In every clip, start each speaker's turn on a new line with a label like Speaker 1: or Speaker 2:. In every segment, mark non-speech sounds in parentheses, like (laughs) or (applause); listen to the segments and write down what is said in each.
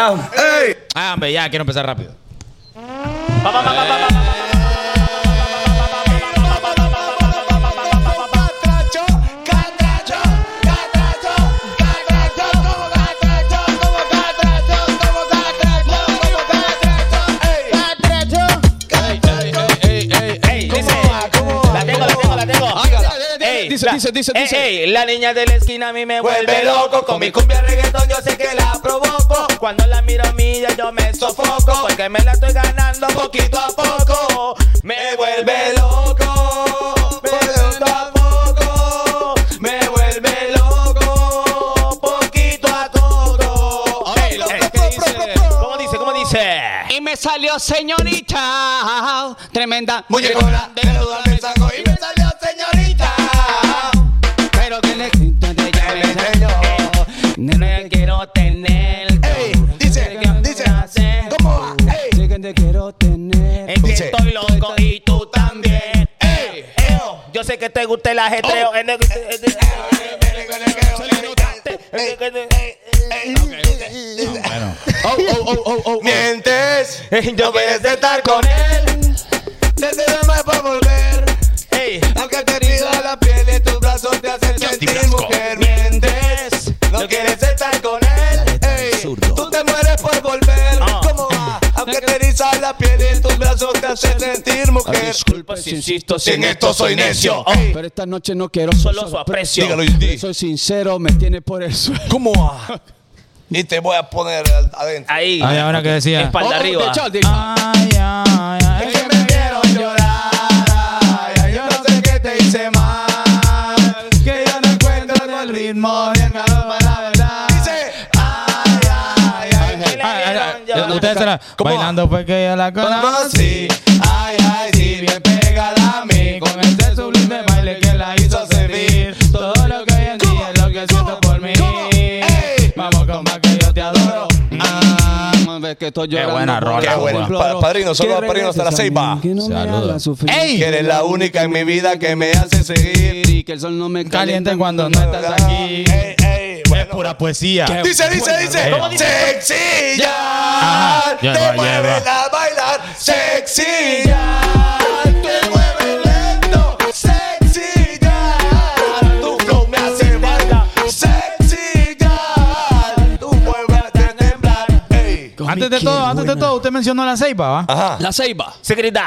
Speaker 1: ¡Ey!
Speaker 2: Ah, hombre, ya, quiero empezar rápido.
Speaker 3: Pa, pa, pa, pa, pa, pa, pa.
Speaker 1: eh.
Speaker 3: La tengo, la tengo, la tengo. Ey,
Speaker 2: Dice,
Speaker 3: la-
Speaker 2: dice, dice,
Speaker 3: ey,
Speaker 2: dice.
Speaker 3: ey, la niña de la esquina a mí me vuelve loco. Con mi cumbia reggaetón yo sé que la provoco. Cuando la miro a mí ya yo me sofoco. Porque me la estoy ganando poquito a poco. Me vuelve loco. Poquito a poco. Me vuelve loco. Poquito a poco. Ey, ey, ¿qué dice? ¿Cómo dice? ¿Cómo dice?
Speaker 4: Y me salió señorita, tremenda
Speaker 3: Muñecona, desnuda me sacó y me salió señorita.
Speaker 4: Pero que le quito de ella me salió. Nene, quiero tener.
Speaker 1: Ey, dice, dice, ¿cómo va? Ey.
Speaker 4: Sí que te quiero tener.
Speaker 3: Es que
Speaker 1: Dice.
Speaker 3: estoy loco y tú también. Ey, eo, Yo sé que te gusta el ajetreo. en el- en el-
Speaker 1: oh. Mientes,
Speaker 3: Ey,
Speaker 1: yo
Speaker 3: yo
Speaker 1: puedes
Speaker 3: quiero-
Speaker 1: estar con él. Desde más para volver.
Speaker 3: Ey,
Speaker 1: Aunque te pida la piel y tus brazos te hacen sentir mujer. Mientes, no quieres estar con él. Ey, tú te mueres por volver.
Speaker 3: Ah.
Speaker 1: ¿Cómo va? Aunque te eriza la piel y tus brazos te hacen sentir mujer.
Speaker 4: Disculpa si insisto,
Speaker 1: En esto soy necio.
Speaker 3: Ey,
Speaker 4: Pero esta noche no quiero
Speaker 3: solo su aprecio.
Speaker 1: Ah, Dígalo,
Speaker 4: Pero
Speaker 1: Indy.
Speaker 4: Soy sincero, me tiene por el suelo.
Speaker 1: ¿Cómo va? (laughs) Y te voy a poner al- adentro.
Speaker 3: Ahí.
Speaker 2: Ay, ahora que decía.
Speaker 4: Oh,
Speaker 3: Espalda arriba.
Speaker 2: Ay, ay, ay.
Speaker 1: que me vieron llorar. Ay, yo no sé qué te hice mal. Que yo no encuentro en el ritmo ni el calor para la verdad. Dice, ay, ay, ay.
Speaker 3: Ay,
Speaker 2: Ay, ay, ay.
Speaker 3: ay, ay.
Speaker 2: Ustedes se la
Speaker 1: ¿Cómo va?
Speaker 2: bailando porque ella la conoce.
Speaker 1: Conocí, ay, ay, sí, bien pegada a mí. Con este sublime baile que la hizo servir. Todo lo que hoy en día es lo que siento por mí. Vamos con más que yo te adoro. Ah.
Speaker 4: Ves que estoy
Speaker 2: Qué
Speaker 4: llorando
Speaker 2: buena
Speaker 4: por
Speaker 2: rola,
Speaker 4: el
Speaker 2: qué buena.
Speaker 4: pueblo.
Speaker 1: Pa- padrino, solo
Speaker 4: Que
Speaker 1: a padrino hasta la
Speaker 4: regreses a
Speaker 1: ceiba.
Speaker 4: mí, que no me
Speaker 2: Saludos.
Speaker 4: hagas sufrir.
Speaker 2: Ey.
Speaker 1: Que eres la única en mi vida que me hace seguir.
Speaker 4: Y que el sol no me
Speaker 2: Caliente cuando no estás aquí.
Speaker 1: Ey, ey,
Speaker 2: Es
Speaker 1: bueno.
Speaker 2: pura poesía.
Speaker 1: Dice, dice, dice.
Speaker 2: ¿Cómo
Speaker 1: Sexilla.
Speaker 2: Ajá, ya
Speaker 1: te
Speaker 2: va, ya
Speaker 1: mueves a bailar. Sexilla. Te mueves lento. Sexilla. Tu flow me hace bailar. Sexilla. Tu mueves a temblar. Ey.
Speaker 2: Antes de todo, antes de todo, usted mencionó la ceiba, ¿va?
Speaker 1: Ajá.
Speaker 4: La ceiba.
Speaker 3: Secreta.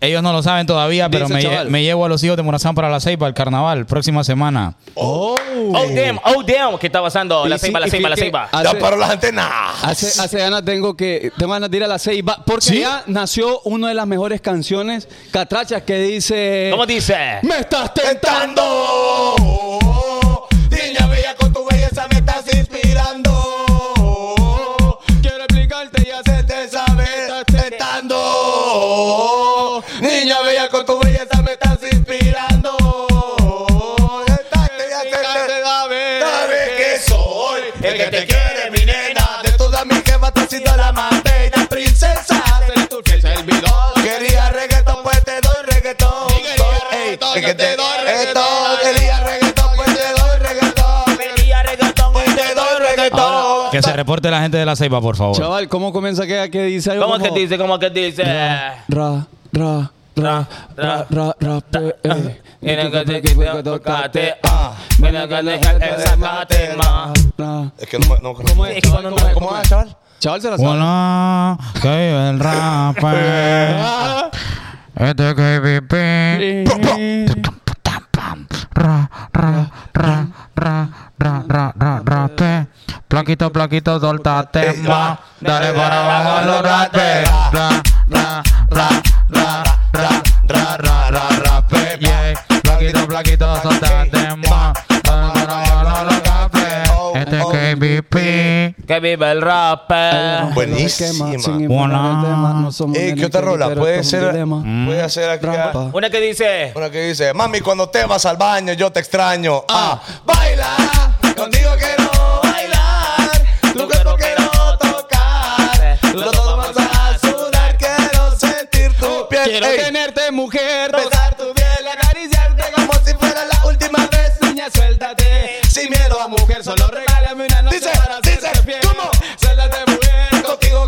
Speaker 2: Ellos no lo saben todavía, pero
Speaker 4: Dice,
Speaker 2: me, lle-
Speaker 4: chaval.
Speaker 2: me llevo a los hijos de Morazán para la ceiba, el carnaval, próxima semana.
Speaker 3: Oh, damn, oh, damn. ¿Qué está pasando? La
Speaker 4: Y sí,
Speaker 3: ceiba, la
Speaker 4: y Ah,
Speaker 3: ceiba, la
Speaker 4: fíjate,
Speaker 3: ceiba.
Speaker 4: hace-
Speaker 1: Ya paro las antenas.
Speaker 4: Hace, hace ganas tengo que tengo ganas de ir a la ceiba porque ya nació una de las mejores canciones catrachas que dice
Speaker 3: ¿Cómo dice?
Speaker 4: me estás tentando
Speaker 1: tentando. Niña bella con tu belleza me estás inspirando. Quiero explicarte y hacerte saber. Tentando. Niña bella con tu belleza me estás inspirando. Tentarte y hacerte saber. Sabes que soy el que te quiere, mi nena. De todas mis jefas te has sido la más bella princesa. Eres tú que servidor. Quería reggaetón, pues te doy reggaetón. Ey, el que te doy reggaetón. Quería reggaetón, pues te doy reggaetón.
Speaker 3: Venía reggaetón.
Speaker 1: Pues te doy reggaetón.
Speaker 2: Que se reporte la gente de la ceiba, por favor.
Speaker 4: chaval cómo comienza que, que dice algo
Speaker 3: ¿Cómo que
Speaker 4: como,
Speaker 3: dice? ¿Cómo que dice?
Speaker 4: ra ra ra ra ra ra pe, eh.
Speaker 3: Tiene que te
Speaker 4: Tiene que
Speaker 3: quitar,
Speaker 4: tocarte,
Speaker 3: tocarte,
Speaker 4: ah.
Speaker 3: ah. Tiene que dejar el sacate, ma.
Speaker 4: Ra.
Speaker 1: Es que no me. No, ¿Cómo
Speaker 3: Es que cuando no-
Speaker 1: ¿Cómo es, chaval?
Speaker 4: chaval se la sabe
Speaker 2: Hola, que vive el rap.
Speaker 4: Ah.
Speaker 2: Este que vive. Ra, ra, ra, ra, ra, ra, ra, ra, pe. Plaquito, plaquito, soltate
Speaker 1: Eh,
Speaker 2: ma. Dale para abajo los rape. Ra, ra, ra, ra, ra, ra, ra, ra, ra, pe. Yeah. Plaquito, plaquito, soltate ma. Dale para abajo Oh, los rape. Este KBP.
Speaker 3: Que vive el rap. eh.
Speaker 1: Buenísima.
Speaker 2: Hola.
Speaker 1: Ey, ¿qué otra rola? Puede ser. Puede hacer acá.
Speaker 4: Rampa.
Speaker 3: Una que dice.
Speaker 1: Una que dice, mami, cuando te vas al baño, yo te extraño. Ah, baila, contigo quiero bailar, tu cuerpo quiero tocar, los dos vamos a Oh. sudar, quiero sentir tu piel.
Speaker 4: Quiero
Speaker 1: Ey,
Speaker 4: tenerte mujer
Speaker 1: besar tu piel, acariciarte como si fuera la última vez.
Speaker 4: Niña, suéltate.
Speaker 1: Sin miedo a mujer, solo regálame una noche
Speaker 4: para
Speaker 1: dice,
Speaker 4: hacerte
Speaker 1: ¿cómo? Suéltate mujer, contigo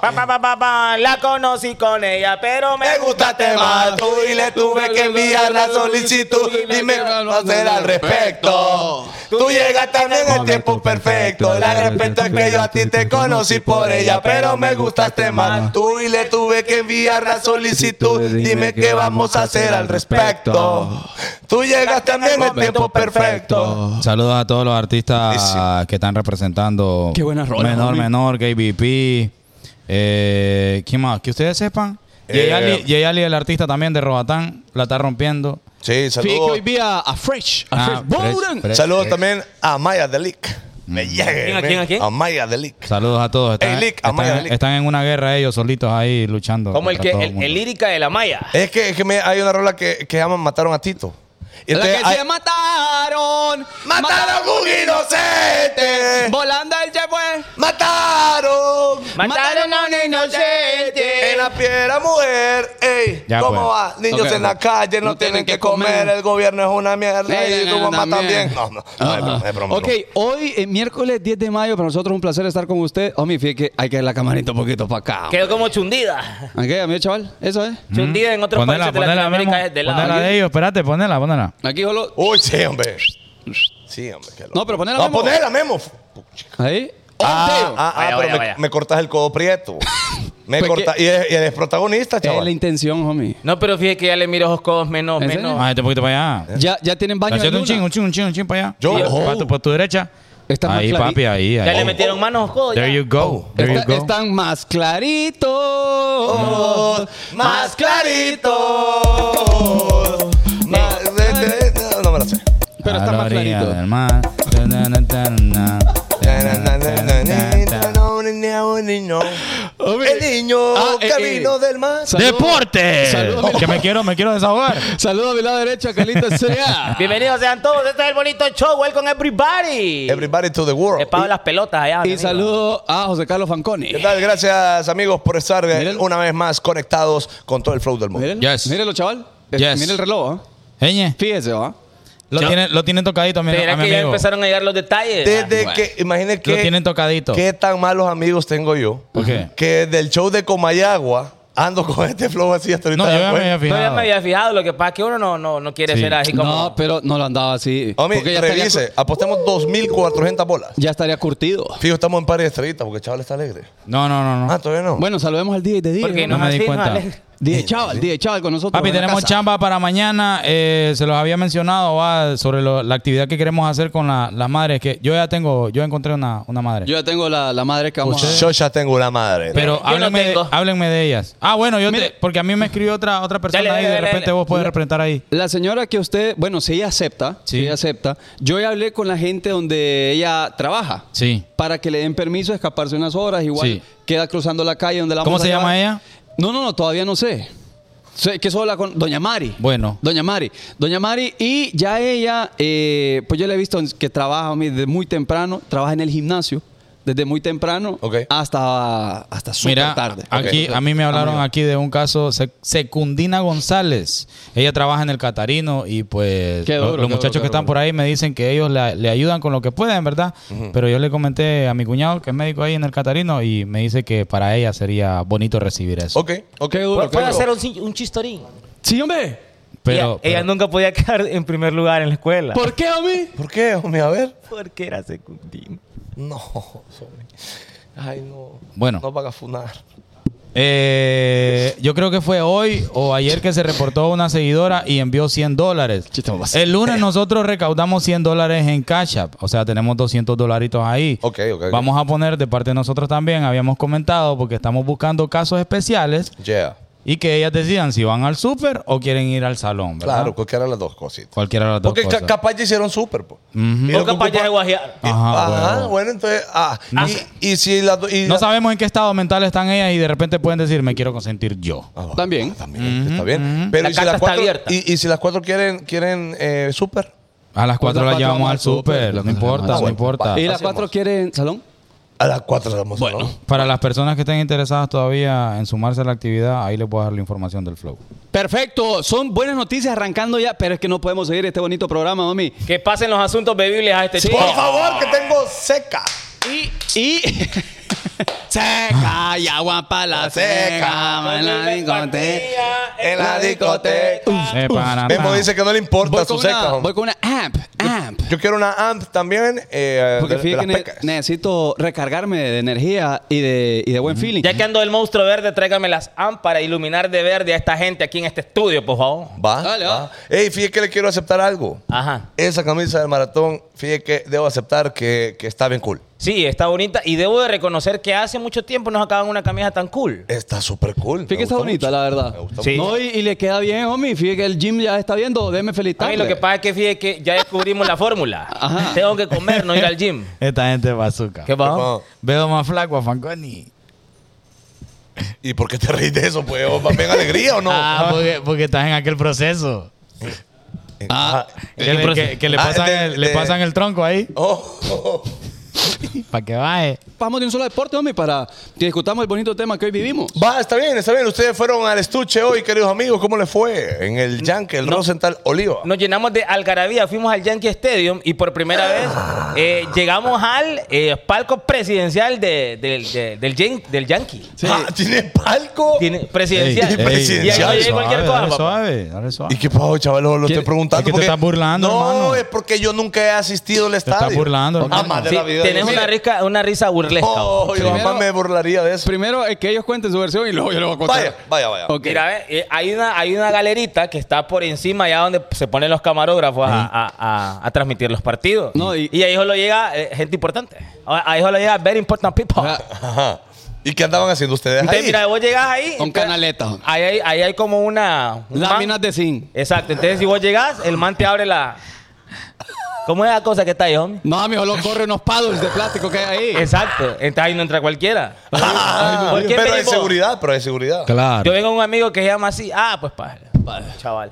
Speaker 1: pa, pa, la conocí con ella, pero me,
Speaker 5: Me gustaste más tú y le tuve que enviar la solicitud. Dime qué hacer al respecto. Tú llegas también en el tiempo perfecto. La respeto es que yo a ti te conocí por ella, pero me gustaste más tú y le tuve que enviar la solicitud. Dime qué vamos a hacer al respecto. Tú llegas también en el tiempo
Speaker 2: oh,
Speaker 5: perfecto.
Speaker 2: Saludos a todos los artistas que están representando.
Speaker 4: Qué buenas rolas,
Speaker 2: Menor,
Speaker 4: homie.
Speaker 2: menor, KBP. Eh, ¿Quién más? Que ustedes sepan.
Speaker 5: Eh.
Speaker 2: Yeyali, Yeyali, el artista también de Robatán, la está rompiendo.
Speaker 5: Sí,
Speaker 4: Fíjate que
Speaker 5: saludos.
Speaker 4: hoy vi a, a Fresh. A
Speaker 2: Ah, eh,
Speaker 4: Fresh
Speaker 2: Fresh,
Speaker 4: Bowden.
Speaker 2: Fresh.
Speaker 5: Saludos también
Speaker 1: Ah,
Speaker 5: a Maya Delic. Me
Speaker 3: ¿Quién, a
Speaker 5: llega.
Speaker 3: quién, a quién?
Speaker 5: A Maya Delic.
Speaker 2: Saludos a todos. Están,
Speaker 5: Ey, Lick, amaya,
Speaker 2: están-
Speaker 5: Lick.
Speaker 2: están en una guerra ellos solitos ahí luchando.
Speaker 3: Como el que
Speaker 2: contra todo
Speaker 3: el, el
Speaker 2: mundo.
Speaker 3: lírica de la Maya.
Speaker 5: Es que, es que me- hay una rola que, que llaman Mataron a Tito. Y
Speaker 4: La
Speaker 5: entonces
Speaker 4: que
Speaker 5: hay-
Speaker 4: se mataron.
Speaker 5: ¡Mataron un inocente!
Speaker 4: Volando el jet, pues.
Speaker 5: ¡Mataron!
Speaker 3: Mataron a un
Speaker 5: En
Speaker 3: inocente.
Speaker 5: la piedra mujer, ey,
Speaker 2: Ya,
Speaker 5: ¿cómo
Speaker 2: pues.
Speaker 5: va? Niños
Speaker 4: Ok.
Speaker 5: en la calle no, tienen que comer. el gobierno es una mierda
Speaker 4: Sí,
Speaker 5: y
Speaker 4: la
Speaker 5: tu
Speaker 4: nena
Speaker 5: mamá también.
Speaker 4: también. Ah,
Speaker 5: No, no, no, es broma, es broma.
Speaker 4: Ok, hoy, eh, miércoles 10 de mayo, para nosotros es un placer estar con usted. Homie, fíjate que hay que dar la camarita un poquito para acá.
Speaker 3: Quedó como chundida.
Speaker 4: Ok, amigo chaval, eso eh. es.
Speaker 3: Chundida en otros
Speaker 2: Mm. Ponela,
Speaker 3: países de
Speaker 2: ponela,
Speaker 3: Latinoamérica
Speaker 2: Memo.
Speaker 3: es de
Speaker 2: Ponela
Speaker 3: lado.
Speaker 2: de ellos, espérate, ponela, ponela.
Speaker 4: Aquí, Jolo.
Speaker 5: Uy, sí, hombre. Sí, hombre. qué loco.
Speaker 4: No, pero ponela,
Speaker 5: No,
Speaker 4: Memo.
Speaker 5: ponela, Memo.
Speaker 4: Ahí.
Speaker 5: Ah,
Speaker 4: Orteo.
Speaker 5: ah, ah,
Speaker 3: Vaya,
Speaker 5: pero
Speaker 3: vaya,
Speaker 5: me,
Speaker 3: vaya.
Speaker 5: me cortas el codo prieto. Me
Speaker 4: Pues
Speaker 5: corta,
Speaker 4: que-
Speaker 5: y, eres, y eres protagonista,
Speaker 4: es
Speaker 5: chaval.
Speaker 4: la intención, homie.
Speaker 3: No, pero fíjate que ya le miro los codos menos,
Speaker 4: ¿En
Speaker 3: menos.
Speaker 4: serio?
Speaker 2: Ah, este poquito
Speaker 3: Eh.
Speaker 2: para allá.
Speaker 4: Ya, ya tienen baño de
Speaker 2: Hacete un chin,
Speaker 4: luna.
Speaker 2: un chin, un chin, un chin para allá.
Speaker 5: Yo-
Speaker 2: Para tu, por tu derecha.
Speaker 4: Está más
Speaker 2: ahí,
Speaker 4: clarito.
Speaker 2: papi, ahí,
Speaker 3: Ya le
Speaker 2: ahí.
Speaker 3: metieron manos los codos. ya.
Speaker 2: There you go. There you
Speaker 4: Está-
Speaker 2: go.
Speaker 4: están más claritos.
Speaker 5: más clarito. Más, no me la sé.
Speaker 4: Pero
Speaker 2: A
Speaker 4: está
Speaker 2: la
Speaker 4: más
Speaker 2: orilla
Speaker 4: clarito.
Speaker 2: del mar. Ta, na, na, ta, na. Ta, na, na, ta, na.
Speaker 5: El niño
Speaker 4: Ah, eh, eh.
Speaker 5: camino del mar.
Speaker 4: Saludos-
Speaker 2: ¡Deporte!
Speaker 4: Saludos.
Speaker 2: Que me quiero, me quiero desahogar.
Speaker 4: Saludos a mi lado derecho, a Carlitos
Speaker 2: (laughs)
Speaker 4: Sea.
Speaker 3: Bienvenidos sean todos. Este es el bonito show. Welcome everybody.
Speaker 5: Everybody to the
Speaker 3: Es
Speaker 5: world.
Speaker 3: para las pelotas allá.
Speaker 4: Y
Speaker 3: arriba.
Speaker 4: saludo a José Carlos Fanconi.
Speaker 5: ¿Qué tal? Gracias amigos por estar eh,
Speaker 4: Miren.
Speaker 5: una vez más conectados con todo el flow del mundo.
Speaker 4: Mírenlo,
Speaker 2: Yes.
Speaker 4: mírenlo, chaval.
Speaker 2: Yes.
Speaker 4: Miren el reloj, ¿ah?
Speaker 2: Ñe,
Speaker 4: Fíjese, ¿ah?
Speaker 2: lo, tiene, lo tienen tocadito a mi,
Speaker 3: ¿Será
Speaker 2: a mi
Speaker 3: que ya
Speaker 2: amigo.
Speaker 3: empezaron a llegar los detalles?
Speaker 5: Desde
Speaker 3: Ah,
Speaker 5: que, imaginen
Speaker 2: Lo tienen
Speaker 5: que,
Speaker 2: tocadito.
Speaker 5: qué tan malos amigos tengo yo.
Speaker 2: ¿Por qué?
Speaker 5: Que del show de Comayagua ando con este flow así hasta ahorita. pues.
Speaker 2: No, yo
Speaker 5: ya
Speaker 2: ya me
Speaker 5: fue.
Speaker 2: había
Speaker 3: bueno. Todavía me
Speaker 2: fijado.
Speaker 3: había fijado. Lo que pasa es que uno no, no, no quiere
Speaker 2: Sí.
Speaker 3: ser así como.
Speaker 4: No, pero no lo andaba así.
Speaker 5: Homie,
Speaker 4: Porque ya estaría
Speaker 5: Oh, revise, apostemos 2.400 bolas.
Speaker 4: cu- Ya estaría curtido.
Speaker 5: Fijo, estamos en par de estrellitas porque Chaval está alegre.
Speaker 2: No, no, no, no.
Speaker 5: Ah, todavía no.
Speaker 4: Bueno, saludemos al DJ de DJ.
Speaker 3: Porque
Speaker 4: ¿no?
Speaker 3: no,
Speaker 2: me di
Speaker 3: así,
Speaker 2: cuenta.
Speaker 3: vale.
Speaker 4: DJ Chaval, DJ Chaval con nosotros.
Speaker 2: Papi,
Speaker 4: en la
Speaker 2: tenemos
Speaker 4: casa.
Speaker 2: chamba para mañana. Eh, se los había mencionado va, sobre lo- la actividad que queremos hacer con la- las madres. Que yo ya tengo, yo encontré una, una madre.
Speaker 4: Yo ya tengo la, la madre que vamos a-
Speaker 5: yo ya tengo una madre.
Speaker 2: Pero
Speaker 3: Yo no
Speaker 2: háblenme, de,
Speaker 3: tengo.
Speaker 2: háblenme de ellas. Ah, bueno, yo te, porque a mí me escribió otra, otra persona
Speaker 3: Dale,
Speaker 2: ahí.
Speaker 3: dale,
Speaker 2: de
Speaker 3: dale,
Speaker 2: repente
Speaker 3: dale.
Speaker 2: vos puedes representar ahí.
Speaker 4: La señora que usted, bueno, si ella acepta,
Speaker 2: Sí.
Speaker 4: si ella acepta, yo ya hablé con la gente donde ella trabaja.
Speaker 2: Sí.
Speaker 4: Para que le den permiso de escaparse unas horas, igual
Speaker 2: Sí.
Speaker 4: queda cruzando la calle donde la
Speaker 2: ¿Cómo
Speaker 4: vamos a
Speaker 2: se llama
Speaker 4: llevar.
Speaker 2: ella?
Speaker 4: No, no, no, todavía no sé. Sé que solo la con Doña Mari.
Speaker 2: Bueno.
Speaker 4: Doña Mari. Doña Mari, y ya ella, eh, pues yo la he visto que trabaja homie, desde muy temprano, trabaja en el gimnasio, desde muy temprano
Speaker 5: Ok.
Speaker 4: hasta, hasta súper
Speaker 2: Mira,
Speaker 4: tarde.
Speaker 2: aquí
Speaker 4: Ok.
Speaker 2: a mí me hablaron
Speaker 4: Amigo.
Speaker 2: aquí de un caso Sec- Secundina González. Ella trabaja en el Catarino y pues
Speaker 4: Qué
Speaker 2: lo-
Speaker 4: duro,
Speaker 2: los
Speaker 4: qué
Speaker 2: muchachos
Speaker 4: duro,
Speaker 2: que
Speaker 4: qué
Speaker 2: están
Speaker 4: duro.
Speaker 2: por ahí me dicen que ellos la- le ayudan con lo que pueden, ¿verdad? Pero yo le comenté a mi cuñado que es médico ahí en el Catarino y me dice que para ella sería bonito recibir eso.
Speaker 5: ok, ok.
Speaker 4: Qué duro,
Speaker 3: Pu-
Speaker 4: qué
Speaker 3: Puede
Speaker 4: duro.
Speaker 3: hacer un, chi- un chistorín.
Speaker 4: Sí, hombre.
Speaker 3: ella,
Speaker 2: Pero,
Speaker 3: ella
Speaker 2: pero-
Speaker 3: nunca podía quedar en primer lugar en la escuela.
Speaker 4: ¿Por qué, homie?
Speaker 5: ¿Por qué, homie? A ver.
Speaker 3: Porque era secundino.
Speaker 5: No, homie. Ay, no.
Speaker 2: Bueno.
Speaker 5: No van a funar.
Speaker 2: Eh, yo creo que fue hoy o ayer que se reportó una seguidora y envió 100 dólares.
Speaker 4: Chiste, eh. mamá.
Speaker 2: El lunes nosotros recaudamos 100 dólares en Cash App. O sea, tenemos 200 dolaritos ahí.
Speaker 5: Ok, ok, ok.
Speaker 2: Vamos a poner de parte de nosotros también, habíamos comentado, porque estamos buscando casos especiales
Speaker 5: Yeah.
Speaker 2: y que ellas decidan si van al súper o quieren ir al salón, ¿verdad?
Speaker 5: Claro, cualquiera de las dos cositas.
Speaker 2: Cualquiera de las dos
Speaker 5: Porque ca-
Speaker 2: cosas.
Speaker 5: capaz ya hicieron súper, po. Y
Speaker 3: O
Speaker 5: lo que
Speaker 3: capaz ya
Speaker 5: ocupa-
Speaker 3: de guajear.
Speaker 2: Ajá,
Speaker 5: Ajá,
Speaker 2: huevo.
Speaker 5: bueno, entonces. Ah,
Speaker 2: No
Speaker 5: y,
Speaker 2: sé.
Speaker 5: y si las dos. y
Speaker 2: No
Speaker 5: la-
Speaker 2: sabemos en qué estado mental están ellas y de repente pueden decir, me quiero consentir yo.
Speaker 5: Ah, va,
Speaker 4: También.
Speaker 5: También, está bien. Pero
Speaker 3: La
Speaker 5: ¿y si
Speaker 3: carta
Speaker 5: las
Speaker 3: está
Speaker 5: cuatro,
Speaker 3: abierta.
Speaker 5: Y, y si las cuatro quieren, quieren eh, súper.
Speaker 2: A las 4
Speaker 4: Las
Speaker 2: las
Speaker 4: cuatro
Speaker 2: llevamos
Speaker 4: vamos
Speaker 2: al
Speaker 4: al súper.
Speaker 2: súper,
Speaker 4: Las
Speaker 2: no importa,
Speaker 5: Ah,
Speaker 2: no
Speaker 5: bueno,
Speaker 2: importa.
Speaker 5: vale.
Speaker 4: ¿Y las
Speaker 5: Hacemos.
Speaker 4: cuatro quieren salón?
Speaker 5: A las cuatro damos bueno.
Speaker 2: Para las personas que estén interesadas todavía en sumarse a la actividad, ahí les puedo dar la información del flow.
Speaker 4: Perfecto, son buenas noticias arrancando ya, pero es que no podemos seguir este bonito programa, mami.
Speaker 3: Que pasen los asuntos bebibles a este
Speaker 4: Sí.
Speaker 3: chico.
Speaker 4: (laughs)
Speaker 5: Por favor, que tengo seca.
Speaker 4: Y seca y agua para la seca. En la discoteca.
Speaker 3: discoteca.
Speaker 5: En la discoteca.
Speaker 2: Eh, para
Speaker 5: Memo
Speaker 2: nada.
Speaker 5: dice que no le importa
Speaker 4: Voy
Speaker 5: su
Speaker 4: con,
Speaker 5: seca.
Speaker 4: una,
Speaker 5: hombre.
Speaker 4: voy con una amp, amp.
Speaker 5: Yo quiero una amp también. Eh,
Speaker 4: Porque
Speaker 5: de, de
Speaker 4: fíjate
Speaker 5: las
Speaker 4: que ne-
Speaker 5: pecas.
Speaker 4: necesito recargarme de energía y de, y de buen feeling.
Speaker 3: Ya que ando el monstruo verde, tráigame las AM para iluminar de verde a esta gente aquí en este estudio, por favor.
Speaker 5: Va.
Speaker 4: Dale, va.
Speaker 5: va. Ey, fíjate que le quiero aceptar algo.
Speaker 3: Ajá.
Speaker 5: Esa camisa del maratón, fíjate que debo aceptar que, que está bien cool.
Speaker 3: Sí, está bonita. Y debo de reconocer que hace mucho tiempo nos acaban una camisa tan cool.
Speaker 5: Está súper cool.
Speaker 4: Fíjate
Speaker 5: Me
Speaker 4: que está
Speaker 5: gustó
Speaker 4: bonita,
Speaker 5: mucho.
Speaker 4: la verdad.
Speaker 5: Me gustó
Speaker 3: Sí.
Speaker 4: No, y, y le queda bien, homie. Fíjate que el gym ya está viendo. Deme feliz
Speaker 3: A
Speaker 4: tarde.
Speaker 3: mí lo que pasa es que fíjate que ya descubrimos la fórmula.
Speaker 4: Ajá.
Speaker 3: Tengo que comer, no ir al gym.
Speaker 2: Esta gente es bazooka.
Speaker 3: ¿Qué pasó?
Speaker 5: Ajá.
Speaker 2: Veo más flaco a Fanconi.
Speaker 5: ¿Y por qué te reís de eso? Pues, hombre? ¿ven alegría o no?
Speaker 2: Ah, porque, porque estás en aquel proceso.
Speaker 5: Ah.
Speaker 2: Que, le- que- que le,
Speaker 5: Ah,
Speaker 2: pasan,
Speaker 5: de-
Speaker 2: el, le
Speaker 5: de-
Speaker 2: pasan el tronco ahí
Speaker 5: Oh, oh, oh.
Speaker 2: para que baje.
Speaker 4: Vamos de un solo deporte, homie, para que discutamos el bonito tema que hoy vivimos.
Speaker 5: Va, está bien, está bien. Ustedes fueron al estuche hoy, queridos amigos. ¿Cómo les fue? En el Yankee, el Rosenthal Oliva.
Speaker 3: Nos llenamos de algarabía, fuimos al Yankee Stadium y por primera vez eh, llegamos al eh, palco presidencial de- del- de- del, Yan- del Yankee.
Speaker 5: Ah, ¿Tiene palco?
Speaker 3: Tiene presidencial.
Speaker 5: Ey, ey,
Speaker 3: y ahí no
Speaker 5: suave,
Speaker 3: llega cualquier cosa,
Speaker 2: dale
Speaker 3: papá.
Speaker 2: suave, dale suave.
Speaker 5: ¿Y qué pasó, chaval? Lo estoy
Speaker 4: ¿Quién-
Speaker 5: preguntando.
Speaker 2: es que te
Speaker 5: porque-
Speaker 2: estás burlando,
Speaker 5: No,
Speaker 2: hermano.
Speaker 5: es porque yo nunca he asistido al
Speaker 2: estás
Speaker 5: estadio.
Speaker 2: burlando,
Speaker 5: Ah,
Speaker 2: hermano.
Speaker 5: más de
Speaker 3: Sí,
Speaker 5: la vida.
Speaker 3: tenés
Speaker 5: Mire,
Speaker 3: una risa, una risa burlesca.
Speaker 5: Oh, yo
Speaker 4: Primero-
Speaker 5: jamás me burlaría de eso.
Speaker 4: Primero, es que ellos cuenten su versión y luego yo le voy a contar.
Speaker 5: Vaya, vaya, vaya.
Speaker 4: Ok.
Speaker 3: Mira, ve, eh, hay, una, hay una galerita que está por encima, allá donde se ponen los camarógrafos a, a- a- a transmitir los partidos.
Speaker 4: No,
Speaker 3: y,
Speaker 4: y-
Speaker 3: ahí solo llega eh, gente importante. A- Ahí solo llega very important people.
Speaker 4: O sea,
Speaker 5: Ajá. ¿Y qué andaban haciendo ustedes
Speaker 3: Entonces,
Speaker 5: ahí?
Speaker 3: mira, vos llegás ahí.
Speaker 4: Con
Speaker 3: entonces,
Speaker 4: canaleta, homie.
Speaker 3: Ahí hay, ahí hay como una. un
Speaker 4: Láminas
Speaker 3: man.
Speaker 4: de zinc.
Speaker 3: Exacto. Entonces, si vos llegás, el man te abre la. ¿Cómo es la cosa que está ahí, homie?
Speaker 4: No, amigo, lo corre unos paddles de plástico que hay ahí.
Speaker 3: Exacto. Entonces ahí no entra cualquiera.
Speaker 5: Ah,
Speaker 3: ¿Por qué
Speaker 5: pero hay
Speaker 3: venimos?
Speaker 5: seguridad, pero hay seguridad.
Speaker 2: Claro.
Speaker 3: Yo vengo a un amigo que se llama así. Ah, pues padre. Chaval.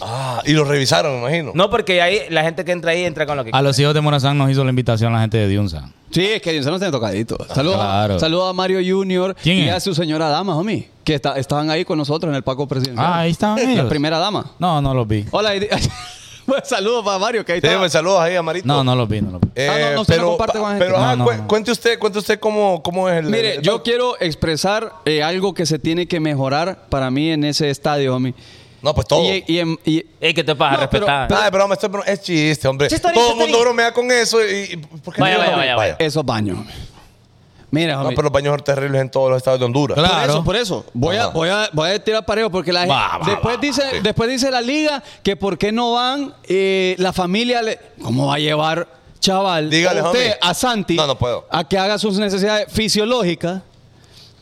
Speaker 5: Ah, y lo revisaron, me imagino.
Speaker 3: No, porque ahí la gente que entra ahí entra con lo que
Speaker 2: A los hijos de Morazán nos hizo la invitación la gente de Diunza.
Speaker 4: Sí, es que Dionsano tiene tocadito. Saludos
Speaker 2: Claro.
Speaker 4: saludo a Mario Junior
Speaker 2: ¿Quién
Speaker 4: y
Speaker 2: es?
Speaker 4: a su señora dama, homie, que está- estaban ahí con nosotros en el Paco Presidencial.
Speaker 2: Ah, ahí estaban ellos.
Speaker 4: La primera dama.
Speaker 2: No, no los vi.
Speaker 4: Hola, y- (laughs) pues, saludos para Mario, que ahí
Speaker 5: Te
Speaker 4: está.
Speaker 5: pues, saludos ahí a Marito.
Speaker 2: No, no los vi, no los vi.
Speaker 5: Eh,
Speaker 4: Ah, no, no, usted no
Speaker 5: pero,
Speaker 4: comparte con la gente.
Speaker 5: pero ah,
Speaker 2: No, no,
Speaker 5: cu-
Speaker 2: no.
Speaker 5: cuente usted, cuente usted cómo, cómo es el.
Speaker 4: Mire,
Speaker 5: el-
Speaker 4: yo quiero expresar eh, algo que se tiene que mejorar para mí en ese estadio, homie.
Speaker 5: No, pues todo.
Speaker 4: Y, ah. y en- y-
Speaker 3: Ey, ¿qué te pasa?
Speaker 4: No, pero-
Speaker 3: Respetar.
Speaker 5: Ay, pero, hombre, esto es bro- es chiste, hombre.
Speaker 3: Chistorín,
Speaker 5: Todo el
Speaker 3: chistorín.
Speaker 5: mundo bromea con eso y. y- ¿por qué
Speaker 3: Vaya,
Speaker 5: no?
Speaker 3: vaya, vaya, vaya.
Speaker 4: esos baños. homie. Mira,
Speaker 5: No,
Speaker 4: homie.
Speaker 5: pero los baños son terribles en todos los estados de Honduras.
Speaker 2: Claro.
Speaker 4: Por eso, por eso. Voy a,
Speaker 5: Ajá.
Speaker 4: voy a, voy a tirar parejo porque la gente.
Speaker 2: Va, va,
Speaker 4: después,
Speaker 2: va,
Speaker 4: dice, después dice la liga que por qué no van eh, la familia. le- ¿Cómo va a llevar, chaval,
Speaker 5: Dígale,
Speaker 4: a usted,
Speaker 5: homie.
Speaker 4: a Santi,
Speaker 5: No, no puedo.
Speaker 4: a que haga sus necesidades fisiológicas?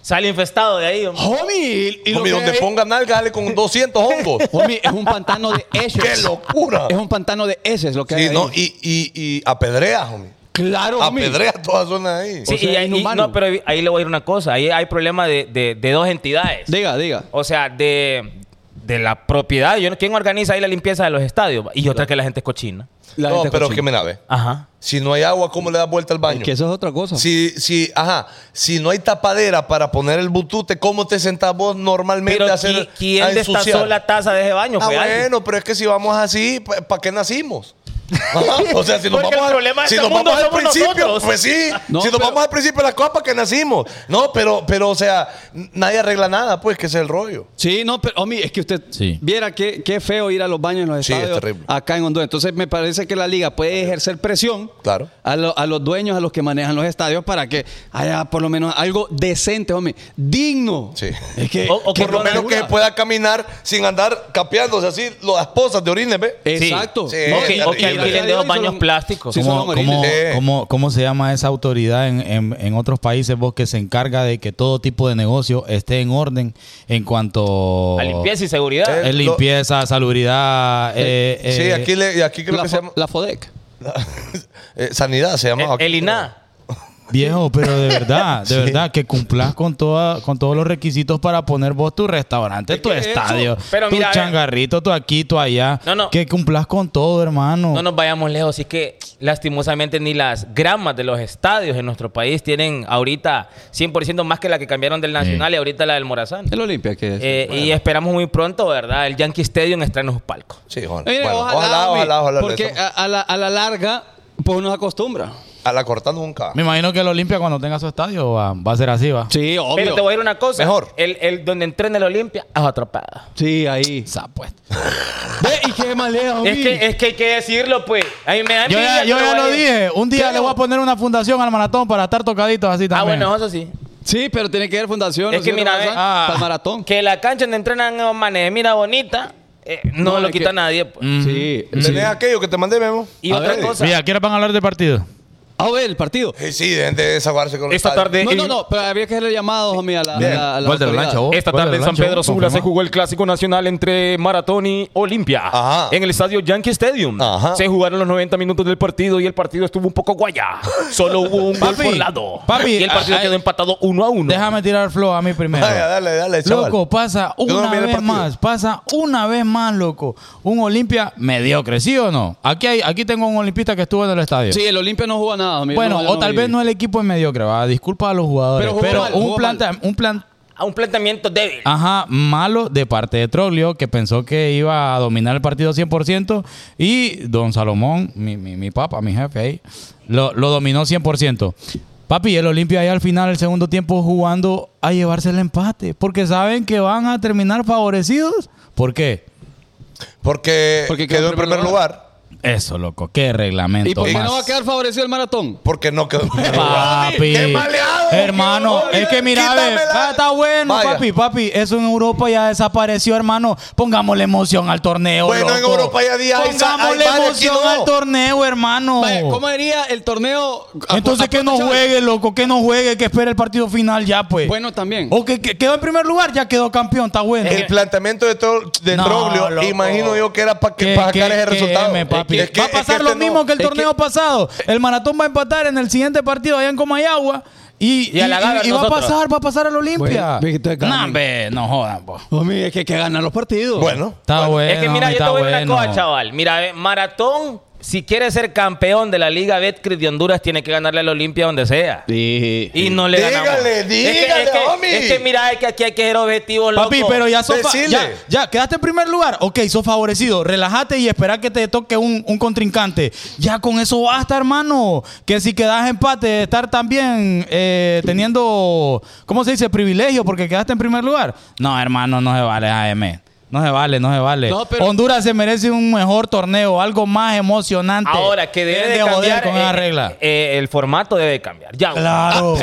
Speaker 3: Sale infestado de ahí. hombre.
Speaker 4: Homie, y- y lo
Speaker 5: Hombre,
Speaker 4: que
Speaker 5: donde
Speaker 4: hay-
Speaker 5: ponga nalgas, dale
Speaker 4: (laughs)
Speaker 5: con 200 hongos.
Speaker 4: Homie, es un pantano de heces.
Speaker 5: (laughs) ¡Qué locura!
Speaker 4: Es un pantano de heces lo que hay.
Speaker 5: Sí,
Speaker 4: ahí.
Speaker 5: no, y, y, y apedrea, homie.
Speaker 4: Claro, homie.
Speaker 5: Apedrea toda zona ahí.
Speaker 3: Sí,
Speaker 4: o sea,
Speaker 3: y ahí- y-
Speaker 4: inhumano.
Speaker 3: no, pero ahí le voy a ir una cosa. Ahí hay problema de, de- de dos entidades.
Speaker 4: Diga, diga.
Speaker 3: o sea, de, de la propiedad. Yo, no- ¿Quién organiza ahí la limpieza de los estadios? Y otra que la gente es cochina.
Speaker 4: La
Speaker 5: no,
Speaker 4: gente
Speaker 5: pero es
Speaker 4: cochina.
Speaker 5: que me nave.
Speaker 3: Ajá.
Speaker 5: Si no hay agua, ¿cómo le das vuelta al baño?
Speaker 4: Que eso es otra cosa.
Speaker 5: Si, si, ajá, si no hay tapadera para poner el butute, ¿cómo te sentás vos normalmente
Speaker 3: Pero
Speaker 5: a hacer
Speaker 3: ¿qui- ¿quién
Speaker 5: a ensuciar?
Speaker 3: destazó la taza de ese baño?
Speaker 5: Ah,
Speaker 3: Fue alguien.
Speaker 5: bueno, pero es que si vamos así, ¿para qué
Speaker 3: (laughs)
Speaker 5: nacimos? Ajá, o sea, si nos
Speaker 3: Porque el
Speaker 5: vamos,
Speaker 3: problema de
Speaker 5: si
Speaker 3: este
Speaker 5: nos
Speaker 3: mundo
Speaker 5: vamos al
Speaker 3: somos
Speaker 5: principio,
Speaker 3: nosotros.
Speaker 5: pues sí.
Speaker 4: No,
Speaker 5: si nos
Speaker 4: pero-
Speaker 5: vamos al principio, la copa que nacimos. No, pero, pero, o sea, n- nadie arregla nada, pues, que ese es el rollo.
Speaker 4: Sí, no, pero homie, es que usted
Speaker 2: Sí.
Speaker 4: viera qué, qué feo ir a los baños en los
Speaker 5: Sí, es
Speaker 4: estadios
Speaker 5: terrible.
Speaker 4: acá en Honduras. Entonces me parece que la liga puede ejercer presión
Speaker 5: Claro.
Speaker 4: a, lo- a los dueños, a los que manejan los estadios, para que haya por lo menos algo decente, homie, digno.
Speaker 5: Sí.
Speaker 4: Es que,
Speaker 3: O- o
Speaker 4: que
Speaker 5: Por lo
Speaker 4: no
Speaker 5: menos que
Speaker 4: ayuda.
Speaker 5: se pueda caminar sin andar capeándose así las pozas de orines, ¿ves?
Speaker 4: Exacto.
Speaker 5: Sí,
Speaker 3: O que-
Speaker 5: sí,
Speaker 3: o que
Speaker 5: terrible.
Speaker 3: alquilen de dos baños plásticos.
Speaker 4: Sí,
Speaker 2: ¿Cómo,
Speaker 4: son horribles.
Speaker 2: cómo-
Speaker 5: Sí.
Speaker 2: cómo- cómo se llama esa autoridad en, en- en otros países vos que se encarga de que todo tipo de negocio esté en orden en cuanto
Speaker 3: A limpieza y seguridad.
Speaker 5: Eh,
Speaker 2: Eh, limpieza, salubridad. eh, eh,
Speaker 5: Sí, aquí, le, y aquí creo
Speaker 4: la,
Speaker 5: que se
Speaker 4: fo-
Speaker 5: llama.
Speaker 4: la FODEC.
Speaker 5: Eh, sanidad se
Speaker 3: El,
Speaker 5: llamaba. aquí.
Speaker 3: el INAH.
Speaker 2: Viejo, pero
Speaker 3: (laughs)
Speaker 2: de verdad, de verdad, que cumplas con, toda, con todos los requisitos para poner vos tu restaurante, tu
Speaker 4: que eso-
Speaker 2: estadio,
Speaker 3: pero
Speaker 2: tu
Speaker 3: mira, a ver.
Speaker 2: changarrito, tu aquí, tu allá.
Speaker 3: No, no.
Speaker 2: Que cumplas con todo, hermano.
Speaker 3: No nos vayamos lejos. Así que, lastimosamente, ni las gramas de los estadios en nuestro país tienen ahorita 100% más que la que cambiaron del Nacional y ahorita la del Morazán.
Speaker 4: El Olimpia, que es.
Speaker 3: Eh, Y esperamos muy pronto, ¿verdad? El Yankee Stadium estará en sus palcos.
Speaker 5: Sí,
Speaker 4: Mire,
Speaker 5: bueno,
Speaker 4: ojalá,
Speaker 5: ojalá,
Speaker 4: homie,
Speaker 5: ojalá, ojalá,
Speaker 4: Porque
Speaker 5: eso.
Speaker 4: a, a la, a la larga, pues uno se acostumbra.
Speaker 5: A la corta nunca.
Speaker 2: Me imagino que el Olimpia cuando tenga su estadio va, va a ser así, va.
Speaker 4: Sí,
Speaker 3: Pero
Speaker 4: obvio.
Speaker 3: te voy a decir una cosa.
Speaker 5: Mejor.
Speaker 3: El, el donde entrena el Olimpia es atrapado.
Speaker 4: Sí, ahí.
Speaker 2: Sa, pues.
Speaker 4: Ve, y qué más lejos,
Speaker 3: Es
Speaker 4: vi.
Speaker 3: que, es que hay que decirlo, pues. A mí me da
Speaker 2: Yo ya,
Speaker 3: envidia,
Speaker 2: yo
Speaker 3: pero
Speaker 2: ya lo
Speaker 3: vaya.
Speaker 2: dije. Un día
Speaker 5: Creo.
Speaker 2: le voy a poner una fundación al maratón para estar tocaditos así también.
Speaker 3: Ah, bueno, eso sí.
Speaker 4: Sí, pero tiene que haber fundación.
Speaker 3: Es
Speaker 4: ¿no?
Speaker 3: que
Speaker 4: ¿Sí
Speaker 3: mira,
Speaker 4: Ramazán?
Speaker 3: ve-
Speaker 2: ah.
Speaker 4: Para el maratón.
Speaker 3: Que la cancha donde entrenan los manes de mira bonita, eh, no,
Speaker 4: No,
Speaker 3: lo
Speaker 4: es
Speaker 3: quita
Speaker 4: que-
Speaker 3: nadie. pues.
Speaker 4: Sí. sí.
Speaker 5: ¿Tenés aquello que te mandé, Memo?
Speaker 3: Y
Speaker 4: A
Speaker 3: otra
Speaker 4: ver,
Speaker 3: cosa.
Speaker 2: Mira, Mm. ¿a qué hora van a hablar de partido?
Speaker 4: Ah, ve, el partido.
Speaker 5: Sí, sí, dejen de desahogarse con los
Speaker 3: Esta
Speaker 5: padres.
Speaker 3: tarde,
Speaker 4: No,
Speaker 3: el-
Speaker 4: no, no, pero había que hacerle llamados, homie, a la. a la- a la
Speaker 6: Gol de la
Speaker 4: autoridad.
Speaker 6: lancha, vos.
Speaker 3: Esta
Speaker 2: Gol
Speaker 3: tarde
Speaker 2: del
Speaker 3: en San
Speaker 2: Rancho,
Speaker 3: Pedro Sula se
Speaker 2: confirmado.
Speaker 3: jugó el clásico nacional entre Maratón y Olimpia
Speaker 5: Ajá.
Speaker 3: en el estadio Yankee Stadium.
Speaker 5: Ajá.
Speaker 3: Se jugaron los 90 minutos del partido y el partido estuvo un poco guaya. Solo hubo un gol
Speaker 2: Papi,
Speaker 3: por lado.
Speaker 2: papi,
Speaker 3: y el partido
Speaker 2: ay,
Speaker 3: quedó empatado uno a uno.
Speaker 2: Déjame tirar flow a mí primero.
Speaker 5: Vaya, dale, dale, Eh, chaval.
Speaker 2: Loco, pasa
Speaker 5: Yo no
Speaker 2: una
Speaker 5: vi el
Speaker 2: vez
Speaker 5: partido.
Speaker 2: más, pasa una vez más, loco. Un Olimpia mediocre, ¿sí o no? Aquí hay, aquí tengo un olimpista que estuvo en el estadio.
Speaker 4: Sí, el Olimpia no juega nada, homie.
Speaker 2: bueno,
Speaker 4: No, yo
Speaker 2: o tal
Speaker 4: vi.
Speaker 2: vez no el equipo es mediocre, va. Disculpa a los jugadores,
Speaker 4: Pero jugó
Speaker 2: pero,
Speaker 4: mal,
Speaker 2: un
Speaker 4: jugó
Speaker 2: planta, un plan,
Speaker 3: A un planteamiento débil.
Speaker 2: ajá, malo de parte de Troglio que pensó que iba a dominar el partido 100% y Don Salomón, mi, mi, mi papá, mi jefe ahí, lo, lo dominó 100%. Papi, el Olimpia ahí al final, el segundo tiempo jugando a llevarse el empate, porque saben que van a terminar favorecidos. ¿Por qué?
Speaker 5: Porque,
Speaker 4: Porque
Speaker 5: quedó en primer lugar.
Speaker 2: Eso, loco, qué reglamento.
Speaker 4: ¿Y por qué
Speaker 2: más.
Speaker 4: no va a quedar favorecido el maratón?
Speaker 5: Porque no quedó en primer lugar.
Speaker 2: Papi,
Speaker 5: ¡Qué maleado!
Speaker 2: hermano,
Speaker 5: Qué-
Speaker 2: es que mira,
Speaker 5: Quítame
Speaker 2: ve,
Speaker 5: la-
Speaker 2: ah, está bueno,
Speaker 5: Vaya.
Speaker 2: papi, papi, eso en Europa ya desapareció, hermano. Pongámosle emoción al torneo,
Speaker 5: Bueno, en
Speaker 2: loco.
Speaker 5: Europa ya día hay-
Speaker 2: Pongámosle
Speaker 5: hay varios,
Speaker 2: emoción
Speaker 5: aquí no.
Speaker 2: al torneo, hermano.
Speaker 4: Vaya, ¿Cómo Ah, diría el torneo?
Speaker 2: Entonces que no juegue, loco, que no juegue, que espere el partido final ya, pues.
Speaker 4: Bueno, también.
Speaker 2: o que, que quedó en primer lugar, ya quedó campeón, está bueno.
Speaker 5: El planteamiento de, Tro- de
Speaker 2: No,
Speaker 5: Troglio,
Speaker 2: loco.
Speaker 5: imagino yo que era para
Speaker 2: Que- que-
Speaker 5: sacar ese
Speaker 2: que
Speaker 5: resultado.
Speaker 2: M, papi.
Speaker 5: Es que-
Speaker 2: va a
Speaker 5: es que
Speaker 2: pasar
Speaker 5: este
Speaker 2: lo
Speaker 5: no.
Speaker 2: mismo que el
Speaker 4: es
Speaker 2: torneo pasado. El maratón va a empatar en el siguiente partido allá en Comayagua. Y,
Speaker 3: Y a la gana
Speaker 2: va a
Speaker 3: nosotros.
Speaker 2: pasar, va a pasar al Olimpia.
Speaker 4: Bueno, ve que te ganan.
Speaker 2: Nah, hombre, no jodan, po.
Speaker 4: Homie, es que hay que ganar los partidos.
Speaker 5: Bueno,
Speaker 2: Está bueno.
Speaker 3: es que mira,
Speaker 2: hombre,
Speaker 3: yo te
Speaker 2: está
Speaker 3: voy a decir una
Speaker 2: bueno.
Speaker 3: cosa, chaval. Mira, eh, maratón, si quiere ser campeón de la Liga Betcris de Honduras, tiene que ganarle al Olimpia donde sea.
Speaker 4: Sí.
Speaker 3: Y no le ganamos.
Speaker 5: Dígale, dígale,
Speaker 3: es que,
Speaker 5: homie.
Speaker 3: es que mira, es que aquí hay que ser objetivos, loco.
Speaker 2: Papi, pero ya sos fa-
Speaker 5: Decile.
Speaker 2: ya, ya, quedaste en primer lugar. Ok, sos favorecido. Relájate y espera que te toque un, un contrincante. Ya con eso basta, hermano. Que si quedas empate, estar también eh, teniendo, ¿cómo se dice? Privilegio porque quedaste en primer lugar. No, hermano, no se vale, AM. No se vale, no se vale.
Speaker 4: No, pero-
Speaker 2: Honduras se merece un mejor torneo, algo más emocionante.
Speaker 3: Ahora, que debe
Speaker 2: Dejen
Speaker 3: de,
Speaker 2: joder
Speaker 3: cambiar
Speaker 2: con esa
Speaker 3: eh,
Speaker 2: regla.
Speaker 3: eh, el formato debe cambiar. Ya. güey.
Speaker 2: claro.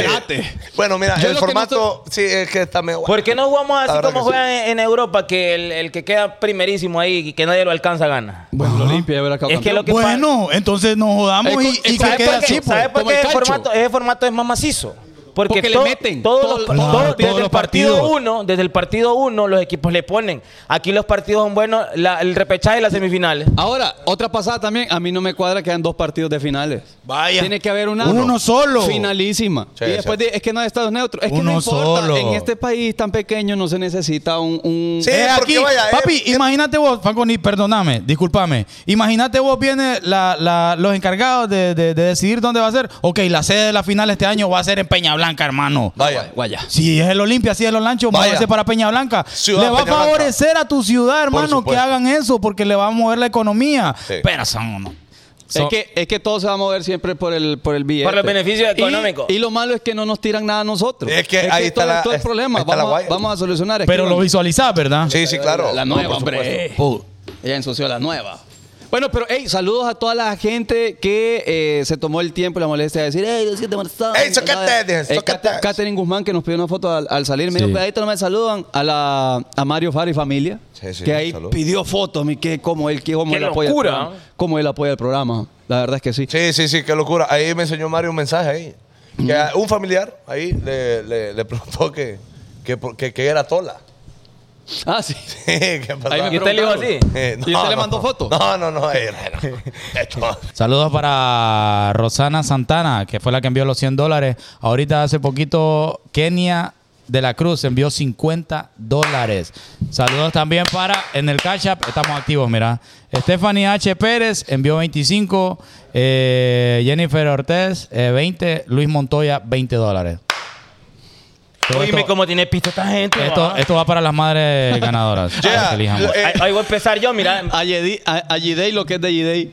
Speaker 5: bueno, mira,
Speaker 4: Yo
Speaker 5: el
Speaker 4: lo que no
Speaker 5: formato sí es que está medio.
Speaker 3: ¿Por qué no jugamos
Speaker 5: La
Speaker 3: así
Speaker 5: verdad
Speaker 3: como
Speaker 5: que sí.
Speaker 3: juegan en- en Europa, que el, el que queda primerísimo ahí y que nadie lo alcanza gana?
Speaker 4: Bueno, el Olimpia ya verá
Speaker 3: Es que lo que
Speaker 2: Bueno, entonces nos jodamos
Speaker 4: Eh, con-
Speaker 2: y, y
Speaker 4: ¿sabe
Speaker 2: que
Speaker 4: por
Speaker 2: quede
Speaker 4: qué?
Speaker 2: así. pues.
Speaker 3: ¿Sabes por
Speaker 4: como
Speaker 3: qué
Speaker 4: el
Speaker 3: ese
Speaker 4: calcho.
Speaker 3: formato, ese formato es más macizo? Porque,
Speaker 4: Porque le
Speaker 3: to-
Speaker 4: meten todo
Speaker 3: todos los,
Speaker 4: el-
Speaker 3: pa-
Speaker 2: Claro,
Speaker 3: todos-
Speaker 2: todos
Speaker 3: desde
Speaker 2: los
Speaker 3: el partido
Speaker 2: partidos.
Speaker 3: 1, desde el partido 1 los equipos le ponen. Aquí los partidos son buenos, la- el repechaje y las semifinales.
Speaker 4: Ahora, otra pasada también. A mí no me cuadra que hayan dos partidos de finales.
Speaker 5: Vaya.
Speaker 4: Tiene que haber una.
Speaker 2: Uno solo.
Speaker 4: Finalísima.
Speaker 5: Sí,
Speaker 4: y después
Speaker 5: sí.
Speaker 4: di- es que no hay estados neutros. Es que
Speaker 2: Uno
Speaker 4: no importa.
Speaker 2: solo.
Speaker 4: En este país tan pequeño no se necesita un. un-
Speaker 5: Sí.
Speaker 2: Es
Speaker 5: porque
Speaker 2: aquí,
Speaker 5: vaya,
Speaker 2: papi,
Speaker 5: eh, eh.
Speaker 2: imagínate vos, Fanconi, perdóname, discúlpame. Imagínate vos, viene la, la- los encargados de, de- de decidir dónde va a ser. Ok, la sede de la final este año va a ser en Peña Blanca, hermano.
Speaker 5: Vaya.
Speaker 4: Guaya.
Speaker 2: Si es el Olimpia, si es el Olancho,
Speaker 5: Vaya.
Speaker 2: váyase para Peña Blanca.
Speaker 5: Ciudad
Speaker 2: le va
Speaker 5: Peña
Speaker 2: a
Speaker 5: Blanca.
Speaker 2: favorecer a tu ciudad, hermano, que
Speaker 5: supuesto.
Speaker 2: hagan eso porque le va a mover la economía.
Speaker 5: Sí.
Speaker 2: Pero son unos.
Speaker 4: es, que, es que todo se va a mover siempre por el, por el billete.
Speaker 3: Por los beneficios
Speaker 4: Y-
Speaker 3: económicos.
Speaker 4: Y, lo malo es que no nos tiran nada a nosotros.
Speaker 5: Es que ahí está
Speaker 4: todo-
Speaker 5: la-
Speaker 4: todo el
Speaker 5: es-
Speaker 4: problema.
Speaker 5: ahí está la
Speaker 4: Vamos, a-
Speaker 5: guaya.
Speaker 4: vamos a solucionar.
Speaker 2: Pero lo
Speaker 4: Escríbanos.
Speaker 2: visualizás, ¿verdad?
Speaker 5: Sí, sí, claro.
Speaker 4: La
Speaker 5: No,
Speaker 4: nueva,
Speaker 5: por
Speaker 4: hombre.
Speaker 5: supuesto.
Speaker 4: Puh, ella ensució la nueva. Bueno, pero hey, saludos a toda la gente que eh, se tomó el tiempo y la molestia de decir, hey, es que te molestaron.
Speaker 5: Ey, socate,
Speaker 4: Eh,
Speaker 5: socate.
Speaker 4: Cate- Catherine Guzmán que nos pidió una foto al, al salir, me
Speaker 2: Sí.
Speaker 4: dijo, "Pedadito, no me saludan a la a Mario Faro y familia,
Speaker 5: Sí, sí,
Speaker 4: que ahí
Speaker 5: saludos.
Speaker 4: pidió fotos, mi que como él que cómo
Speaker 3: Qué
Speaker 4: él apoya el
Speaker 3: locura,
Speaker 4: programa,
Speaker 3: ¿no?
Speaker 4: cómo él apoya el programa. La verdad es que sí.
Speaker 5: Sí, sí, sí, qué locura. Ahí me enseñó Mario un mensaje ahí. Que a- un familiar ahí le, le, le preguntó que, que, por- que, que era Tola. (laughs)
Speaker 4: Ah, sí.
Speaker 5: ¿Qué pasaba?
Speaker 4: Ahí me
Speaker 3: ¿Y usted le dijo así?
Speaker 4: preguntaron.
Speaker 5: Eh,
Speaker 4: ¿Y usted le mandó foto?
Speaker 5: No, no, no. eh, no. Esto-
Speaker 2: Saludos para Rosana Santana, que fue la que envió los 100 dólares. Ahorita hace poquito Kenia de la Cruz envió 50 dólares. Saludos también para, en el Cash App, estamos activos, mira. Stephanie H. Pérez envió 25. eh, Jennifer Ortiz, eh, 20. Luis Montoya, 20 dólares. Todo
Speaker 3: Oíme
Speaker 2: esto,
Speaker 3: cómo tiene pista esta gente.
Speaker 2: esto-
Speaker 3: va.
Speaker 2: esto va para las
Speaker 3: (laughs)
Speaker 2: madres ganadoras.
Speaker 5: Yeah.
Speaker 2: Que elijan.
Speaker 5: Eh,
Speaker 3: Ahí- ahí voy a empezar yo, mira.
Speaker 4: A Yedi- a- a Yidei lo que es de Yidei.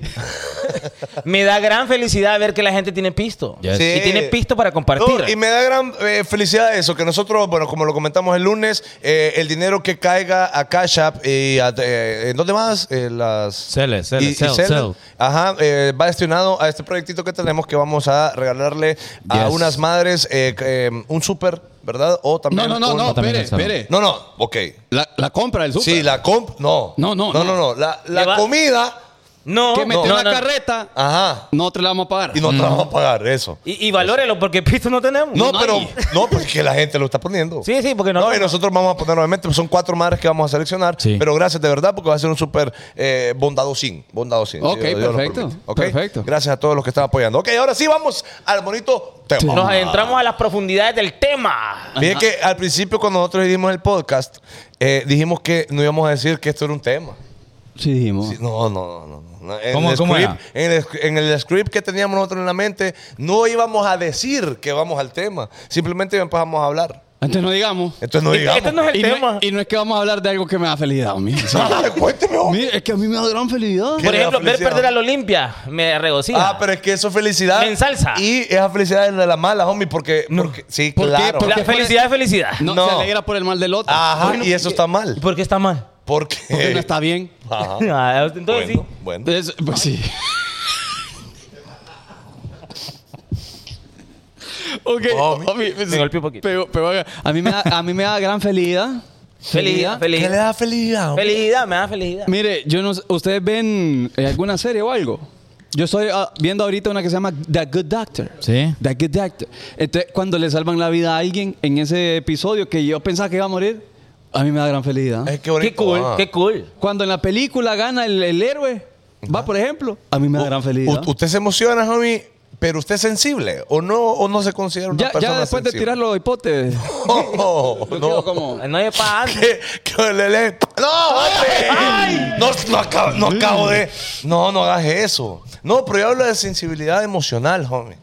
Speaker 3: me da gran felicidad ver que la gente tiene pisto.
Speaker 2: Yes.
Speaker 3: Y tiene pisto para compartir.
Speaker 5: No, Oh, y me da gran eh, felicidad eso, que nosotros, bueno, como lo comentamos el lunes, eh, el dinero que caiga a Cash App y a, eh, ¿en ¿dónde más? Eh, las...
Speaker 2: Cele, cele,
Speaker 5: y- y
Speaker 2: cel,
Speaker 5: Cel.
Speaker 2: cel.
Speaker 5: Ajá, eh, va destinado a este proyectito que tenemos que vamos a regalarle a
Speaker 2: Yes.
Speaker 5: unas madres eh, eh, un súper, ¿verdad? O también
Speaker 7: No, no, no,
Speaker 5: un-
Speaker 7: no,
Speaker 2: también
Speaker 7: espere,
Speaker 2: está.
Speaker 7: espere.
Speaker 5: No, no, ok.
Speaker 7: La, la compra del súper.
Speaker 5: Sí, la comp, no.
Speaker 7: No, no,
Speaker 5: no. No,
Speaker 7: no.
Speaker 5: no, La, la
Speaker 3: Le va-
Speaker 5: comida,
Speaker 3: no,
Speaker 4: que metió
Speaker 3: no,
Speaker 4: una
Speaker 3: no.
Speaker 4: carreta,
Speaker 5: ajá.
Speaker 4: nosotros la vamos a pagar.
Speaker 5: Y no te
Speaker 3: Mm.
Speaker 5: la vamos a pagar, eso.
Speaker 3: Y, y valórelo porque pisto no tenemos.
Speaker 5: No,
Speaker 4: No
Speaker 5: pero
Speaker 4: hay.
Speaker 5: no, porque la gente lo está poniendo.
Speaker 3: Sí, sí, porque no.
Speaker 5: No, y nosotros vamos a poner nuevamente, pues, son cuatro madres que vamos a seleccionar.
Speaker 2: Sí.
Speaker 5: Pero gracias de verdad, porque va a ser un súper eh, bondadosín. Bondadosín.
Speaker 4: Ok,
Speaker 5: si Dios lo
Speaker 4: perfecto,
Speaker 5: permite. Ok,
Speaker 4: perfecto.
Speaker 5: Gracias a todos los que están apoyando. Ok, ahora sí vamos al bonito tema.
Speaker 3: Nos adentramos a las profundidades del tema.
Speaker 5: Bien que al principio, cuando nosotros hicimos el podcast, eh, dijimos que no íbamos a decir que esto era un tema.
Speaker 4: Sí, dijimos.
Speaker 5: Sí, no, no, no, no, no. En
Speaker 2: ¿Cómo-
Speaker 5: el
Speaker 2: cómo
Speaker 5: script,
Speaker 2: era?
Speaker 5: En el, en el script que teníamos nosotros en la mente, no íbamos a decir que vamos al tema. Simplemente empezamos a hablar.
Speaker 4: Entonces no digamos.
Speaker 5: Entonces no
Speaker 3: Este-
Speaker 5: digamos.
Speaker 3: este no es el
Speaker 4: y,
Speaker 3: tema.
Speaker 4: No, y no es que vamos a hablar de algo que me da felicidad,
Speaker 5: (laughs)
Speaker 4: mi.
Speaker 5: Cuénteme, hombre.
Speaker 4: Mire, es que a mí me da gran felicidad.
Speaker 5: ¿Qué?
Speaker 3: Por
Speaker 5: le da
Speaker 3: ejemplo, ver
Speaker 5: felicidad?
Speaker 3: perder a la Olimpia me regocija.
Speaker 5: Ah, pero es que eso es felicidad.
Speaker 3: Me ensalza.
Speaker 5: Y esa felicidad es de la mala, homie, porque. porque- sí,
Speaker 4: ¿Por qué?
Speaker 5: claro.
Speaker 4: ¿Por
Speaker 3: la
Speaker 4: qué?
Speaker 3: felicidad es felicidad.
Speaker 4: No,
Speaker 5: no.
Speaker 4: se alegra por el mal del otro.
Speaker 5: Ajá, y eso está mal.
Speaker 3: ¿Y por qué está mal?
Speaker 5: Porque.
Speaker 4: Porque no está bien.
Speaker 5: (laughs) Ajá.
Speaker 3: Ah, Entonces
Speaker 5: Bueno,
Speaker 3: sí.
Speaker 5: bueno.
Speaker 4: Es- pues
Speaker 5: (laughs)
Speaker 4: sí. ok,
Speaker 5: Homie.
Speaker 4: homie, pues,
Speaker 3: Me golpeó un poquito.
Speaker 4: pegó- pegó acá. a, mí me da, a mí me da gran felicidad.
Speaker 3: Felicidad,
Speaker 5: ¿Qué le
Speaker 3: felicidad.
Speaker 5: da felicidad? homie?
Speaker 3: Felicidad, me da felicidad.
Speaker 4: Mire, yo no sé- ¿ustedes ven eh, alguna serie o algo? Yo estoy ah, viendo ahorita una que se llama The Good Doctor.
Speaker 2: Sí.
Speaker 4: The Good Doctor. Entonces, cuando le salvan la vida a alguien en ese episodio que yo pensaba que iba a morir, a mí me da gran felicidad.
Speaker 5: Es que bonito.
Speaker 3: Qué cool,
Speaker 5: ah.
Speaker 3: qué cool.
Speaker 4: Cuando en la película gana el, el héroe, va, por ejemplo, a mí me da gran felicidad.
Speaker 5: U- usted se emociona, homie, pero usted es sensible. ¿O no, o no se considera una
Speaker 4: Ya, ya
Speaker 5: persona
Speaker 4: después de
Speaker 5: sensible?
Speaker 4: tirar
Speaker 5: (laughs)
Speaker 4: los hipotes,
Speaker 5: No,
Speaker 4: yo
Speaker 5: no.
Speaker 4: quedo como...
Speaker 3: No hay pa' antes.
Speaker 5: Que, que le le- ¡No, hombre! No, no, acabo, no acabo de. No, no hagas eso. No, pero yo hablo de sensibilidad emocional, homie.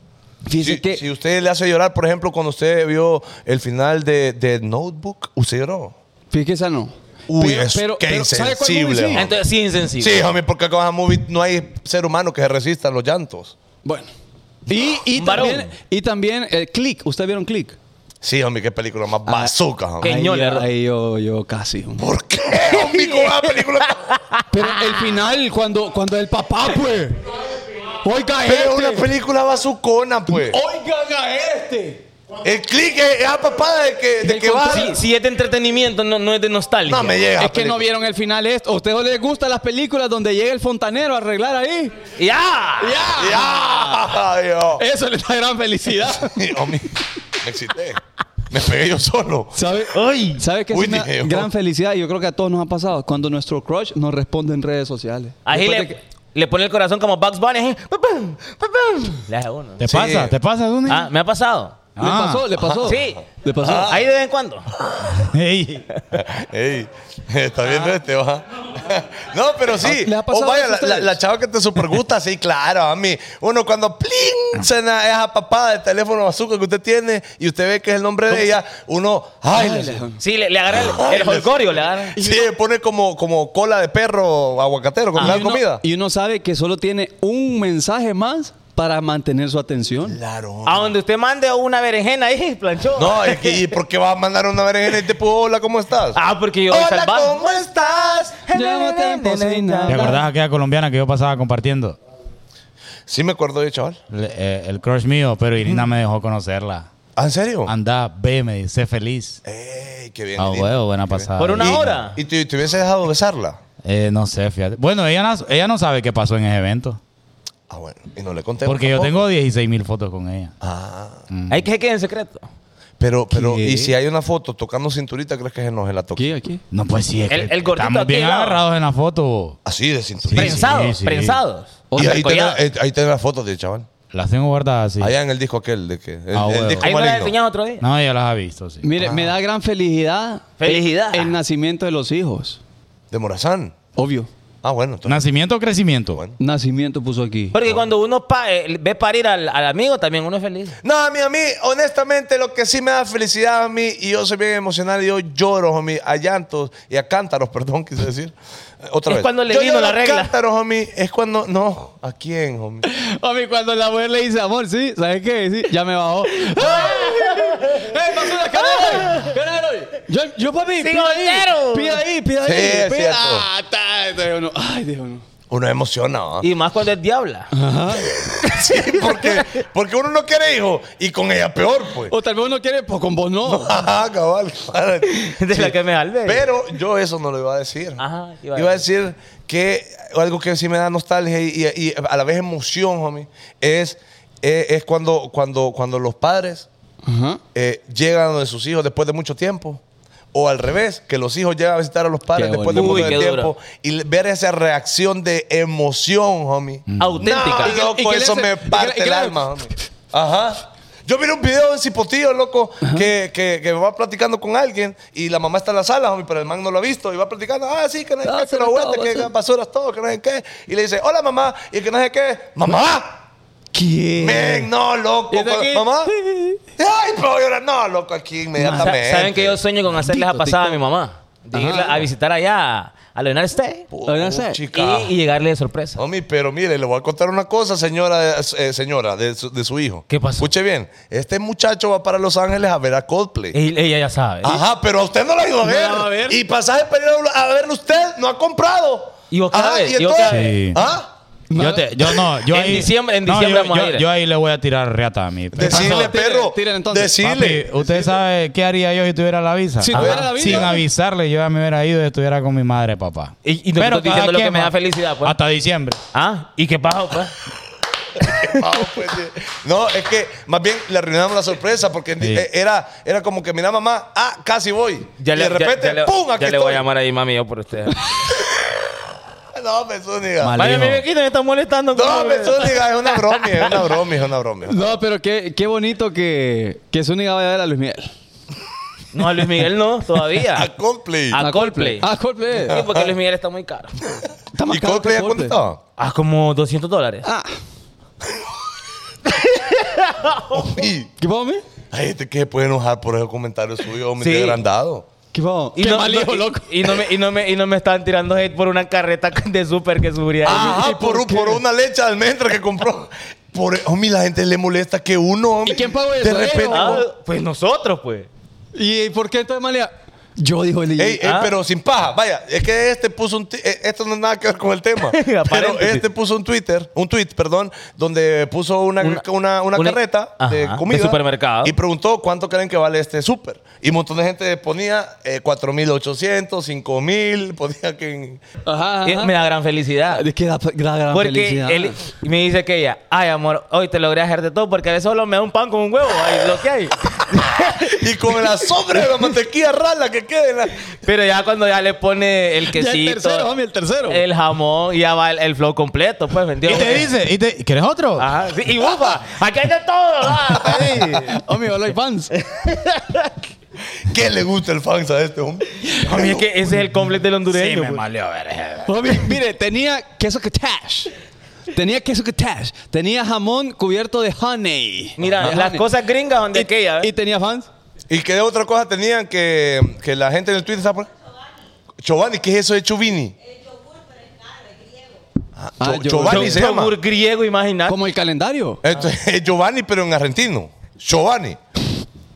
Speaker 4: Fíjese
Speaker 5: Si,
Speaker 4: que...
Speaker 5: si usted le hace llorar, por ejemplo, cuando usted vio el final de, de Notebook, usted lloró.
Speaker 4: Fíjese que esa no.
Speaker 5: Uy,
Speaker 4: Pero-
Speaker 5: es
Speaker 4: pero-
Speaker 5: que
Speaker 4: pero, ¿sabe cuál movie
Speaker 5: insensible.
Speaker 4: sí?
Speaker 5: homie.
Speaker 3: Entonces sí, insensible.
Speaker 5: Sí, homie, porque con esa movie no hay ser humano que se resista a los llantos.
Speaker 4: Bueno. Y, y
Speaker 3: Un varón.
Speaker 4: también, y también eh, Click. ¿Ustedes vieron Click?
Speaker 5: Sí, homie, qué película más
Speaker 4: Ah,
Speaker 5: bazooka, homie.
Speaker 3: ¿qué? Peñola, ¿no?
Speaker 4: Ahí, ahí yo, yo casi. hombre.
Speaker 5: ¿Por qué, homie, con
Speaker 4: (laughs)
Speaker 5: esa película?
Speaker 4: Pero el final, cuando, cuando el papá, pues. Oiga,
Speaker 5: Pero una
Speaker 4: este.
Speaker 5: película bazucona, pues.
Speaker 4: Oigan a este.
Speaker 5: El click es esa papada de que, de que va.
Speaker 3: Si, si es de entretenimiento, no, no es de nostalgia.
Speaker 5: No me llega.
Speaker 4: Es que no
Speaker 5: película.
Speaker 4: vieron el final esto. ¿A ustedes no les gustan las películas donde llega el fontanero a arreglar ahí?
Speaker 3: ¡Ya!
Speaker 5: ¡Ya! Dios.
Speaker 4: Eso les da gran (laughs) felicidad.
Speaker 5: Sí, homie, me excité. Me pegué yo solo.
Speaker 4: ¿Sabe? ¿Sabe qué es
Speaker 5: Uy,
Speaker 4: una
Speaker 5: dije yo.
Speaker 4: gran felicidad? Y yo creo que a todos nos ha pasado. Cuando nuestro crush nos responde en redes sociales.
Speaker 3: Ahí
Speaker 4: Después
Speaker 3: le,
Speaker 4: de que-
Speaker 3: le pone el corazón como Bugs Bunny. así, pa, pam, pa, pam. Le hace uno.
Speaker 2: ¿Te
Speaker 5: Sí.
Speaker 2: pasa? ¿Te pasa, Zuni?
Speaker 3: Ah, me ha pasado.
Speaker 2: Ah.
Speaker 4: ¿Le pasó? ¿Le pasó?
Speaker 3: Sí. Ah,
Speaker 4: ¿Le pasó?
Speaker 3: Ahí de vez en cuando.
Speaker 2: (laughs) Ey.
Speaker 5: Ey, está viendo este, va. No, pero sí.
Speaker 4: ¿Les Ah, ha pasado
Speaker 5: Oh, vaya,
Speaker 4: eso a
Speaker 5: la, la-
Speaker 4: ustedes?
Speaker 5: la chava que te super gusta, sí, claro, a mí. Uno cuando plin suena esa papada de teléfono azúcar que usted tiene y usted ve que es el nombre de ella, uno, ay, le-
Speaker 3: Sí, le, le agarra el, el holgorio, le agarra.
Speaker 5: sí, pone como, como cola de perro aguacatero con
Speaker 4: Ah. Y
Speaker 5: la
Speaker 4: uno-
Speaker 5: comida.
Speaker 4: Y uno sabe que solo tiene un mensaje más para mantener su atención.
Speaker 5: Claro.
Speaker 3: A donde usted mande una berenjena ahí, planchó.
Speaker 5: No, es que, ¿y por qué vas a mandar una berenjena y te pudo, hola, ¿cómo estás?
Speaker 3: Ah, porque yo
Speaker 5: hola,
Speaker 3: salvaje.
Speaker 5: ¿cómo estás?
Speaker 4: Llevo tiempo sin
Speaker 2: ¿Te
Speaker 4: nada.
Speaker 2: acordás aquella colombiana que yo pasaba compartiendo?
Speaker 5: Sí, me acuerdo de chaval.
Speaker 2: Le- eh, el crush mío, pero Irina me dejó conocerla.
Speaker 5: ¿Ah, ¿En serio?
Speaker 2: Anda, ve, me dice, sé feliz.
Speaker 5: Ey, qué bien.
Speaker 2: Ah,
Speaker 5: Irina.
Speaker 2: huevo, buena pasada.
Speaker 3: Por una
Speaker 5: Y-
Speaker 3: hora.
Speaker 5: ¿Y te, te hubiese dejado besarla?
Speaker 2: Eh, no sé, fíjate. Bueno, ella no, ella no sabe qué pasó en ese evento.
Speaker 5: Ah, bueno. Y no le conté.
Speaker 2: Porque yo
Speaker 5: tampoco.
Speaker 2: tengo 16 mil fotos con ella.
Speaker 5: Ah.
Speaker 3: Hay que se quede en secreto.
Speaker 5: Pero, pero,
Speaker 4: ¿Qué?
Speaker 5: ¿y si hay una foto tocando cinturita, crees que no se la toque?
Speaker 4: Aquí, aquí.
Speaker 2: No, pues sí, es
Speaker 3: El-
Speaker 2: que
Speaker 3: el gordito
Speaker 2: estamos
Speaker 3: aquí
Speaker 2: bien
Speaker 3: al lado.
Speaker 2: agarrados en la foto. bo.
Speaker 5: Así de cinturita.
Speaker 2: Sí,
Speaker 3: prensados,
Speaker 2: sí, sí.
Speaker 3: prensados.
Speaker 5: Y ahí tenés,
Speaker 3: Entrecollados.
Speaker 5: eh, ahí tenés las fotos de chaval.
Speaker 2: Las tengo guardadas así.
Speaker 5: Allá en el disco aquel de que. El,
Speaker 2: Ah,
Speaker 5: el
Speaker 2: huevo.
Speaker 5: disco
Speaker 3: Ahí me la
Speaker 5: maligno.
Speaker 3: enseñas otro día.
Speaker 2: No, ella las ha visto, sí.
Speaker 4: Mire, me da gran felicidad.
Speaker 3: Felicidad.
Speaker 4: El, el nacimiento de los hijos.
Speaker 5: De Morazán.
Speaker 4: Obvio.
Speaker 5: Ah, bueno. entonces-
Speaker 2: ¿Nacimiento o crecimiento?
Speaker 5: Bueno.
Speaker 4: Nacimiento puso (laughs) aquí.
Speaker 3: Porque cuando uno pa- eh, ve parir al, al amigo, también uno es feliz.
Speaker 5: No, a mí, a mí, honestamente, lo que sí me da felicidad a mí, y yo soy bien emocional, y yo lloro, homie, a llantos y a cántaros, (laughs) perdón, quise decir. Eh, Otra
Speaker 3: Es
Speaker 5: vez.
Speaker 3: cuando le
Speaker 5: yo
Speaker 3: vino
Speaker 5: lloro
Speaker 3: la
Speaker 5: a
Speaker 3: regla.
Speaker 5: cántaros, homie, es cuando. No, ¿a quién, homie?
Speaker 4: A mí cuando la mujer le dice, amor, sí, ¿sabes qué? Sí, ya me (laughs) bajó. ¡Eh, basura, canal!
Speaker 3: Ah.
Speaker 4: ¡Canal! Yo, yo papi, pida ahí,
Speaker 3: Singolero.
Speaker 4: pida ahí, pida
Speaker 5: Sí,
Speaker 4: ahí.
Speaker 5: es
Speaker 4: pida-
Speaker 5: cierto.
Speaker 4: Ah, ta, Dios, no. Ay, Dios, no.
Speaker 5: Uno emociona, ¿ah?
Speaker 3: Y más cuando es diabla.
Speaker 5: Sí, porque, porque uno no quiere hijo y con ella peor,
Speaker 3: (laughs)
Speaker 5: pues.
Speaker 4: O tal vez uno quiere, pues con vos no.
Speaker 5: Ajá, cabal. párate.
Speaker 3: De la que me salvé.
Speaker 5: Pero yo eso no lo iba a decir.
Speaker 3: Ajá, iba
Speaker 5: iba,
Speaker 3: a
Speaker 5: a decir que algo que sí me da nostalgia y, y- y a la vez emoción, homie, es, eh, es cuando, cuando, cuando los padres
Speaker 4: (laughs) Ajá.
Speaker 5: eh, llegan donde sus hijos después de mucho tiempo. O al revés, que los hijos llegan a visitar a los
Speaker 4: Qué
Speaker 5: padres después de
Speaker 3: bonito.
Speaker 5: mucho
Speaker 3: Uy, qué
Speaker 5: tiempo
Speaker 3: duro.
Speaker 5: y le- ver esa reacción de emoción, homie.
Speaker 3: Mm. Auténtica.
Speaker 5: No, loco,
Speaker 4: ¿Y qué le
Speaker 5: eso
Speaker 4: hace?
Speaker 5: me
Speaker 4: ¿Y qué le-
Speaker 5: parte
Speaker 4: y qué
Speaker 5: el
Speaker 4: le-
Speaker 5: alma, homie. Ajá. Yo vi un video en Cipotillo, loco, que, que, que va platicando con alguien y la mamá está en la sala, homie, pero el man no lo ha visto y va platicando, ah, sí, que no sé
Speaker 4: Ah,
Speaker 5: qué, que
Speaker 4: se lo
Speaker 5: lo aguante,
Speaker 4: estaba
Speaker 5: que
Speaker 4: pasando.
Speaker 5: basuras todo, que no sé qué. Y le dice, hola mamá, y que no sé qué, mamá.
Speaker 4: ¿Quién?
Speaker 5: Men, no, loco.
Speaker 4: ¿Y está aquí?
Speaker 5: Mamá. Ay, pero llorar. No, loco, aquí inmediatamente.
Speaker 3: Sa- ¿Saben que yo sueño con hacerles a
Speaker 4: Maldito
Speaker 3: pasada a mi
Speaker 4: TikTok.
Speaker 3: mamá? De irla a visitar allá a Leonard State
Speaker 5: Oh,
Speaker 4: Ahora sé.
Speaker 3: y,
Speaker 5: chica.
Speaker 3: y llegarle de sorpresa.
Speaker 5: Homie, pero mire, le voy a contar una cosa, señora, eh, señora, de su, de su hijo.
Speaker 3: ¿Qué pasó?
Speaker 5: Escuche bien, este muchacho va para Los Ángeles a ver a Coldplay.
Speaker 3: Y- ella ya sabe.
Speaker 5: Ajá, pero a usted no la ha ido a
Speaker 4: No
Speaker 5: ver.
Speaker 4: la va a ver.
Speaker 5: Y pasaje para ir a a verlo usted, no ha comprado.
Speaker 3: Y otra
Speaker 5: Ajá,
Speaker 3: vez,
Speaker 5: y
Speaker 3: y otra
Speaker 5: entonces-
Speaker 2: vez.
Speaker 5: ¿Ah?
Speaker 2: Yo, te- yo no, yo
Speaker 3: En
Speaker 2: ahí-
Speaker 3: diciembre- en
Speaker 2: no,
Speaker 3: diciembre
Speaker 2: yo,
Speaker 3: vamos a
Speaker 2: yo-
Speaker 3: ir.
Speaker 2: yo ahí le voy a tirar reata a mi
Speaker 5: Decirle,
Speaker 4: Tiren,
Speaker 5: perro.
Speaker 4: tiren entonces.
Speaker 5: Decirle.
Speaker 2: Papi, ¿usted sabe qué haría yo si tuviera la visa?
Speaker 4: Si tuviera la visa.
Speaker 2: Sin avisarle, yo ya me hubiera ido y estuviera con mi madre, papá.
Speaker 3: Y- y no te estoy
Speaker 2: cada
Speaker 3: diciendo lo que
Speaker 2: quien,
Speaker 3: me da
Speaker 2: ma.
Speaker 3: felicidad, pues.
Speaker 2: Hasta diciembre.
Speaker 3: Ah, ¿y qué pasó, pues?
Speaker 5: Ah, pues, sí. No, es que más bien le arruinamos la sorpresa porque
Speaker 2: Sí.
Speaker 5: eh, era, era como que mira mamá, ah, casi voy.
Speaker 3: Ya
Speaker 5: y
Speaker 3: le,
Speaker 5: de repente,
Speaker 3: ya, ya le-
Speaker 5: ¡pum! Aquí
Speaker 3: ya le
Speaker 5: estoy.
Speaker 3: voy a llamar ahí, mami, yo por
Speaker 5: (laughs)
Speaker 3: usted.
Speaker 5: No, me zúñiga.
Speaker 2: Mal.
Speaker 3: Vaya,
Speaker 2: hijo.
Speaker 3: mi bequita me está molestando.
Speaker 5: No,
Speaker 3: ¿cómo
Speaker 5: me
Speaker 3: ve?
Speaker 5: zúñiga, es una broma, es una broma, es
Speaker 3: (laughs)
Speaker 5: una broma.
Speaker 4: No, pero qué, qué bonito que, que Zúñiga vaya a ver a Luis Miguel.
Speaker 3: No, a Luis Miguel no,
Speaker 5: (laughs)
Speaker 3: todavía.
Speaker 5: A Coldplay.
Speaker 3: A Coldplay.
Speaker 4: Ah, Coldplay.
Speaker 3: Sí, porque Luis Miguel está muy caro.
Speaker 4: Está más
Speaker 5: ¿Y
Speaker 4: caro
Speaker 5: Coldplay
Speaker 4: que
Speaker 5: a cuánto
Speaker 4: Coldplay.
Speaker 5: estaba?
Speaker 3: Ah, como 200 dólares.
Speaker 4: Ah, (laughs)
Speaker 5: Homie,
Speaker 4: Ah. ¿qué vamos, mi?
Speaker 5: Hay gente que se puede enojar por esos comentarios suyos, homie,
Speaker 3: Sí.
Speaker 5: agrandado.
Speaker 4: ¿Qué vamos? Qué mal hijo,
Speaker 3: y-
Speaker 4: loco.
Speaker 3: Y, no me, y, no me, y no me estaban tirando hate por una carreta (laughs) de súper que subiría. (laughs)
Speaker 5: Ajá, Ah, por, un- por una leche de almendra que compró. Por, homie, la gente le molesta que uno, homie,
Speaker 4: ¿Y quién pagó eso,
Speaker 5: De
Speaker 4: eh?
Speaker 5: repente.
Speaker 3: Ah, pues nosotros, pues.
Speaker 4: ¿Y por qué entonces malea? Yo, dijo el DJ.
Speaker 5: Ey, ey,
Speaker 3: Ah.
Speaker 5: pero sin paja. Vaya, es que este puso un... ti- eh, Esto no es nada que ver con el tema.
Speaker 3: (laughs)
Speaker 5: pero
Speaker 3: Aparente.
Speaker 5: este puso un Twitter, un tweet, perdón, donde puso una, una,
Speaker 3: Una-
Speaker 5: una
Speaker 3: una-
Speaker 5: carreta de
Speaker 3: Ajá, de
Speaker 5: comida.
Speaker 3: supermercado.
Speaker 5: Y preguntó cuánto creen que vale este súper. Y un montón de gente ponía eh, 4.800, 5.000, ponía que... en-
Speaker 4: Ajá,
Speaker 3: Y
Speaker 4: ajá.
Speaker 3: eh, Me da gran felicidad.
Speaker 4: Es que da, da gran
Speaker 3: Porque
Speaker 4: felicidad.
Speaker 3: él y me dice que ella, ay amor, hoy te logré hacer de todo porque a veces solo me da un pan con un huevo, ay, lo que hay.
Speaker 5: y con
Speaker 3: (laughs)
Speaker 5: la sombra de la mantequilla rala que quede. en la-
Speaker 3: Pero ya cuando ya le pone el
Speaker 4: Ya
Speaker 3: quesito,
Speaker 4: el tercero, homie, el tercero.
Speaker 3: el jamón, ya va el, el flow completo, pues, ¿me
Speaker 2: Y
Speaker 3: entiendes?
Speaker 2: te dice, y te, ¿quieres otro?
Speaker 3: Ajá, sí, y ufa, aquí hay de todo, ah, sí.
Speaker 4: (laughs) Homie, hola, hay fans.
Speaker 5: ¿Qué le gusta el fans a este hombre?
Speaker 3: A mí es que ese es el completo del hondureño.
Speaker 2: Sí, me
Speaker 3: pues.
Speaker 2: maleó, verga.
Speaker 4: Homie, mire, tenía queso catash. Tenía queso catash. Tenía jamón cubierto de honey.
Speaker 3: Mira,
Speaker 4: De
Speaker 3: las
Speaker 4: honey.
Speaker 3: cosas gringas donde
Speaker 4: y,
Speaker 3: aquella. ¿eh?
Speaker 4: y tenía fans.
Speaker 5: ¿Y qué otra cosa tenían que, que la gente en el Twitter sabe? Chovani, ¿qué es eso de Chubini? Ah,
Speaker 4: Ah,
Speaker 5: Cho-
Speaker 4: yo-
Speaker 5: Giovanni
Speaker 3: Yo-
Speaker 5: se llama.
Speaker 3: ¿eh? yogur griego, imagínate.
Speaker 4: Como el calendario.
Speaker 5: Esto es Giovanni, pero en argentino. Giovanni.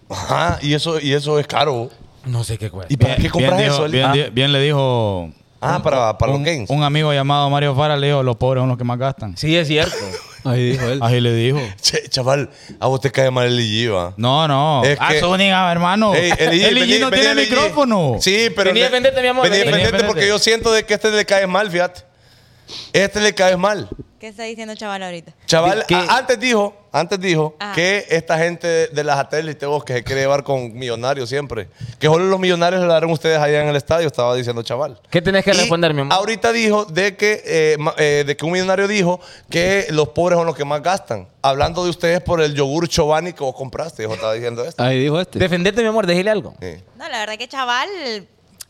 Speaker 5: Ajá, y eso, y eso es caro.
Speaker 3: No sé qué cuesta.
Speaker 5: ¿Y para qué compras
Speaker 2: bien, dijo-
Speaker 5: eso? Ali?
Speaker 2: bien,
Speaker 5: ah,
Speaker 2: di- bien le dijo
Speaker 5: para, para
Speaker 2: un,
Speaker 5: los games.
Speaker 2: un amigo llamado Mario Fara, le dijo, los pobres son los que más gastan.
Speaker 3: Sí, es cierto.
Speaker 4: Ahí dijo él.
Speaker 2: Así le dijo.
Speaker 5: Che, chaval, a vos te cae mal el IG, va.
Speaker 2: No, no.
Speaker 5: Es
Speaker 2: ah,
Speaker 5: que-
Speaker 2: Zúñiga, hermano.
Speaker 5: Ey,
Speaker 2: el (laughs)
Speaker 5: IG,
Speaker 2: IG
Speaker 5: vení,
Speaker 2: no
Speaker 5: vení,
Speaker 2: tiene
Speaker 5: el IG.
Speaker 2: micrófono.
Speaker 5: Sí, pero.
Speaker 3: Vení a defenderte, mi amor,
Speaker 5: Vení a
Speaker 3: vení.
Speaker 5: defenderte
Speaker 3: Vení a
Speaker 5: porque yo siento de que este le caes mal, fíjate. Este le caes mal.
Speaker 7: ¿Qué está diciendo chaval ahorita?
Speaker 5: Chaval,
Speaker 3: ¿Qué?
Speaker 5: a- antes dijo, antes dijo
Speaker 7: Ajá.
Speaker 5: que esta gente de, de las satélites vos que se quiere llevar con millonarios siempre, que solo los millonarios le darán ustedes allá en el estadio, estaba diciendo chaval.
Speaker 3: ¿Qué tenés que
Speaker 5: Y
Speaker 3: responder, mi amor?
Speaker 5: Ahorita dijo de que, eh, ma- eh, de que un millonario dijo que los pobres son los que más gastan. Hablando de ustedes por el yogur Chobani que vos compraste, yo estaba diciendo esto.
Speaker 4: Ahí dijo este.
Speaker 3: Defendete, mi amor, déjale algo.
Speaker 5: Sí.
Speaker 7: No, la verdad que chaval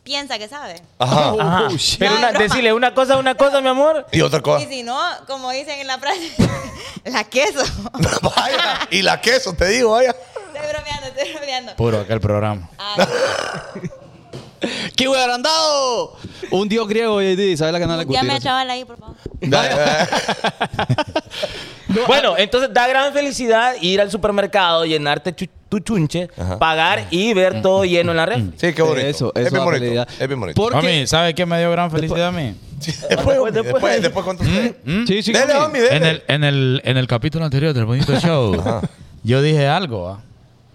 Speaker 7: piensa que sabe.
Speaker 5: Ajá.
Speaker 3: Ajá. Pero
Speaker 7: No,
Speaker 3: una,
Speaker 7: es broma.
Speaker 3: decirle una cosa, una cosa, mi amor.
Speaker 5: Y otra cosa.
Speaker 7: Y si no, como dicen en la frase, (laughs) la queso.
Speaker 5: (laughs)
Speaker 7: (laughs)
Speaker 5: Vaya, y la queso, te digo, vaya.
Speaker 7: Estoy bromeando, estoy bromeando.
Speaker 2: Puro aquel programa.
Speaker 7: Ay,
Speaker 4: ¡Qué hubiera agrandado! Un dios griego, JD, ¿sabes la canal de
Speaker 7: ya me a
Speaker 4: Cutir?
Speaker 7: chaval ahí, por favor.
Speaker 5: Dale, dale.
Speaker 3: Bueno, entonces da gran felicidad ir al supermercado, llenarte chu- tu chunche, pagar y ver todo lleno en la red.
Speaker 5: Sí, qué bonito.
Speaker 4: Eso, eso
Speaker 5: es bien
Speaker 4: da
Speaker 5: bonito.
Speaker 4: felicidad.
Speaker 5: Es bien bonito.
Speaker 4: Porque-
Speaker 2: Mami, ¿sabe qué me dio gran felicidad a mí?
Speaker 5: Después, después, después, cuento usted.
Speaker 2: ¿Mm?
Speaker 4: Sí, sí,
Speaker 5: Dele,
Speaker 4: Cutir.
Speaker 5: homie,
Speaker 2: En
Speaker 5: dele.
Speaker 2: el, en, el, en el capítulo anterior del
Speaker 4: (laughs)
Speaker 2: Bonito Show, yo dije algo, ¿ah?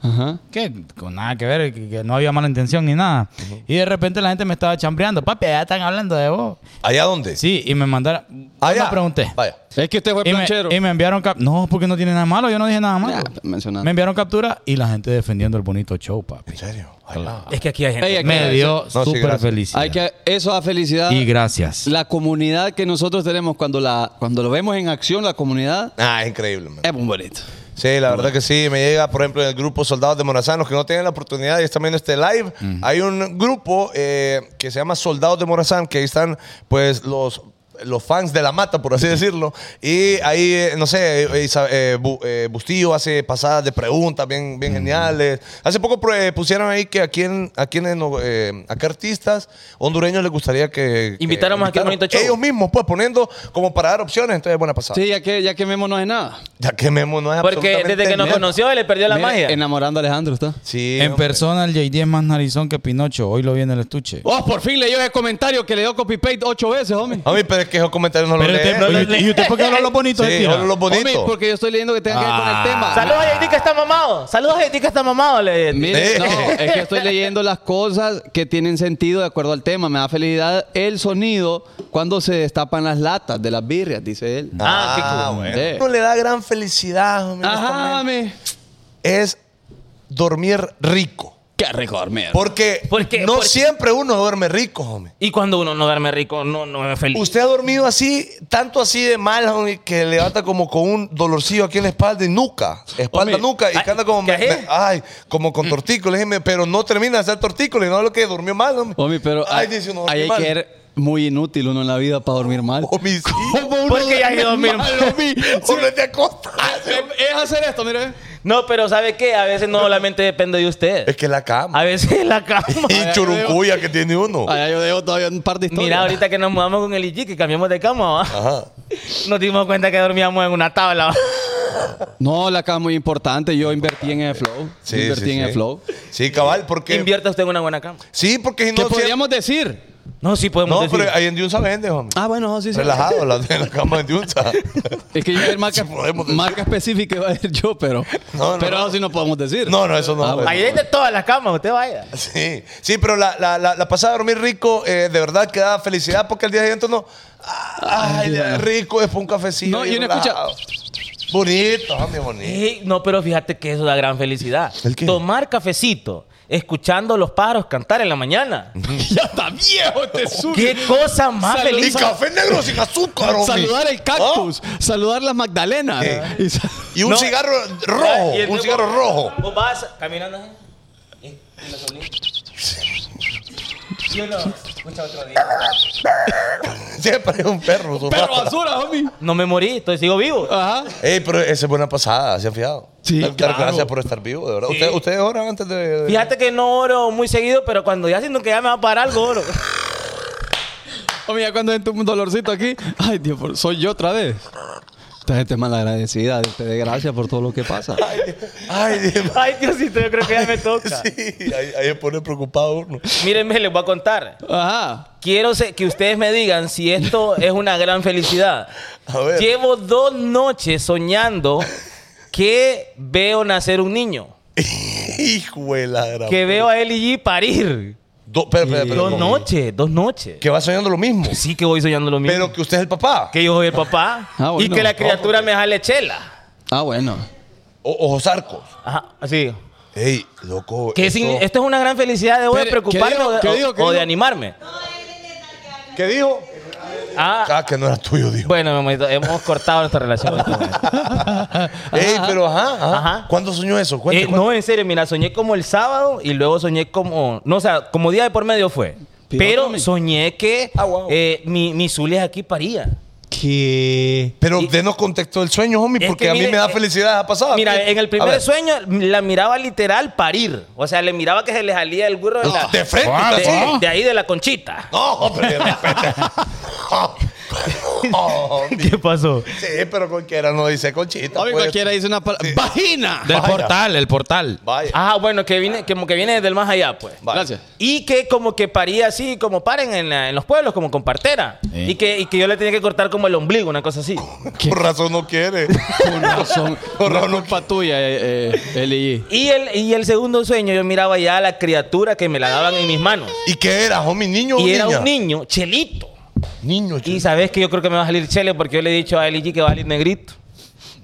Speaker 4: Ajá.
Speaker 2: que con nada que ver, que, que no había mala intención ni nada. Y de repente la gente me estaba chambreando, papi, ya están hablando de vos.
Speaker 5: ¿Allá dónde?
Speaker 2: Sí, y me mandaron,
Speaker 5: Allá.
Speaker 2: yo me pregunté.
Speaker 5: Vaya.
Speaker 4: Es que usted Ah, fue
Speaker 2: Y me,
Speaker 4: planchero.
Speaker 2: y me enviaron cap- no, porque no tiene nada malo, yo no dije nada malo.
Speaker 4: Ya, mencionando.
Speaker 2: me enviaron captura y la gente defendiendo el bonito show, papi.
Speaker 5: ¿En serio? Ay, no.
Speaker 3: Es que aquí hay gente.
Speaker 4: Ey, hay que
Speaker 2: Me
Speaker 4: agradecer.
Speaker 2: dio
Speaker 5: sí,
Speaker 2: súper
Speaker 5: gracias.
Speaker 2: felicidad.
Speaker 4: Hay que, eso da felicidad.
Speaker 2: Y gracias.
Speaker 4: La comunidad que nosotros tenemos cuando, la, cuando lo vemos en acción, la comunidad,
Speaker 5: Ah, es increíble, man.
Speaker 4: es muy bonito.
Speaker 5: Sí, la verdad que sí. Me llega, por ejemplo, en el grupo Soldados de Morazán. Los que no tienen la oportunidad y están viendo este live, hay un grupo eh, que se llama Soldados de Morazán, que ahí están, pues, los los fans de la mata, por así decirlo. Y ahí, eh, no sé, eh, Isa- eh, Bu- eh, Bustillo hace pasadas de preguntas bien, bien geniales. Hace poco pro- eh, pusieron ahí que a quién, a quiénes no- eh, a qué artistas hondureños les gustaría que... que
Speaker 3: Invitáramos a qué
Speaker 5: invitaran.
Speaker 3: bonito show.
Speaker 5: Ellos mismos, pues, poniendo como para dar opciones. Entonces, buena pasada.
Speaker 4: Sí, ya que, ya que Memo no es nada.
Speaker 5: Ya que Memo no es
Speaker 3: Porque desde que
Speaker 5: absolutamente
Speaker 3: nos
Speaker 5: nada.
Speaker 3: conoció, le perdió la
Speaker 4: Mira,
Speaker 3: magia.
Speaker 4: Enamorando a Alejandro, ¿está?
Speaker 5: Sí,
Speaker 2: en
Speaker 5: hombre.
Speaker 2: persona el JD es más narizón que Pinocho. Hoy lo vi en el estuche.
Speaker 4: Oh, por fin leyó ese comentario que le dio copy-paste ocho veces, (laughs) homie.
Speaker 5: A mí, pero es que esos comentarios no los
Speaker 2: Pero usted,
Speaker 5: leen.
Speaker 2: oye, ¿Y usted por qué habla lo bonito?
Speaker 5: Sí,
Speaker 2: tira?
Speaker 5: solo los bonitos.
Speaker 4: Homie, porque yo estoy leyendo que tenga que ver con
Speaker 2: Ah.
Speaker 4: el tema.
Speaker 3: Saludos a JD que está mamado. Saludos a JD que está mamado. Le...
Speaker 4: Mire,
Speaker 5: Eh.
Speaker 4: no, es que estoy leyendo las cosas que tienen sentido de acuerdo al tema. Me da felicidad el sonido cuando se destapan las latas de las birrias, dice él.
Speaker 3: Ah, qué cool.
Speaker 4: Sí.
Speaker 5: No le da gran felicidad, hombre,
Speaker 4: Ajá,
Speaker 5: honestamente.
Speaker 4: me.
Speaker 5: Es dormir rico.
Speaker 4: Qué rico dormir.
Speaker 5: Porque
Speaker 3: ¿Por qué?
Speaker 5: no
Speaker 3: Porque-
Speaker 5: siempre uno duerme rico, hombre.
Speaker 3: Y cuando uno no duerme rico, no, no es feliz.
Speaker 5: Usted ha dormido así, tanto así de mal, hombre, que le levanta como con un dolorcillo aquí en la espalda y nuca. Espalda,
Speaker 3: Hombre,
Speaker 5: nuca. Y
Speaker 3: ay,
Speaker 5: que anda como,
Speaker 3: ¿qué Mm.
Speaker 5: me-
Speaker 3: es?
Speaker 5: me- ay, como con tortícolis, hombre, pero no termina de ser tortícolis, no es lo que durmió mal, hombre. (laughs)
Speaker 4: Homie, pero hay-
Speaker 5: Ay, dice uno,
Speaker 4: ahí
Speaker 5: dormí
Speaker 4: hay
Speaker 5: mal.
Speaker 4: que ser muy inútil uno en la vida para dormir mal.
Speaker 5: Homie, sí.
Speaker 3: Porque ya hay dormir mal,
Speaker 4: (laughs)
Speaker 5: Hombre, te acostas.
Speaker 3: Ah.
Speaker 4: Ah, Es hacer esto, mire.
Speaker 3: No, pero ¿sabe qué? A veces no solamente depende de usted.
Speaker 5: Es que la cama.
Speaker 3: A veces la cama.
Speaker 5: Y churucuya que tiene uno.
Speaker 4: Allá yo dejo todavía un par de historias.
Speaker 3: Mira, ahorita que nos mudamos con el IG, que cambiamos de cama, ¿va?
Speaker 5: Ajá.
Speaker 3: nos dimos cuenta que dormíamos en una tabla. ¿va?
Speaker 4: No, la cama es muy importante. Yo invertí en el flow.
Speaker 5: Sí,
Speaker 4: invertí
Speaker 5: sí,
Speaker 4: en
Speaker 5: sí.
Speaker 4: el flow.
Speaker 5: Sí, cabal, porque.
Speaker 3: Invierta usted en una buena cama.
Speaker 5: Sí, porque si
Speaker 4: ¿Qué
Speaker 5: no. siempre-
Speaker 4: podríamos decir?
Speaker 3: No, sí podemos
Speaker 5: No,
Speaker 3: decir.
Speaker 5: pero ahí en Diunza vende, hombre.
Speaker 4: Ah, bueno, sí, sí.
Speaker 5: Relajado, la, en la cama
Speaker 4: (laughs)
Speaker 5: de Diunza.
Speaker 4: Es que iba a haber
Speaker 5: (laughs)
Speaker 4: marca,
Speaker 5: Sí podemos decir.
Speaker 4: marca específica (laughs) iba a decir yo, pero.
Speaker 5: No, no,
Speaker 4: pero
Speaker 5: no.
Speaker 4: eso sí no podemos decir.
Speaker 5: No, no, eso Pues no.
Speaker 4: Ah, bueno.
Speaker 3: Ahí hay de todas las camas, usted vaya.
Speaker 5: Sí, sí, pero la, la, la, la pasada de dormir rico, eh, de verdad que da felicidad porque el día siguiente uno. ah, Ay, rico, después un cafecito.
Speaker 4: No,
Speaker 5: ahí
Speaker 4: y uno escucha-
Speaker 5: relajado. Bonito, hombre, bonito.
Speaker 3: Ey, no, pero fíjate que eso da gran felicidad.
Speaker 5: ¿El qué?
Speaker 3: Tomar cafecito, escuchando a los pájaros cantar en la mañana.
Speaker 4: (laughs) ya está viejo, este te
Speaker 3: ¡Qué cosa más
Speaker 4: Salud.
Speaker 5: Y
Speaker 3: feliz!
Speaker 5: café negro sin azúcar, hombre.
Speaker 4: Saludar el cactus, saludar las magdalenas.
Speaker 5: Oh. Sí.
Speaker 4: Y (laughs) sal-
Speaker 5: Y un
Speaker 3: No.
Speaker 5: cigarro rojo,
Speaker 3: Ah, Y el
Speaker 5: un
Speaker 3: nuevo-
Speaker 5: cigarro rojo.
Speaker 3: Vos vas caminando así. Eh, Y, y los oblicuos. Y uno escucha otro día.
Speaker 5: Siempre es un perro. su
Speaker 4: Perro
Speaker 5: rata.
Speaker 4: basura, homie.
Speaker 3: No me morí, estoy sigo vivo.
Speaker 4: Ajá.
Speaker 5: Ey, pero esa es buena pasada, ¿se ha fijado?
Speaker 4: Sí,
Speaker 5: Dar
Speaker 4: claro.
Speaker 5: Gracias por estar vivo, de verdad.
Speaker 3: Sí.
Speaker 5: Ustedes, ustedes oran antes de... de-
Speaker 3: Fíjate que no oro muy seguido, pero cuando ya siento que ya me va a parar algo oro. (laughs)
Speaker 4: Homie, ya cuando entra un dolorcito aquí. Ay, Dios, por- soy yo otra vez. Esta gente es malagradecida. Te dé gracias por todo lo que pasa.
Speaker 5: Ay, Dios mío.
Speaker 3: Ay, Diosito, yo creo que ya me toca.
Speaker 5: Sí, ahí, ahí se pone preocupado uno.
Speaker 3: Mírenme, les voy a contar.
Speaker 4: Ajá.
Speaker 3: Quiero se- que ustedes me digan si esto es una gran
Speaker 4: (laughs)
Speaker 3: felicidad.
Speaker 5: A ver.
Speaker 3: Llevo dos noches soñando que veo nacer un niño.
Speaker 5: (laughs) Hijo de la gran...
Speaker 3: Que veo a L.G. parir.
Speaker 5: Do- espera, espera, espera,
Speaker 3: Dos
Speaker 5: espera.
Speaker 3: noches, dos noches.
Speaker 5: Que va soñando lo mismo.
Speaker 3: Sí que voy soñando lo mismo.
Speaker 5: Pero que usted es el papá.
Speaker 3: que yo soy el papá
Speaker 4: Ah, bueno.
Speaker 3: y que la criatura me jale chela.
Speaker 4: Ah, bueno.
Speaker 5: O- Ojos arcos.
Speaker 3: Ajá, así.
Speaker 5: Ey, loco.
Speaker 3: Que
Speaker 5: eso-
Speaker 3: sin- esto es una gran felicidad. ¿Debo de
Speaker 4: Espere, ¿qué
Speaker 3: preocuparme
Speaker 4: dijo?
Speaker 3: o de-
Speaker 4: ¿Qué dijo?
Speaker 3: o-
Speaker 4: ¿Qué
Speaker 3: o de
Speaker 4: dijo?
Speaker 3: animarme?
Speaker 5: ¿Qué dijo?
Speaker 3: Ah,
Speaker 5: Ah, que no era tuyo, dijo.
Speaker 3: bueno, mi amorito, hemos cortado nuestra relación. en este momento.
Speaker 5: Ey, pero ajá, ajá.
Speaker 3: Ajá.
Speaker 5: ¿Cuándo soñó eso? Cuente,
Speaker 3: Eh,
Speaker 5: cuente.
Speaker 3: no, en serio, mira, soñé como el sábado y luego soñé como. No, o sea, como día de por medio fue. Pero soñé que
Speaker 4: Ah, wow.
Speaker 3: eh, mi, mi Zulia aquí paría.
Speaker 4: Que.
Speaker 5: Pero denos contexto del sueño, homie,
Speaker 3: Es
Speaker 5: porque
Speaker 3: que
Speaker 5: a mí
Speaker 3: mire,
Speaker 5: me da
Speaker 3: eh,
Speaker 5: felicidad. ¿Ha pasado?
Speaker 3: Mira, en el
Speaker 5: Ah, A
Speaker 3: primer
Speaker 5: ver,
Speaker 3: sueño la miraba literal parir. O sea, le miraba que se le salía el burro de, la-
Speaker 5: De frente,
Speaker 6: Ah,
Speaker 5: usted
Speaker 3: de-
Speaker 5: así.
Speaker 3: de ahí de la conchita.
Speaker 5: No, pero
Speaker 3: (laughs)
Speaker 5: de repente. Oh, homie.
Speaker 3: pasó?
Speaker 5: sí, pero cualquiera no dice conchita.
Speaker 4: Oye,
Speaker 5: pues.
Speaker 4: cualquiera dice una palabra. ¡Vagina!
Speaker 2: Del
Speaker 5: Vaya.
Speaker 2: portal, el portal.
Speaker 5: Vaya.
Speaker 3: Ah, bueno, que viene, que como que viene del más allá, pues.
Speaker 5: vaya. (laughs)
Speaker 4: Gracias.
Speaker 3: Y que como que paría así, como paren en, la- en los pueblos, como con partera.
Speaker 2: Sí.
Speaker 3: Y, que, y que yo le tenía que cortar como el ombligo, una cosa así.
Speaker 5: Por razón no quiere.
Speaker 4: Con razón.
Speaker 5: Con
Speaker 4: Con
Speaker 5: razón.
Speaker 4: culpa tuya, eh, eh, L.I.
Speaker 3: Y el, y el segundo sueño, yo miraba ya a la criatura que me la daban en mis manos.
Speaker 5: ¿Y qué era, homie? ¿Niño
Speaker 3: (laughs)
Speaker 5: o
Speaker 3: Y era
Speaker 5: niña?
Speaker 3: un niño, chelito.
Speaker 5: Niño,
Speaker 3: Y
Speaker 5: chico.
Speaker 3: sabes que yo creo que me va a salir chele porque yo le he dicho a LG que va a salir negrito.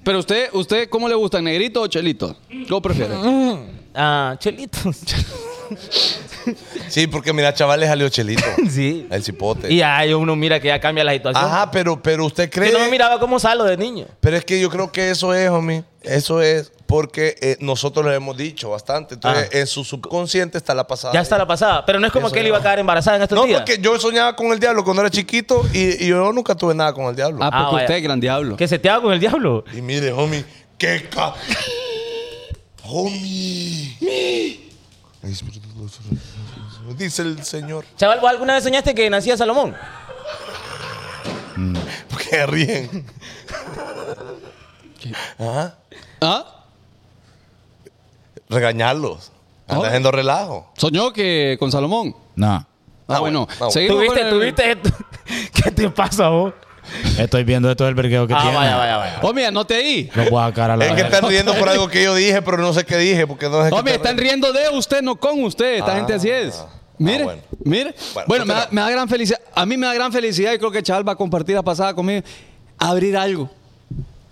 Speaker 4: Pero usted, usted, ¿cómo le gusta? ¿Negrito o chelito? ¿Cómo prefiere?
Speaker 3: Ah, chelito. (laughs)
Speaker 5: Sí, porque mira, chaval, le salió chelito.
Speaker 3: (laughs) sí.
Speaker 5: El cipote.
Speaker 3: Y ahí uno mira que ya cambia la situación.
Speaker 5: Este. Ajá, pero, pero usted cree.
Speaker 3: Que no me miraba como salo de niño.
Speaker 5: Pero es que yo creo que eso es, homie. Eso es porque eh, nosotros lo hemos dicho bastante. Entonces,
Speaker 3: Ah.
Speaker 5: en su subconsciente está la pasada.
Speaker 3: Ya está la pasada. Pero no es como
Speaker 5: Ah, Eso
Speaker 3: que él
Speaker 5: ya.
Speaker 3: iba a quedar embarazada en estos
Speaker 5: No,
Speaker 3: días.
Speaker 5: porque yo soñaba con el diablo cuando era chiquito y, y yo nunca tuve nada con el diablo.
Speaker 4: Ah, porque
Speaker 3: vaya.
Speaker 4: usted es gran diablo.
Speaker 3: Que se te haga con el diablo.
Speaker 5: Y mire, homie, qué ca... Homie. Dice el señor.
Speaker 3: Chaval, ¿vos alguna vez soñaste que nacía Salomón?
Speaker 5: ¿Por qué ríen? Ajá.
Speaker 4: ¿Ah?
Speaker 5: Regañarlos. Anda
Speaker 4: Ay.
Speaker 5: haciendo relajo.
Speaker 4: Soñó que con Salomón.
Speaker 2: No.
Speaker 4: Ah,
Speaker 5: Ah, bueno.
Speaker 4: bueno.
Speaker 5: Ah, bueno.
Speaker 4: Seguimos
Speaker 3: ¿Tuviste,
Speaker 4: con el-
Speaker 3: tuviste esto? (laughs) ¿Qué te pasa vos?
Speaker 2: Estoy viendo esto del vergueo que
Speaker 3: Ah,
Speaker 2: tiene.
Speaker 3: vaya, vaya, (laughs) vaya.
Speaker 4: Oh, mira, no te di.
Speaker 2: Lo voy a sacar a la
Speaker 5: Es que
Speaker 2: verga.
Speaker 5: están riendo por algo que yo dije, pero no sé qué dije, porque no sé qué
Speaker 4: No, me
Speaker 5: están
Speaker 4: están riendo de usted, no con usted. Esta
Speaker 5: Ah,
Speaker 4: gente así es. Mire,
Speaker 5: ah, bueno.
Speaker 4: mire.
Speaker 5: Bueno,
Speaker 4: Bueno, me, da,
Speaker 5: continúa.
Speaker 4: me da gran felicidad. A mí me da gran felicidad y creo que Chaval va a compartir la pasada conmigo. Abrir algo.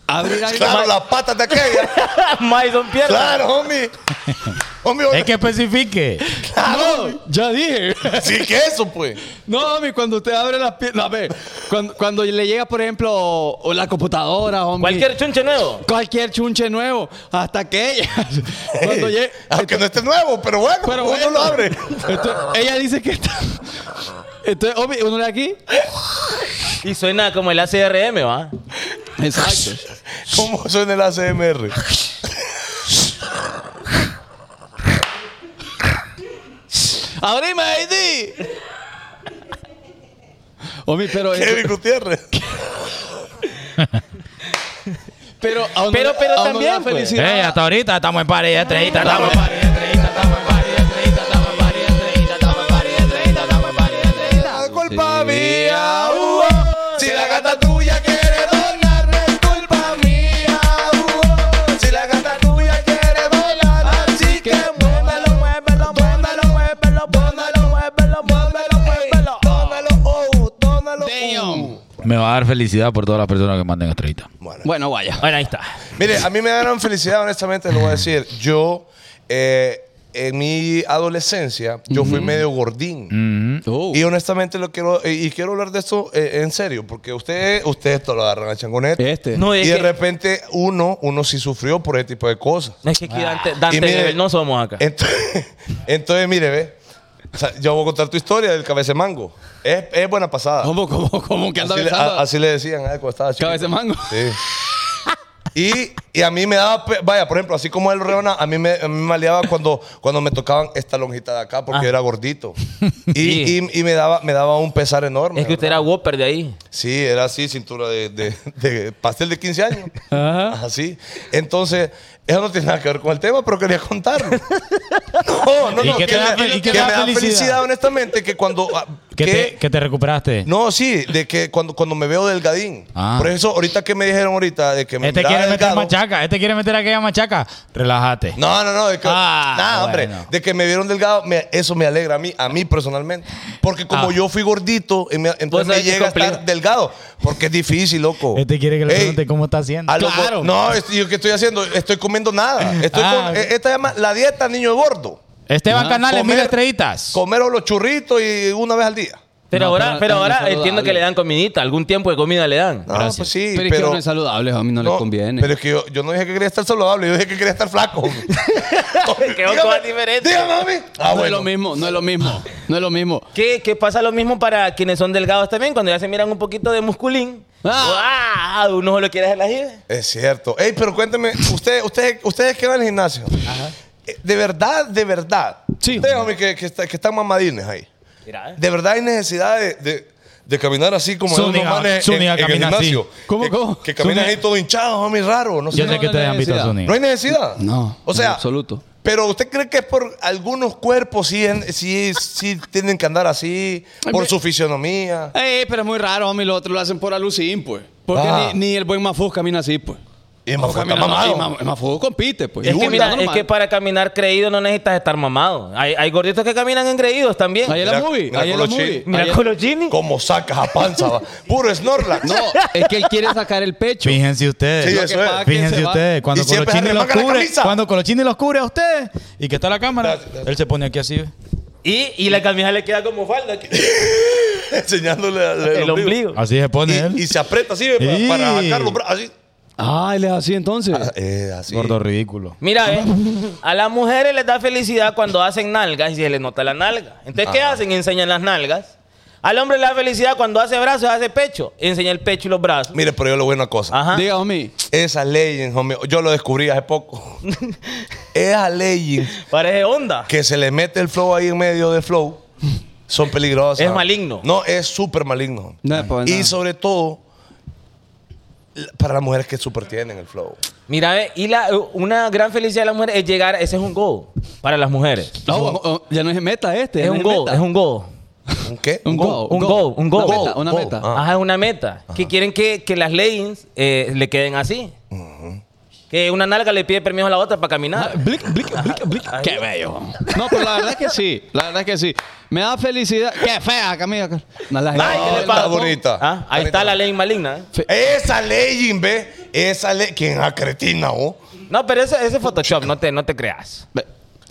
Speaker 4: Abrir algo.
Speaker 5: Claro, las patas de aquella.
Speaker 3: Maison Pierre.
Speaker 5: claro, homie. Homie,
Speaker 2: Es que especifique.
Speaker 4: No, ya dije.
Speaker 5: sí que eso, pues.
Speaker 4: No, homie, cuando usted abre las piernas, ve, cuando, cuando le llega, por ejemplo, o la computadora, homie,
Speaker 3: Cualquier chunche nuevo.
Speaker 4: cualquier chunche nuevo, hasta que ella, (laughs) cuando
Speaker 5: Ey,
Speaker 4: llegue,
Speaker 5: Aunque no esté nuevo, pero bueno,
Speaker 4: pero
Speaker 5: uno
Speaker 4: bueno,
Speaker 5: lo abre.
Speaker 4: Entonces, ella dice que está, entonces, homie, uno le da aquí,
Speaker 3: Y suena como el ACRM, ¿va?
Speaker 4: exacto,
Speaker 5: ¿Cómo suena el ACMR?
Speaker 4: abrime ID, homie, pero,
Speaker 5: Kevin Gutiérrez.
Speaker 4: pero, a uno
Speaker 3: Pero-
Speaker 4: le-
Speaker 3: pero
Speaker 4: a uno le da
Speaker 3: también, pues.
Speaker 2: Ey,
Speaker 4: felicidad.
Speaker 2: hasta ahorita estamos en party, estrellita, estamos en party.
Speaker 5: La culpa mía, uh, si la gata tuya quiere donar, no es culpa mía, uh, si la gata tuya quiere donar, así que muévelo, muévelo, muévelo, muévelo, pónalo, muévelo, muévelo, muévelo, pónalo, oh, pónalo,
Speaker 4: Damn.
Speaker 2: Me va a dar felicidad por todas las personas que manden estrellita.
Speaker 4: Bueno, vaya.
Speaker 3: Bueno, ahí está.
Speaker 5: Mire, a mí me dieron felicidad, honestamente, lo voy a decir. Yo, eh, en mi adolescencia, yo fui medio gordín.
Speaker 4: Oh.
Speaker 5: Y honestamente lo quiero eh, y, y quiero hablar de esto eh, en serio, porque ustedes ustedes esto lo agarran a changonet
Speaker 4: Este.
Speaker 3: No, es
Speaker 5: y de
Speaker 3: que,
Speaker 5: repente uno uno sí sufrió por ese tipo de cosas.
Speaker 3: no, es que aquí
Speaker 4: Ah.
Speaker 3: Dante, Dante
Speaker 5: Y mire-
Speaker 3: Gebel, no somos acá.
Speaker 5: Entonces, (laughs) entonces, mire, ve. O sea, yo voy a contar tu historia del cabecemango. Es, es buena pasada.
Speaker 4: ¿Cómo, cómo, cómo que anda
Speaker 5: Así le,
Speaker 4: besando?
Speaker 5: a- así le Ah, decían a él cuando estaba chiquito.
Speaker 4: Cabeza de mango.
Speaker 5: Sí. Y, y a mí me daba, pe- vaya, por ejemplo, así como él rebana, a mí me, a mí me aliaba cuando, cuando me tocaban esta lonjita de acá
Speaker 2: Ah.
Speaker 5: porque yo
Speaker 2: (laughs)
Speaker 5: era gordito. Y,
Speaker 3: Sí.
Speaker 5: y- y me daba me daba un pesar enorme.
Speaker 3: Es que usted era Whopper de ahí.
Speaker 5: Sí, era así, cintura de, de- de pastel de 15 años.
Speaker 2: Ah.
Speaker 5: Así. Entonces, eso no tiene nada que ver con el tema, pero quería contarlo.
Speaker 2: (laughs)
Speaker 5: No, no,
Speaker 2: ¿Y
Speaker 5: no.
Speaker 2: qué te
Speaker 5: que
Speaker 2: da
Speaker 5: me-
Speaker 2: fel- y qué
Speaker 5: que
Speaker 2: te da
Speaker 5: me da
Speaker 2: felicidad?
Speaker 5: felicidad, honestamente, que cuando... ah,
Speaker 2: ¿Qué,
Speaker 5: que-
Speaker 2: Te, qué te recuperaste?
Speaker 5: no, sí, de que cuando, cuando me veo delgadín.
Speaker 2: Ah.
Speaker 5: Por eso, ahorita que me dijeron ahorita de que me
Speaker 2: este
Speaker 5: miraba
Speaker 2: quiere meter
Speaker 5: delgado-
Speaker 2: machaca, este quiere meter aquella machaca. Relájate.
Speaker 5: No, no, no, de que,
Speaker 2: Ah,
Speaker 5: nada, hombre,
Speaker 2: bueno.
Speaker 5: de que me vieron delgado, me- eso me alegra a mí, a mí personalmente. Porque
Speaker 2: Ah.
Speaker 5: como yo fui gordito, y me-
Speaker 3: Vos
Speaker 2: Pues,
Speaker 5: entonces me
Speaker 3: sabés que
Speaker 5: llega a estar
Speaker 3: compli-
Speaker 5: delgado, porque es difícil, loco.
Speaker 2: Este quiere que le
Speaker 5: Ey,
Speaker 2: pregunte cómo está haciendo.
Speaker 5: a lo
Speaker 2: Claro.
Speaker 5: go- no, es- yo qué estoy haciendo, estoy
Speaker 2: (laughs)
Speaker 5: comiendo nada. Estoy
Speaker 2: Ah,
Speaker 5: con-
Speaker 2: ok.
Speaker 5: eh, esta se llama la dieta niño gordo.
Speaker 2: Esteban
Speaker 4: Ajá.
Speaker 2: Canales,
Speaker 5: Comer-
Speaker 2: mil estrellitas.
Speaker 5: Comer los churritos y una vez al día.
Speaker 3: Pero
Speaker 4: No,
Speaker 3: ahora,
Speaker 4: pero
Speaker 3: pero
Speaker 4: no es
Speaker 3: ahora
Speaker 4: saludable.
Speaker 3: entiendo que le dan comidita, algún tiempo de comida le dan.
Speaker 5: No, pues sí,
Speaker 4: Pero, es que
Speaker 5: pero...
Speaker 4: no es saludable, a mí no, le conviene.
Speaker 5: Pero es que yo, yo no dije que quería estar saludable, yo dije que quería estar
Speaker 4: (laughs)
Speaker 5: flaco.
Speaker 3: (laughs) Que son cosas diferentes.
Speaker 5: Dígame, mami. Ah,
Speaker 4: no es
Speaker 5: bueno.
Speaker 4: lo mismo, no es lo mismo, no es lo mismo.
Speaker 3: ¿Qué, qué pasa lo mismo para quienes son delgados también? Cuando ya se miran un poquito de musculín. ¡Ah! Uno solo quiere hacer la jive.
Speaker 5: Es cierto. Ey, pero cuénteme, usted, usted, ustedes que van al gimnasio. eh, De verdad, de verdad.
Speaker 4: Sí.
Speaker 5: Ustedes, homie, que, que, está- que están mamadines ahí.
Speaker 3: Mira,
Speaker 5: De verdad hay necesidad de, de- de caminar así como
Speaker 2: Zúñiga,
Speaker 5: unos manes
Speaker 2: Zúñiga
Speaker 5: en, en el
Speaker 2: camina así.
Speaker 5: gimnasio.
Speaker 4: ¿Cómo,
Speaker 5: que,
Speaker 4: cómo?
Speaker 5: Que caminan ahí
Speaker 2: Zúñiga.
Speaker 5: todo hinchado, homie, raro. No
Speaker 2: Yo
Speaker 5: sé.
Speaker 2: sé que ustedes han visto a Zuni.
Speaker 5: No hay necesidad.
Speaker 4: No,
Speaker 5: O sea,
Speaker 4: en absoluto.
Speaker 5: Pero usted cree que es por algunos cuerpos sí, en- sí, sí tienen que andar así, por su fisionomía.
Speaker 4: Ey, pero es muy raro, homie, los otros lo hacen por alucin, pues. Porque
Speaker 5: Ah.
Speaker 4: ni, ni el buen Mafuz camina así, pues.
Speaker 5: Y más
Speaker 4: Camina así,
Speaker 5: mamado.
Speaker 4: Ma- Mafuz compite, pues.
Speaker 3: Es
Speaker 4: Y
Speaker 3: que,
Speaker 4: uno
Speaker 3: mira,
Speaker 4: está
Speaker 3: es
Speaker 4: normal.
Speaker 3: que para caminar creído no necesitas estar mamado. Hay, hay gorditos que caminan engreídos también.
Speaker 4: Ayer
Speaker 5: Mira-
Speaker 4: la movie,
Speaker 5: mira
Speaker 4: ayer la
Speaker 5: Colochi.
Speaker 4: movie.
Speaker 3: Mira
Speaker 4: ayer-
Speaker 3: con los jeans.
Speaker 5: Cómo sacas a panza, va. Puro Snorlax.
Speaker 4: No, es que él quiere sacar el pecho.
Speaker 2: Fíjense ustedes.
Speaker 5: Sí,
Speaker 2: Lo
Speaker 5: eso
Speaker 2: que
Speaker 5: es.
Speaker 2: pasa que
Speaker 4: se
Speaker 2: Fíjense
Speaker 4: va-
Speaker 2: ustedes. Cuando
Speaker 5: Y siempre
Speaker 2: Colochini
Speaker 5: se
Speaker 2: los
Speaker 5: arremanga la
Speaker 2: cubre,
Speaker 5: camisa.
Speaker 2: cuando Colochini los cubre a ustedes y que está la cámara,
Speaker 5: Gracias, gracias.
Speaker 2: él se pone aquí así. ve.
Speaker 3: Y, y la camisa le queda como falda. aquí.
Speaker 5: (laughs) Enseñándole al- al
Speaker 3: El ombligo.
Speaker 2: Así se pone él.
Speaker 5: Y, y se aprieta así, ve, para,
Speaker 2: Sí.
Speaker 5: para sacar los brazos. Así. (clears throat)
Speaker 4: Ah, él es así entonces.
Speaker 5: Eh, así.
Speaker 2: Gordo ridículo.
Speaker 3: Mira, eh, a las mujeres les da felicidad cuando hacen nalgas y se les nota la nalga. Entonces, ¿qué hacen? Enseñan las nalgas. Al hombre le da felicidad cuando hace brazos, hace pecho. Enseña el pecho y los brazos.
Speaker 5: Mire, pero yo le voy a una cosa.
Speaker 3: Ajá.
Speaker 4: Diga, homie.
Speaker 5: Esas leyes, homie, yo lo descubrí
Speaker 3: (laughs)
Speaker 5: hace poco. Esas leyes
Speaker 3: Parece onda.
Speaker 5: que se le mete el flow ahí en medio del flow son peligrosas.
Speaker 3: Es maligno.
Speaker 5: No, es súper maligno. homie.
Speaker 4: No, pues,
Speaker 5: Y
Speaker 4: no.
Speaker 5: sobre todo, la- para las mujeres que super tienen el flow.
Speaker 3: Mira, eh, y la, una gran felicidad de la mujer es llegar, ese es un go para las mujeres.
Speaker 4: No, oh, oh, ya no es meta este.
Speaker 3: Es
Speaker 4: ya
Speaker 3: un
Speaker 4: no
Speaker 3: go,
Speaker 4: meta.
Speaker 3: es un go.
Speaker 5: ¿Un qué?
Speaker 4: Un go,
Speaker 3: un go, un go.
Speaker 4: Una meta, una
Speaker 5: Go.
Speaker 4: meta.
Speaker 5: Ah.
Speaker 3: Ajá, es una meta. Que quieren que, que las leggings eh, le queden así. Que una nalga le pide permiso a la otra para caminar.
Speaker 4: Blic, blic, blic, blic. Qué bello. No, pero la verdad es que sí. La verdad es que sí. Me da felicidad. Qué fea, Camila. No, la
Speaker 3: Ay, ¿qué le
Speaker 5: está
Speaker 3: pasa?
Speaker 5: bonita.
Speaker 3: Ah, Ahí
Speaker 5: Bonita.
Speaker 3: está la ley maligna. eh.
Speaker 5: Esa ley, ve. Esa ley. ¿Quién acretina, vos?
Speaker 3: No, pero ese ese es Photoshop, no te, no te creas.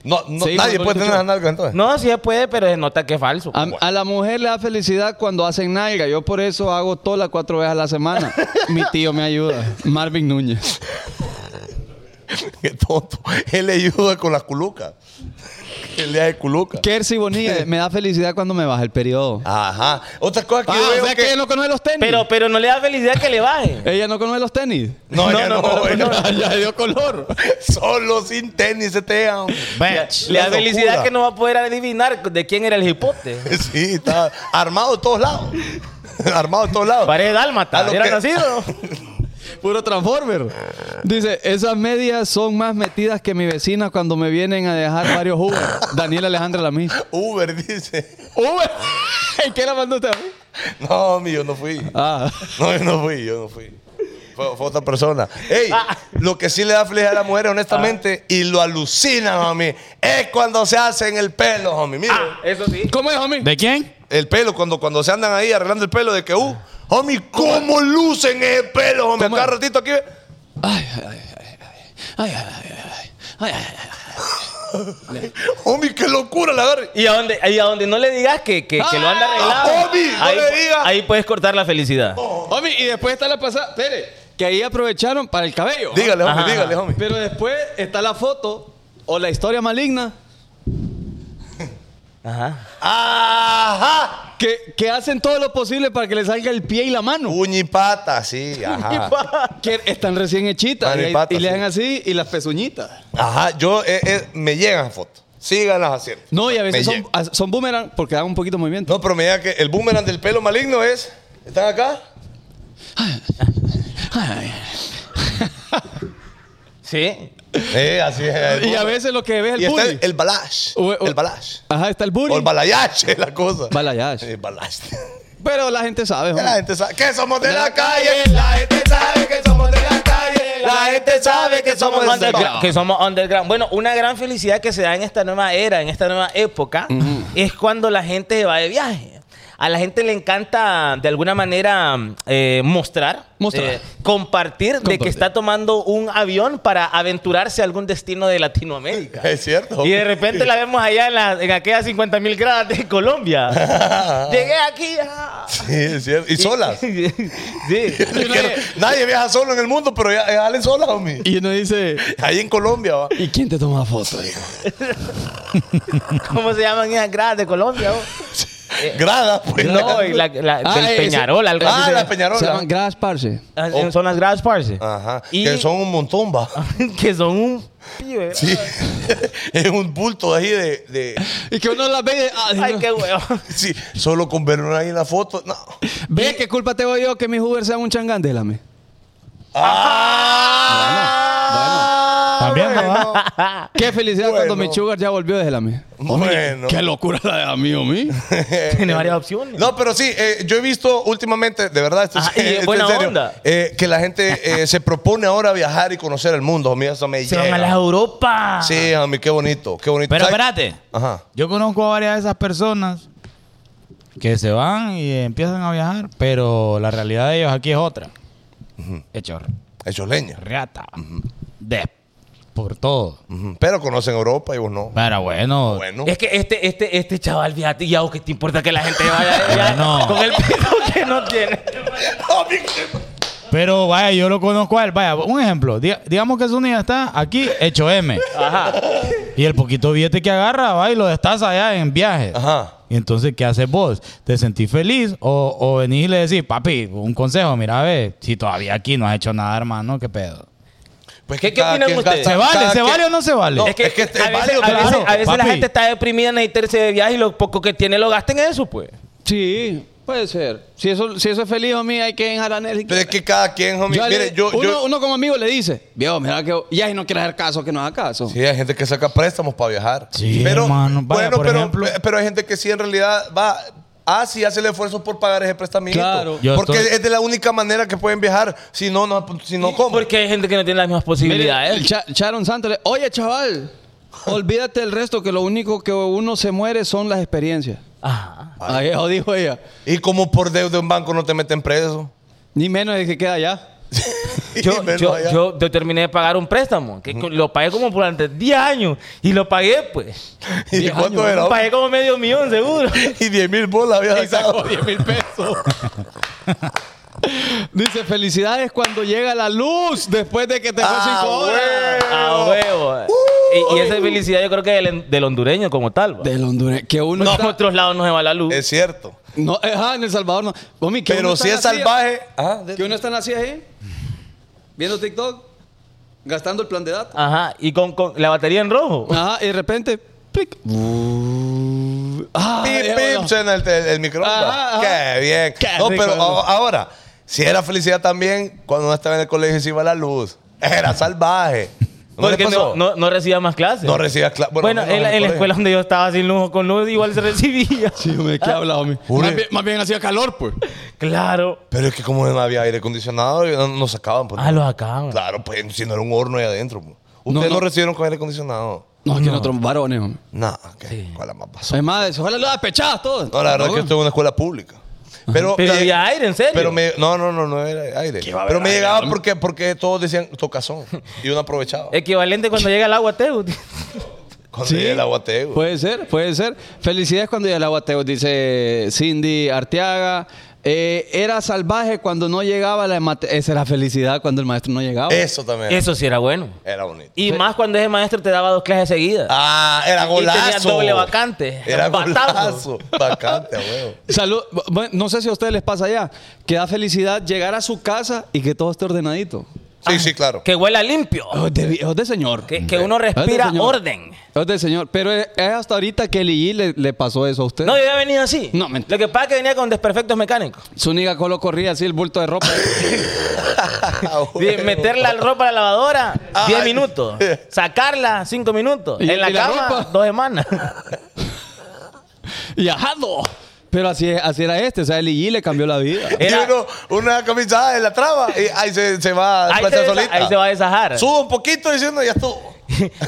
Speaker 5: No, no,
Speaker 4: Sí,
Speaker 5: nadie
Speaker 4: bonito
Speaker 5: puede tener
Speaker 4: show.
Speaker 5: las nalgas entonces.
Speaker 3: No, sí se puede, pero se nota que es falso.
Speaker 4: A, a la mujer le da felicidad cuando hacen nalga. Yo por eso hago tola cuatro veces a la semana. Mi tío me ayuda. Marvin Núñez.
Speaker 5: (laughs) Qué tonto. Él le ayuda con las culucas. Él le hace culucas.
Speaker 4: Kersey Bonilla me da felicidad cuando me baja el
Speaker 3: Ah,
Speaker 4: periodo.
Speaker 5: Ajá. Otra cosa que
Speaker 4: Ah,
Speaker 5: yo
Speaker 4: o
Speaker 5: veo
Speaker 4: sea que
Speaker 5: que...
Speaker 4: ella no conoce los tenis.
Speaker 3: Pero, pero no le da felicidad que le baje.
Speaker 4: Ella no conoce los tenis.
Speaker 5: No,
Speaker 3: No,
Speaker 5: ya
Speaker 3: no,
Speaker 5: no,
Speaker 3: no, no,
Speaker 5: ya
Speaker 3: no.
Speaker 5: no.
Speaker 4: Ya dio color.
Speaker 5: (laughs) Solo sin tenis se te dan.
Speaker 2: Bitch.
Speaker 3: Le da
Speaker 5: locura.
Speaker 3: felicidad que no va a poder adivinar de quién era el hipote.
Speaker 5: Sí, está armado de todos lados. (laughs) armado de todos lados.
Speaker 3: Parece
Speaker 5: A
Speaker 3: dálmata.
Speaker 5: lo
Speaker 3: ¿Era
Speaker 5: que- (laughs)
Speaker 3: nacido?
Speaker 4: Puro Transformer. Dice, esas medias son más metidas que mi vecina cuando me vienen a dejar varios Uber. Daniel Alejandra Lamí.
Speaker 5: Uber dice.
Speaker 4: ¿Uber? (laughs) ¿En qué la mandó usted a mí?
Speaker 5: No, mi, yo no fui.
Speaker 4: Ah.
Speaker 5: No, yo no fui, yo no fui. Fue, fue otra persona. Ey, lo que sí le da felicidad a las mujeres, honestamente, y lo alucinan, homie, es cuando se hacen el pelo, homie. Mira,
Speaker 4: Ah.
Speaker 3: Eso sí.
Speaker 4: ¿Cómo es, homie?
Speaker 2: ¿De quién?
Speaker 5: el pelo, cuando, cuando se andan ahí arreglando el pelo, de que, uh, homie, ¿cómo lucen ese pelo, homie?
Speaker 4: ¿Cómo
Speaker 5: Cada
Speaker 4: es?
Speaker 5: ratito aquí. ve-
Speaker 4: Ay, ay, ay, ay, ay, ay, ay, ay, ay, ay, ay, ay.
Speaker 5: Homie, qué locura la agarre.
Speaker 3: Y a donde, y a donde no le digas que, que, que lo anda arreglado.
Speaker 5: Ah, Bobby, no
Speaker 3: ahí,
Speaker 5: le digas.
Speaker 3: ahí puedes cortar la felicidad.
Speaker 4: Homie, y después está la pasada. Espere, que ahí aprovecharon para el cabello.
Speaker 5: Dígale, homie,
Speaker 3: Ajá.
Speaker 5: dígale, homie.
Speaker 4: Pero después está la foto o la historia maligna
Speaker 3: Ajá.
Speaker 5: Ajá.
Speaker 4: que, que hacen todo lo posible para que le salga el pie y la mano.
Speaker 5: Uña y pata, sí, ajá.
Speaker 4: Que están recién hechitas.
Speaker 5: Mano y
Speaker 4: Y, ahí-
Speaker 5: patas,
Speaker 4: y le
Speaker 5: sí.
Speaker 4: dan así y las pezuñitas.
Speaker 5: Ajá, yo, eh, eh, me llegan fotos. Síganlas haciendo.
Speaker 4: No, y a
Speaker 5: Me
Speaker 4: veces son,
Speaker 5: llegan.
Speaker 4: a- son boomerang porque dan un poquito de movimiento.
Speaker 5: No, pero me llega que el boomerang del pelo maligno es. ¿Están acá?
Speaker 3: Sí.
Speaker 5: Eh, así
Speaker 4: (laughs)
Speaker 5: es. el
Speaker 4: Y a
Speaker 5: boomerang.
Speaker 4: veces lo que ves es
Speaker 5: Y
Speaker 4: el
Speaker 5: está
Speaker 4: booty.
Speaker 5: el, el balash.
Speaker 4: O- o-
Speaker 5: el balash.
Speaker 4: Ajá, está el booty.
Speaker 5: O el balayache, (laughs) la cosa.
Speaker 4: Balayage.
Speaker 5: El balash.
Speaker 4: Pero la gente sabe, homie.
Speaker 5: La gente sabe que somos de la calle. La gente sabe que somos de la calle. La gente sabe que somos de la
Speaker 3: underground. Que somos underground. Bueno, una gran felicidad que se da en esta nueva era, en esta nueva época, es cuando la gente se va de viaje. a la gente le encanta de alguna manera eh, mostrar,
Speaker 4: Mostrar.
Speaker 3: eh, compartir, de que
Speaker 4: Compartir.
Speaker 3: está tomando un avión para aventurarse a algún destino de Latinoamérica.
Speaker 5: Es cierto.
Speaker 3: Y de repente la vemos allá en, la- en aquellas 50 mil gradas de Colombia. Llegué aquí. ah.
Speaker 5: (laughs) Sí, es cierto. Y
Speaker 3: (laughs)
Speaker 5: solas.
Speaker 3: sí.
Speaker 5: Es que nadie viaja solo en el mundo, pero ya, ya salen solas, homie.
Speaker 4: Y uno dice,
Speaker 5: Ahí en Colombia, va.
Speaker 4: ¿y quién te toma foto? Digo,
Speaker 3: ¿Cómo se llaman esas gradas de Colombia? vos?
Speaker 5: Gradas,
Speaker 3: (laughs)
Speaker 5: pues.
Speaker 3: No, y la, la-
Speaker 4: Ah,
Speaker 3: del
Speaker 4: eh,
Speaker 3: Peñarol, algo
Speaker 5: ah,
Speaker 3: así se-
Speaker 5: la Peñarola.
Speaker 4: Se llaman grass, parce.
Speaker 3: Ah, Son las gradas, parce.
Speaker 5: Ajá.
Speaker 3: Y-
Speaker 5: Que son un montón, va.
Speaker 3: (laughs) que son un... ¿eh? pibe.
Speaker 5: Sí. (laughs) es un bulto ahí de. de-
Speaker 4: Y que uno las ve, ah,
Speaker 3: Ay,
Speaker 4: no.
Speaker 3: qué
Speaker 5: (laughs)
Speaker 3: huevo.
Speaker 5: sí, solo con verlo ahí en la foto. No.
Speaker 4: ve qué culpa tengo yo que mi Uber sea un changán, délame.
Speaker 5: ¡Ah!
Speaker 2: También, ¿no?
Speaker 4: Qué felicidad
Speaker 5: Bueno.
Speaker 4: cuando mi sugar ya volvió, déjame.
Speaker 5: Bueno.
Speaker 4: Qué locura la de amigo mí.
Speaker 3: Tiene varias opciones.
Speaker 5: No, pero sí, eh, yo he visto últimamente, de verdad, esto, es-
Speaker 3: Ah, y
Speaker 5: esto es
Speaker 3: buena
Speaker 5: serio,
Speaker 3: onda.
Speaker 5: eh, que
Speaker 3: (laughs)
Speaker 5: la gente eh, se propone ahora viajar y conocer el mundo. Homie, eso me
Speaker 3: se
Speaker 5: llega.
Speaker 3: van a las Europa.
Speaker 5: Sí, homie, qué bonito, qué bonito.
Speaker 2: Pero
Speaker 5: ¿Sabes?
Speaker 2: espérate.
Speaker 5: Ajá.
Speaker 2: Yo conozco a varias de esas personas que se van y empiezan a viajar, pero la realidad de ellos aquí es otra. Hecho
Speaker 5: Hecho leña.
Speaker 2: reata. De por todo.
Speaker 5: Ujú. Pero conocen Europa y vos no.
Speaker 2: Pero bueno.
Speaker 5: Bueno.
Speaker 3: Es que este, este, este chaval, fíjate, ya, ¿qué te importa que la gente (laughs) vaya allá
Speaker 2: No.
Speaker 3: con el pedo (laughs) que no tiene?
Speaker 2: Pero vaya, yo lo conozco a él. Vaya, un ejemplo. Diga- digamos que Zúñiga está aquí, hecho M.
Speaker 3: Ajá.
Speaker 2: Y el poquito billete que agarra, va y lo destaza allá en viajes.
Speaker 5: Ajá.
Speaker 2: Y entonces, ¿qué haces vos? ¿Te sentís feliz? O, o venís y le decís, papi, un consejo, mira, ve, si todavía aquí no has hecho nada, hermano, ¿qué pedo?
Speaker 5: Pues
Speaker 3: ¿Qué-
Speaker 5: que
Speaker 3: qué
Speaker 5: cada
Speaker 3: opinan
Speaker 5: quien
Speaker 3: ustedes?
Speaker 5: gasta-
Speaker 2: ¿Se vale?
Speaker 5: cada
Speaker 2: ¿Se
Speaker 5: quien-
Speaker 2: vale o no se vale?
Speaker 5: No,
Speaker 3: Es que,
Speaker 5: es que es
Speaker 3: a veces,
Speaker 5: válido,
Speaker 3: a veces-
Speaker 5: claro,
Speaker 3: a veces la
Speaker 2: papi.
Speaker 3: gente está deprimida en irse de viaje y lo poco que tiene lo gasten en eso, pues.
Speaker 4: Sí, puede ser. Si eso, si eso es feliz, a mí hay que enjarar el-
Speaker 5: Pero es que cada quien, homie.
Speaker 4: Yo le-
Speaker 5: mire, yo,
Speaker 4: uno,
Speaker 5: yo-
Speaker 4: uno como amigo le dice, viejo, mira que ya si no quiere hacer caso, que no haga caso.
Speaker 5: Sí, hay gente que saca préstamos para viajar.
Speaker 2: Sí, hermano. Vaya, por
Speaker 5: pero,
Speaker 2: ejemplo.
Speaker 5: pe- pero hay gente que sí en realidad va. Ah, sí, hace el esfuerzo por pagar ese prestamito.
Speaker 4: Claro.
Speaker 2: Yo
Speaker 5: Porque
Speaker 2: estoy-
Speaker 5: es de la única manera que pueden viajar. Si no, no, si no ¿cómo?
Speaker 3: Porque hay gente que no tiene las mismas
Speaker 4: Mire,
Speaker 5: ¿eh?
Speaker 3: posibilidades.
Speaker 4: el Cha- Sharon Santos, le- oye chaval, olvídate del resto, que lo único que uno se muere son las experiencias.
Speaker 5: (laughs)
Speaker 3: Ajá.
Speaker 4: Ahí eso dijo ella.
Speaker 5: Y como por deuda de un banco no te
Speaker 4: (laughs)
Speaker 5: meten preso.
Speaker 4: Ni menos de que queda allá.
Speaker 5: (laughs) Y
Speaker 3: Yo,
Speaker 5: menos
Speaker 3: yo,
Speaker 5: allá.
Speaker 3: yo, yo terminé de pagar un préstamo, que co- lo pagué como durante 10 años y lo pagué, pues.
Speaker 5: ¿Y
Speaker 4: diez
Speaker 5: cuánto
Speaker 4: años,
Speaker 5: era?
Speaker 3: Pagué como medio millón, seguro.
Speaker 5: (laughs) Y 10 mil bolas había sacado.
Speaker 4: mil pesos. (laughs) Dice, felicidades cuando llega la luz después de que te fue
Speaker 5: (laughs) Ah, Uh,
Speaker 4: cinco horas.
Speaker 3: A Ah, huevo. Y, y esa felicidad yo creo que del, del hondureño como tal. va.
Speaker 4: Del Honduras, que uno
Speaker 3: No,
Speaker 4: está-
Speaker 3: por
Speaker 5: pues,
Speaker 3: otros lados no se va la luz.
Speaker 5: Es cierto.
Speaker 4: No, eh, ajá, en El Salvador no. Homie, que uno
Speaker 5: Pero
Speaker 4: está
Speaker 5: si es
Speaker 4: así-
Speaker 5: salvaje. Ajá, de-
Speaker 4: Que uno está así ahí, viendo TikTok, gastando el plan de datos.
Speaker 3: Ajá. Y con, con la batería en rojo.
Speaker 4: Ajá, y de repente, plic. Ah,
Speaker 5: Pip,
Speaker 4: ya
Speaker 5: pip,
Speaker 4: voló.
Speaker 5: suena el, el- el micrófono.
Speaker 4: Ajá, ajá.
Speaker 5: Qué bien.
Speaker 4: Qué
Speaker 5: no,
Speaker 4: rico,
Speaker 5: pero
Speaker 4: ¿no?
Speaker 5: a- ahora, si era felicidad también, cuando uno estaba en el colegio y se iba la luz, era salvaje. ¿No les
Speaker 3: (laughs) Porque
Speaker 5: pasó?
Speaker 3: no, no, no recibía más clases.
Speaker 5: No recibías cla- bueno,
Speaker 3: Bueno,
Speaker 5: menos
Speaker 3: en, la-
Speaker 5: en el
Speaker 3: en la
Speaker 5: colegio.
Speaker 3: escuela donde yo estaba sin luz o con luz igual se
Speaker 5: (laughs)
Speaker 3: recibía.
Speaker 4: Sí, hombre, ¿de
Speaker 5: Ah.
Speaker 4: qué habla, homie?
Speaker 5: Jure.
Speaker 4: Más bien, más bien hacía calor, pues.
Speaker 3: Claro.
Speaker 5: Pero es que como no había aire acondicionado, no, no sacaban. Pues,
Speaker 3: Ah, lo acaban.
Speaker 5: Claro, pues si no era un horno ahí adentro. pues. Ustedes no,
Speaker 4: No, no.
Speaker 5: recibieron con aire acondicionado.
Speaker 4: No, aquí nosotros varones, homie.
Speaker 5: Nada, ¿qué? ¿cuál es la más pasó?
Speaker 4: Es más, ojalá lo despechadas todos.
Speaker 5: No, la verdad es que estoy en una escuela pública. Pero,
Speaker 3: Pero
Speaker 5: eh,
Speaker 3: había aire, en serio.
Speaker 5: Pero me, no, no, no, no era aire. Pero me llegaba porque, porque todos decían tocazón. Y
Speaker 3: (laughs)
Speaker 5: uno aprovechaba.
Speaker 3: Equivalente cuando llega el agua, Teo.
Speaker 5: Cuando
Speaker 4: Sí.
Speaker 5: llegué el aguateo.
Speaker 4: Puede ser, puede ser. Felicidades cuando ya el aguateo, dice Cindy Arteaga. Eh, era salvaje cuando no llegaba la mate- Esa era felicidad cuando el maestro no llegaba.
Speaker 5: Eso también.
Speaker 3: Eso sí era bueno.
Speaker 5: Era bonito.
Speaker 3: Y más cuando ese maestro te daba dos clases seguidas.
Speaker 5: Ah, era
Speaker 3: Y tenía
Speaker 5: golazo.
Speaker 3: doble vacante.
Speaker 5: Era
Speaker 3: Batazo.
Speaker 5: golazo. Vacante, a huevo.
Speaker 4: Salud. Bueno, no sé si a ustedes les pasa ya, que da felicidad llegar a su casa y que todo esté ordenadito.
Speaker 5: Sí, sí, claro.
Speaker 3: Que huela limpio.
Speaker 4: Oh, de, vie- oh, de señor.
Speaker 3: Que, que uno
Speaker 4: Oh, de
Speaker 3: respira
Speaker 4: señor.
Speaker 3: orden.
Speaker 4: Oh, de señor. Pero es, es hasta ahorita que Lili le, le pasó eso a usted.
Speaker 3: No, yo había venido así.
Speaker 4: No,
Speaker 3: Lo
Speaker 4: mentira.
Speaker 3: que pasa es que venía con desperfectos
Speaker 5: (laughs)
Speaker 3: mecánicos.
Speaker 4: Zúñiga Colo corría así el bulto
Speaker 3: (laughs)
Speaker 4: de ropa.
Speaker 3: Ah,
Speaker 5: A Ah, huevo.
Speaker 3: De meter la ropa a la lavadora,
Speaker 5: Ah, Ay.
Speaker 3: 10
Speaker 5: (laughs)
Speaker 3: minutos. Sacarla, 5 minutos.
Speaker 4: ¿Y-
Speaker 3: en la
Speaker 4: y la
Speaker 3: cama,
Speaker 4: ropa?
Speaker 3: dos semanas. (laughs)
Speaker 4: y ajado. Pero así, es- así era este. O sea, Lili le cambió la vida.
Speaker 5: Y
Speaker 3: Era-
Speaker 5: uno, una camisada en la traba y ahí se, se va a
Speaker 3: Ahí
Speaker 5: desplazar
Speaker 3: se, desa-
Speaker 5: solita.
Speaker 3: ahí se va a desajar.
Speaker 5: Subo un poquito diciendo ya estuvo.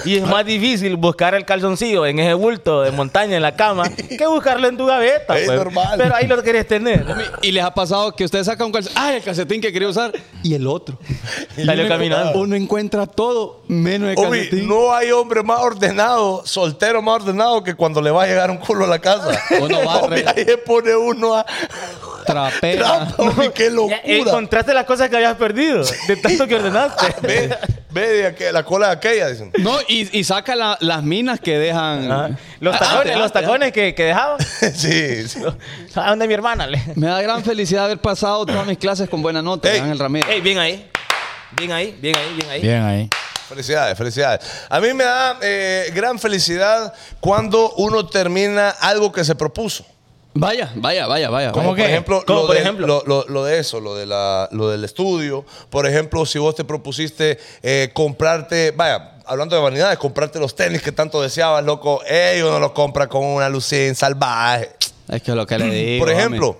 Speaker 3: y es más difícil buscar el calzoncillo en ese bulto de montaña en la cama que buscarlo en tu gaveta.
Speaker 5: Es
Speaker 3: pues.
Speaker 5: normal.
Speaker 3: Pero ahí lo querés tener.
Speaker 4: Y les ha pasado que usted saca un calcetín. ¡Ay, el calcetín que quería usar! Y el otro.
Speaker 3: (laughs) Salió caminando.
Speaker 4: Uno encuentra todo menos el
Speaker 5: Obi,
Speaker 4: calcetín.
Speaker 5: no hay hombre más ordenado, soltero más ordenado que cuando le va a llegar un culo a
Speaker 3: (laughs)
Speaker 5: la casa.
Speaker 4: Uno va a
Speaker 5: Obi,
Speaker 4: re-
Speaker 5: ahí se pone uno a
Speaker 4: Trapea.
Speaker 5: trampa, Obi, qué
Speaker 3: Eh, Ya, eh,
Speaker 5: locura.
Speaker 3: Encontraste las cosas que habías perdido de tanto que ordenaste.
Speaker 5: (laughs) Ve, ve de aqu- la cola de aquella, dicen. (laughs)
Speaker 4: No, y, y saca la- las minas que dejan.
Speaker 3: Ah, Los
Speaker 4: Ah,
Speaker 3: tacones,
Speaker 4: ah,
Speaker 3: los
Speaker 4: ah,
Speaker 3: tacones que, que dejaba. (laughs)
Speaker 5: sí, sí.
Speaker 3: ¿A dónde mi hermana? Le?
Speaker 4: Me da gran felicidad haber pasado todas mis clases con buena nota,
Speaker 5: Ey.
Speaker 4: Ángel Ramírez.
Speaker 3: Ey, bien ahí. Bien ahí, bien ahí, bien ahí.
Speaker 2: Bien ahí.
Speaker 5: Felicidades, felicidades. A mí me da eh, gran felicidad cuando uno termina algo que se propuso.
Speaker 4: Vaya, vaya, vaya, vaya.
Speaker 2: ¿Cómo
Speaker 5: Como
Speaker 2: qué?
Speaker 5: Por ejemplo,
Speaker 3: ¿Cómo
Speaker 5: lo,
Speaker 3: por
Speaker 5: de,
Speaker 3: ejemplo?
Speaker 5: Lo, lo- lo de eso, lo, de la, lo del estudio. Por ejemplo, si vos te propusiste eh, comprarte, vaya, hablando de vanidades, comprarte los tenis que tanto deseabas, loco, ellos no los compra con una lucín salvaje.
Speaker 4: Es que lo que le digo.
Speaker 5: Mm, Por ejemplo,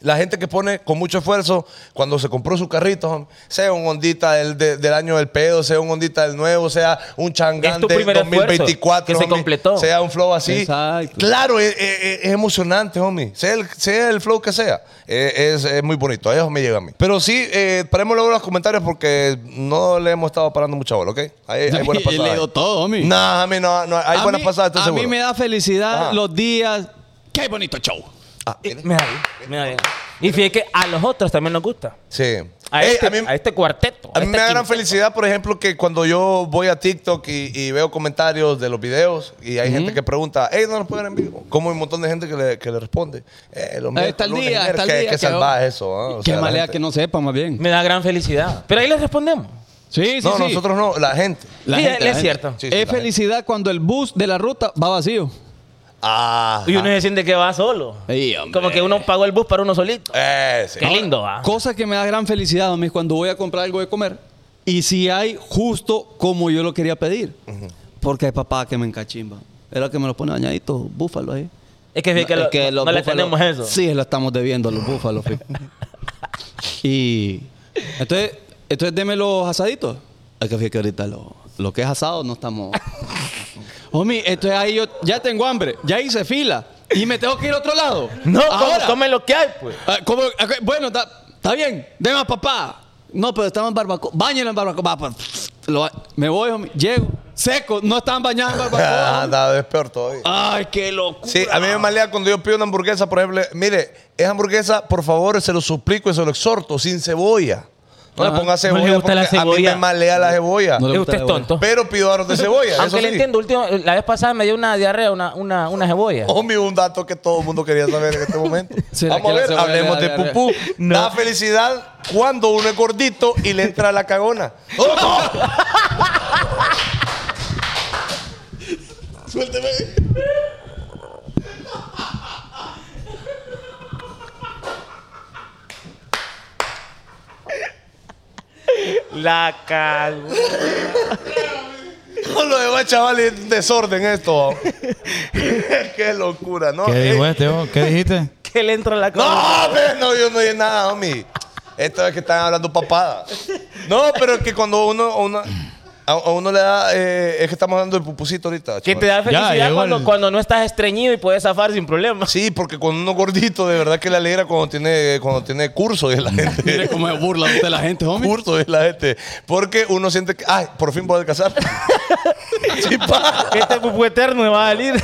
Speaker 5: la gente que pone con mucho esfuerzo cuando se compró su carrito, homie, sea un Hondita del, de- del año del pedo, sea un Hondita del nuevo, sea un
Speaker 3: Es
Speaker 5: Changán
Speaker 3: tu
Speaker 5: del
Speaker 3: primer esfuerzo
Speaker 5: 2024,
Speaker 3: que se
Speaker 5: homie,
Speaker 3: completó.
Speaker 5: sea un flow así.
Speaker 4: Exacto.
Speaker 5: Claro, es, es- es emocionante, homie. Sea el, sea el flow que sea, eh, es, es muy bonito. A eso me llega a mí. Pero sí, eh, paremos luego los comentarios porque no le hemos estado parando mucha bola, ¿ok? Hay, hay buenas
Speaker 4: He
Speaker 5: pasadas.
Speaker 4: leído todo, homie.
Speaker 5: No, a mí no, no, hay
Speaker 4: A
Speaker 5: buenas
Speaker 4: mí-
Speaker 5: pasadas, estoy
Speaker 4: A
Speaker 5: seguro.
Speaker 4: mí me da felicidad
Speaker 5: Ajá.
Speaker 4: los días. ¡Qué bonito show!
Speaker 5: Ah,
Speaker 3: Eh, mira ahí, mira ahí. Y fíjate que a los otros también nos gusta.
Speaker 5: sí.
Speaker 3: A,
Speaker 5: Ey,
Speaker 3: este,
Speaker 5: a mí-
Speaker 3: a este cuarteto.
Speaker 5: A mí
Speaker 3: este
Speaker 5: me da gran
Speaker 3: quinteto.
Speaker 5: felicidad, por ejemplo, que cuando yo voy a TikTok y, y veo comentarios de los videos y hay gente que pregunta, hey, no los pueden en vivo. Como hay un montón de gente que le, que le responde, eh, los
Speaker 4: Ahí está el
Speaker 5: miércoles,
Speaker 4: día,
Speaker 5: lunes,
Speaker 4: está el
Speaker 5: qué-
Speaker 4: día,
Speaker 5: Qué
Speaker 4: que-
Speaker 5: salvaje eso. ¿ah? O
Speaker 4: Qué
Speaker 5: sea, la
Speaker 4: malea
Speaker 5: gente-
Speaker 4: que no sepa, más bien.
Speaker 3: Me da gran felicidad. Pero ahí les respondemos.
Speaker 4: Sí, sí,
Speaker 5: No,
Speaker 4: sí.
Speaker 5: nosotros no, la gente.
Speaker 4: La
Speaker 3: Sí,
Speaker 4: gente, la
Speaker 3: es
Speaker 4: gente.
Speaker 3: cierto.
Speaker 5: Sí, sí,
Speaker 4: es
Speaker 5: la
Speaker 4: felicidad cuando el bus de la ruta va vacío.
Speaker 5: Ah.
Speaker 3: Y uno se siente que va solo.
Speaker 4: Sí, hombre. Este,
Speaker 3: Como que uno pagó el bus para uno solito.
Speaker 5: Eh, sí.
Speaker 3: Qué lindo, va.
Speaker 4: Cosa que me da gran felicidad, homie, es cuando voy a comprar algo de comer. Y si hay justo como yo lo quería pedir. Porque hay papá que me encachimba. Era que me lo pone dañadito, búfalo ahí.
Speaker 3: Es que, fíjate que,
Speaker 4: Es
Speaker 3: lo-
Speaker 4: que los
Speaker 3: no le
Speaker 4: búfalos-
Speaker 3: tenemos eso.
Speaker 4: Sí, lo estamos debiendo a los búfalos. fi.
Speaker 3: (laughs)
Speaker 4: y entonces, entonces deme los asaditos. Hay que fíjate que ahorita lo, lo que es asado no
Speaker 3: (laughs)
Speaker 4: estamos. Homie, entonces ahí yo ya tengo hambre, ya hice fila y me tengo que ir a otro lado.
Speaker 3: No,
Speaker 4: ahora.
Speaker 3: come, come lo que hay, pues.
Speaker 4: Ah, ¿cómo? Ah, Bueno, está está bien, deme a papá. No, pero estaban en barbacoa. Báñenlo en barbacoa. Va, pues, lo ba- me voy, homie. Llego. Seco, no estaban bañados en barbacoa.
Speaker 5: (laughs) (laughs) Ah,
Speaker 4: homie.
Speaker 5: nada, es peor todavía.
Speaker 4: Ay, qué locura.
Speaker 5: Sí, a mí me malea cuando yo pido una hamburguesa, por ejemplo, mire, es hamburguesa, por favor, se lo suplico y se lo exhorto, sin cebolla. No le
Speaker 4: Ajá.
Speaker 5: ponga
Speaker 3: No le
Speaker 5: cebolla
Speaker 3: gusta la
Speaker 5: porque a mí
Speaker 3: cebolla.
Speaker 5: me malea la cebolla.
Speaker 4: No le
Speaker 3: Eh,
Speaker 4: gusta
Speaker 3: Usted es
Speaker 4: la bola.
Speaker 3: tonto.
Speaker 5: Pero pido aros de cebolla.
Speaker 3: Aunque
Speaker 5: eso
Speaker 3: le
Speaker 5: sí.
Speaker 3: entiendo, último, la vez pasada me dio una diarrea, una, una, una cebolla.
Speaker 4: Oh.
Speaker 5: Homie, un dato que todo el mundo quería saber en este momento.
Speaker 4: ¿Será
Speaker 5: Vamos a
Speaker 4: que la
Speaker 5: ver,
Speaker 4: cebolla
Speaker 5: hablemos
Speaker 4: le
Speaker 5: de
Speaker 4: da diarrea?
Speaker 5: pupú. Da felicidad cuando uno es gordito y le entra la cagona. (laughs) ¡Oh, no! Suélteme.
Speaker 3: La cago.
Speaker 4: Oh.
Speaker 5: Con lo demás, chavales, es un desorden esto. (laughs) Qué locura, ¿no?
Speaker 2: ¿Qué
Speaker 5: Ey,
Speaker 2: dijo este? vos? ¿Qué dijiste?
Speaker 3: Que le entra la cago.
Speaker 5: No, pero no, yo no dije nada, homie. Esto es que están hablando papada. No, pero es que cuando uno, a una- a, a uno le da, eh, es que estamos hablando del pupusito ahorita.
Speaker 3: Que
Speaker 5: chaval.
Speaker 3: te da felicidad
Speaker 2: llegó
Speaker 3: cuando,
Speaker 2: el-
Speaker 3: cuando no estás estreñido y puedes zafar sin (laughs) problema.
Speaker 5: Sí, porque cuando uno gordito, de verdad que le alegra cuando tiene, cuando tiene curso de la
Speaker 4: Mire
Speaker 5: gente.
Speaker 4: cómo se burla usted la gente, homie.
Speaker 5: (laughs) curso de la gente. Porque uno siente que, ay, por fin voy
Speaker 3: (laughs)
Speaker 5: a casar. sí, pa.
Speaker 3: Este pupú eterno me va a salir.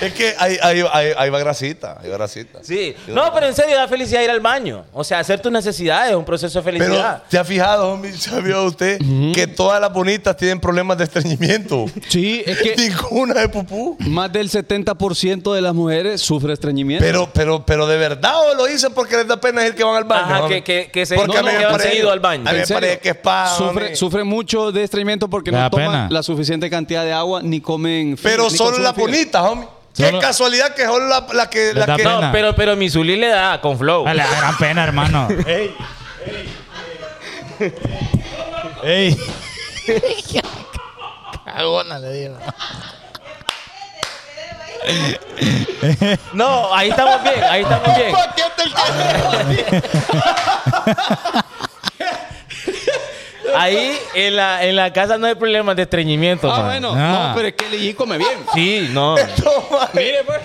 Speaker 5: Es que ahí, ahí, ahí- ahí va grasita, ahí va grasita.
Speaker 3: Sí. No, pero en serio, da felicidad ir al baño. O sea, hacer tus necesidades es un proceso de
Speaker 5: Pero eh,
Speaker 3: felicidad.
Speaker 5: te ha fijado, homie, ¿sabía usted que todas las bonitas tienen problemas de estreñimiento?
Speaker 4: Sí, es que
Speaker 5: Ninguna de pupú.
Speaker 4: más del 70% de las mujeres sufre estreñimiento.
Speaker 5: Pero, pero, pero de verdad o lo dicen porque les da pena es el que van al baño.
Speaker 3: Ajá,
Speaker 5: homie?
Speaker 3: que- que- que se-
Speaker 5: porque
Speaker 3: no,
Speaker 5: a mí
Speaker 3: no,
Speaker 5: me
Speaker 3: que van
Speaker 5: parece-
Speaker 3: seguido al baño.
Speaker 5: A mí me
Speaker 4: En serio,
Speaker 5: parece que es pa.
Speaker 4: Sufre,
Speaker 5: homie.
Speaker 4: sufre mucho de estreñimiento porque
Speaker 2: Le
Speaker 4: no
Speaker 2: da
Speaker 4: toman
Speaker 2: pena.
Speaker 4: la suficiente cantidad de agua ni comen. fibra,
Speaker 5: Pero
Speaker 4: ni
Speaker 5: solo
Speaker 4: consumen
Speaker 5: las
Speaker 4: fibra.
Speaker 5: bonitas, homie. Qué
Speaker 2: Solo-
Speaker 5: casualidad que son las la que.
Speaker 2: Les
Speaker 5: La
Speaker 2: da
Speaker 5: que (laughs)
Speaker 2: pena.
Speaker 3: No, pero, pero Misuli le da con flow.
Speaker 2: Ah, Le da gran pena, hermano. ¡Ey! ¡Ey! ¡Ey! Cagona le digo.
Speaker 3: No, ahí estamos bien, ahí estamos bien. Ahí en la, en la casa no hay problemas de estreñimiento.
Speaker 4: Ah,
Speaker 3: man.
Speaker 4: bueno.
Speaker 2: Ah.
Speaker 4: No, pero es que el Iji come bien.
Speaker 3: Sí, no.
Speaker 4: Mire, pues.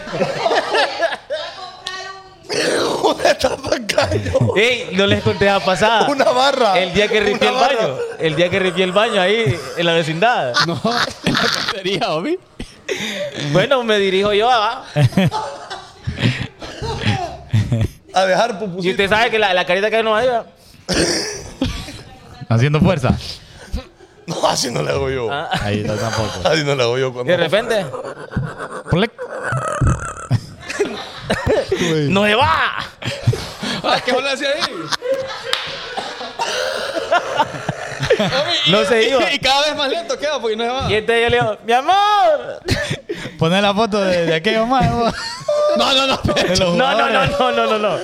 Speaker 5: Una tapa de caño.
Speaker 3: Ey, no les conté la pasada.
Speaker 5: Una barra.
Speaker 3: El día que
Speaker 5: Una
Speaker 3: ripié el
Speaker 5: barra.
Speaker 3: baño. El día que ripié el baño ahí en la vecindad.
Speaker 4: No, en la cafetería, Omi.
Speaker 3: Bueno, me dirijo yo ah, a.
Speaker 5: A dejar pupusitos.
Speaker 3: Y usted sabe que la, la carita que no va
Speaker 2: Haciendo fuerza.
Speaker 5: No, así no le hago yo.
Speaker 3: Ah.
Speaker 2: Ahí está tampoco.
Speaker 5: Así no le hago yo.
Speaker 3: Y
Speaker 5: Cuando...
Speaker 3: de repente.
Speaker 2: Plec.
Speaker 3: ¡No se va!
Speaker 4: Ah, ¿Qué habla así ahí?
Speaker 3: (laughs) No
Speaker 2: (laughs)
Speaker 3: se iba.
Speaker 4: Y cada vez (laughs) más lento queda porque no se va.
Speaker 3: Y entonces yo le digo, mi amor.
Speaker 2: Poner la foto de, de aquellos más. vos.
Speaker 4: No, no, no.
Speaker 2: De
Speaker 3: No,
Speaker 2: los
Speaker 3: no, no,
Speaker 2: jugadores.
Speaker 3: no, no, no, no.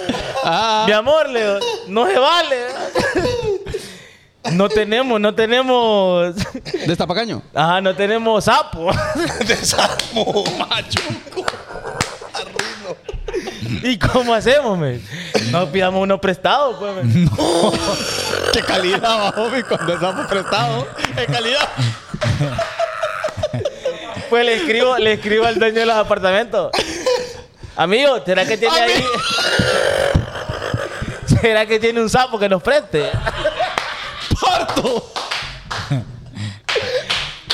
Speaker 4: Ah,
Speaker 3: Mi amor, le digo, no se vale. No tenemos, no tenemos. (laughs)
Speaker 4: destapacaño.
Speaker 3: Ajá, no tenemos sapo.
Speaker 5: (laughs) Desarmo. Macho.
Speaker 3: ¿Y cómo hacemos, men? No pidamos uno prestado, pues, men.
Speaker 4: (laughs) Qué calidad, va, Omi, cuando estamos prestados. Qué calidad.
Speaker 3: Pues le escribo, le escribo al dueño de los apartamentos. Amigo, ¿será que tiene ahí? (laughs) ¿Será que tiene un sapo que nos preste?
Speaker 4: ¡Parto!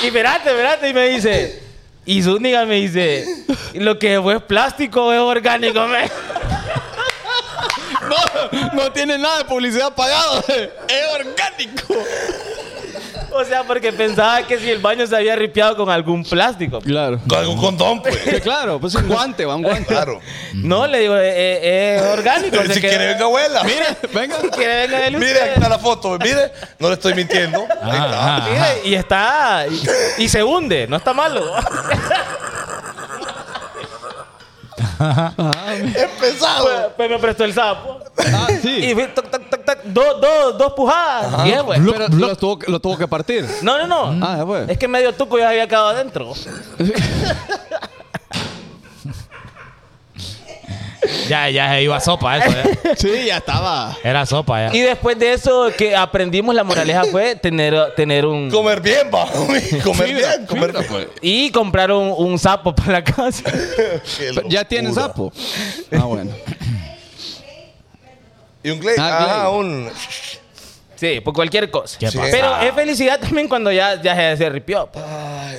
Speaker 3: Y espérate, espérate, y me dice. Y Zúñiga me dice, lo que fue es plástico es orgánico, men.
Speaker 4: (laughs) No, no tiene nada de publicidad pagado. Es orgánico.
Speaker 3: O sea, porque pensaba que si el baño se había ripiado con algún plástico.
Speaker 4: Claro.
Speaker 5: Con un condón, pues.
Speaker 4: claro, pues un guante, va un (laughs) guante.
Speaker 5: Claro.
Speaker 3: No, le digo, "Eh, eh, es orgánico.
Speaker 5: Pero
Speaker 3: se
Speaker 5: (laughs) si
Speaker 3: quedó-
Speaker 5: quiere, venga, abuela. Mire,
Speaker 4: Venga.
Speaker 3: si quiere, venga, pues. dele
Speaker 5: mire,
Speaker 3: usted".
Speaker 5: aquí está la foto. Mire, no le estoy mintiendo. Ahí
Speaker 4: Ah.
Speaker 5: está.
Speaker 2: Ajá,
Speaker 3: Mire,
Speaker 2: ajá.
Speaker 3: y está. Y, y se hunde, no está malo.
Speaker 5: Es
Speaker 3: pues,
Speaker 5: pesado.
Speaker 3: pues me prestó el sapo.
Speaker 4: Ah, sí.
Speaker 3: Y fui, toc, toc, toc, toc, dos, dos, dos pujadas. Y ya, pues.
Speaker 4: Pero lo tuvo, que- lo tuvo que partir.
Speaker 3: No, no, no.
Speaker 4: Ah, ya, pues.
Speaker 3: Es que medio tuco ya había quedado adentro.
Speaker 2: Ya, ya se iba a sopa eso. ya.
Speaker 4: Sí, ya estaba.
Speaker 2: Era sopa ya.
Speaker 3: Y después de eso que aprendimos, la moraleja fue tener, tener un.
Speaker 5: Comer bien, va. homie. Comer bien, comer bien.
Speaker 4: pues.
Speaker 3: Y comprar un, un sapo para la casa.
Speaker 5: Qué
Speaker 4: Ya tiene
Speaker 5: locura.
Speaker 4: sapo. Ah, bueno.
Speaker 5: Y un Glade.
Speaker 4: Ah,
Speaker 5: Ah,
Speaker 4: Glade.
Speaker 5: un.
Speaker 3: Sí, por cualquier cosa.
Speaker 2: ¿Qué
Speaker 5: Sí.
Speaker 2: pasa?
Speaker 3: Pero es felicidad también cuando ya, ya se, se ripió. pues.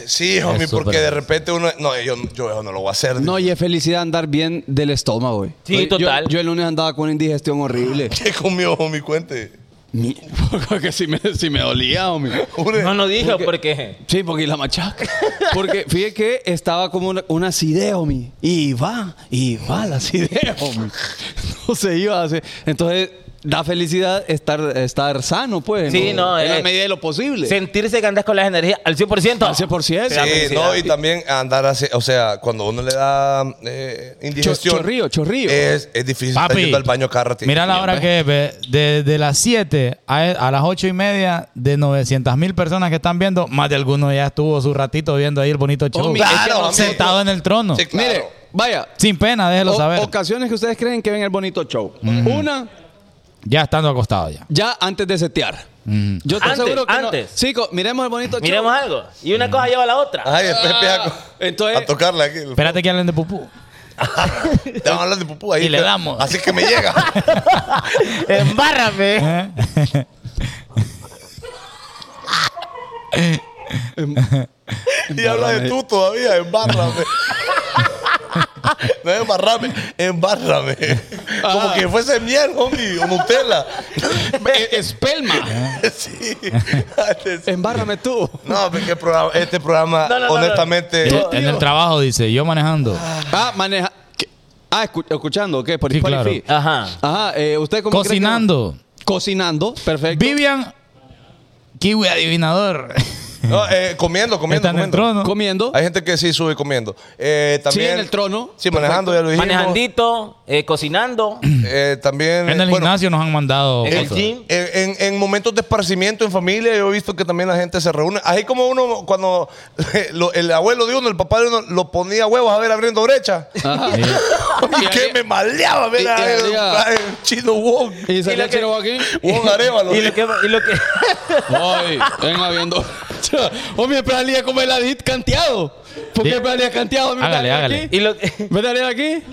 Speaker 5: Sí, homie,
Speaker 2: Es
Speaker 5: porque
Speaker 2: súper-
Speaker 5: de repente uno. No, yo, yo eso no lo voy a hacer.
Speaker 4: No,
Speaker 5: (laughs)
Speaker 4: y es felicidad andar bien del estómago, güey.
Speaker 3: Sí,
Speaker 4: Oye, yo-
Speaker 3: total.
Speaker 4: Yo, el lunes andaba con una indigestión horrible.
Speaker 5: ¿Qué comió, homie? Cuente.
Speaker 4: Mi- (laughs) porque si me, si me dolía, hombre.
Speaker 5: Jure.
Speaker 3: No, no dijo porque.
Speaker 4: Sí, porque y la machaca. Porque fíjate que estaba como una, una acidez, homie. Y va, y va la acidez, homie. No se iba a hacer. Entonces, da felicidad estar, estar sano, pues.
Speaker 3: Sí, no,
Speaker 4: En
Speaker 3: eh,
Speaker 4: la medida de lo posible.
Speaker 3: Sentirse que andas con las energías al 100%.
Speaker 4: Al 100%.
Speaker 3: Te da
Speaker 5: Sí,
Speaker 3: felicidad.
Speaker 5: no, y también andar así, o sea, cuando uno le da eh, indigestión.
Speaker 4: chorrío, chorrío.
Speaker 5: Es, es difícil estar
Speaker 2: Papi,
Speaker 5: yendo al baño cada ratito.
Speaker 2: mira la hora que es, ve. de, de las 7 a, a las 8 y media de 900 mil personas que están viendo, más de alguno ya estuvo su ratito viendo ahí el bonito show.
Speaker 4: Homie, es que
Speaker 5: Claro, nosotros-
Speaker 2: sentado en el trono.
Speaker 5: Sí, claro.
Speaker 4: Mire, vaya.
Speaker 2: Sin pena, déjelo
Speaker 4: o-
Speaker 2: saber.
Speaker 4: Ocasiones que ustedes creen que ven el bonito show. Una,
Speaker 2: Ya estando acostado ya.
Speaker 4: ya antes de setear.
Speaker 2: Mm.
Speaker 4: Yo te
Speaker 3: Antes,
Speaker 4: aseguro que no.
Speaker 3: antes.
Speaker 4: Chico, miremos el bonito show.
Speaker 3: Miremos algo. Y una cosa lleva a la otra.
Speaker 5: Ay, después empieza a,
Speaker 4: Ah, entonces-
Speaker 5: a tocarle aquí.
Speaker 2: Espérate que hablen de pupú.
Speaker 5: Eh, Te van a hablar de pupú ahí.
Speaker 2: Y le damos.
Speaker 5: Así que me
Speaker 2: (laughs)
Speaker 5: llega.
Speaker 3: Embárrame.
Speaker 2: ¿Eh?
Speaker 5: y habla de tú todavía. Embárrame. no es embarrame, embárrame. Como que fuese miel, homie, o Nutella. (laughs)
Speaker 4: Eh,
Speaker 2: (laughs)
Speaker 4: Espelma.
Speaker 5: sí.
Speaker 4: Embárrame tú.
Speaker 5: no, pero qué programa- este programa,
Speaker 3: No, no, no, no.
Speaker 5: honestamente.
Speaker 2: Eh, en el trabajo dice, yo manejando.
Speaker 4: Ah, maneja. ¿qué? Ah, escu- escuchando, ¿qué? Por
Speaker 2: Sí, claro.
Speaker 4: Spotify.
Speaker 3: Ajá.
Speaker 4: Ajá, eh, ¿usted cómo cree que-
Speaker 2: Cocinando.
Speaker 5: Eh,
Speaker 4: Cocinando, perfecto.
Speaker 2: Vivian, kiwi adivinador. (laughs)
Speaker 5: No, eh, comiendo, comiendo.
Speaker 2: Está en el
Speaker 5: comiendo.
Speaker 2: trono.
Speaker 4: Comiendo.
Speaker 5: Hay gente que sí sube comiendo. Eh, también,
Speaker 4: Sí, en el trono.
Speaker 5: Sí, manejando, ya lo dijimos.
Speaker 3: Manejandito, eh, cocinando.
Speaker 5: Eh, también.
Speaker 2: En
Speaker 5: eh,
Speaker 2: el
Speaker 5: bueno,
Speaker 2: gimnasio nos han mandado.
Speaker 5: en-
Speaker 2: fotos.
Speaker 5: en, en- en momentos de esparcimiento en familia, yo he visto que también la gente se reúne. Así como uno, cuando lo- el abuelo de uno, el papá de uno, lo ponía huevos a ver abriendo brecha.
Speaker 3: (laughs)
Speaker 4: Ajá.
Speaker 5: Y que me maleaba,
Speaker 4: y-
Speaker 5: mira,
Speaker 4: y
Speaker 5: el,
Speaker 4: había-
Speaker 5: el chino Wong.
Speaker 4: Y
Speaker 3: Y lo
Speaker 4: salió el
Speaker 3: que-
Speaker 4: chino aquí.
Speaker 5: Wong Arevalo.
Speaker 3: Y lo que. Y lo que
Speaker 4: Ay, venga
Speaker 2: (laughs)
Speaker 4: viendo. Hombre, espera el día como el Adit canteado. ¿Por qué
Speaker 2: Sí.
Speaker 4: espera el día canteado? Mira,
Speaker 2: Hágale,
Speaker 4: aquí.
Speaker 2: hágale.
Speaker 3: y lo-
Speaker 4: Vete a leer aquí.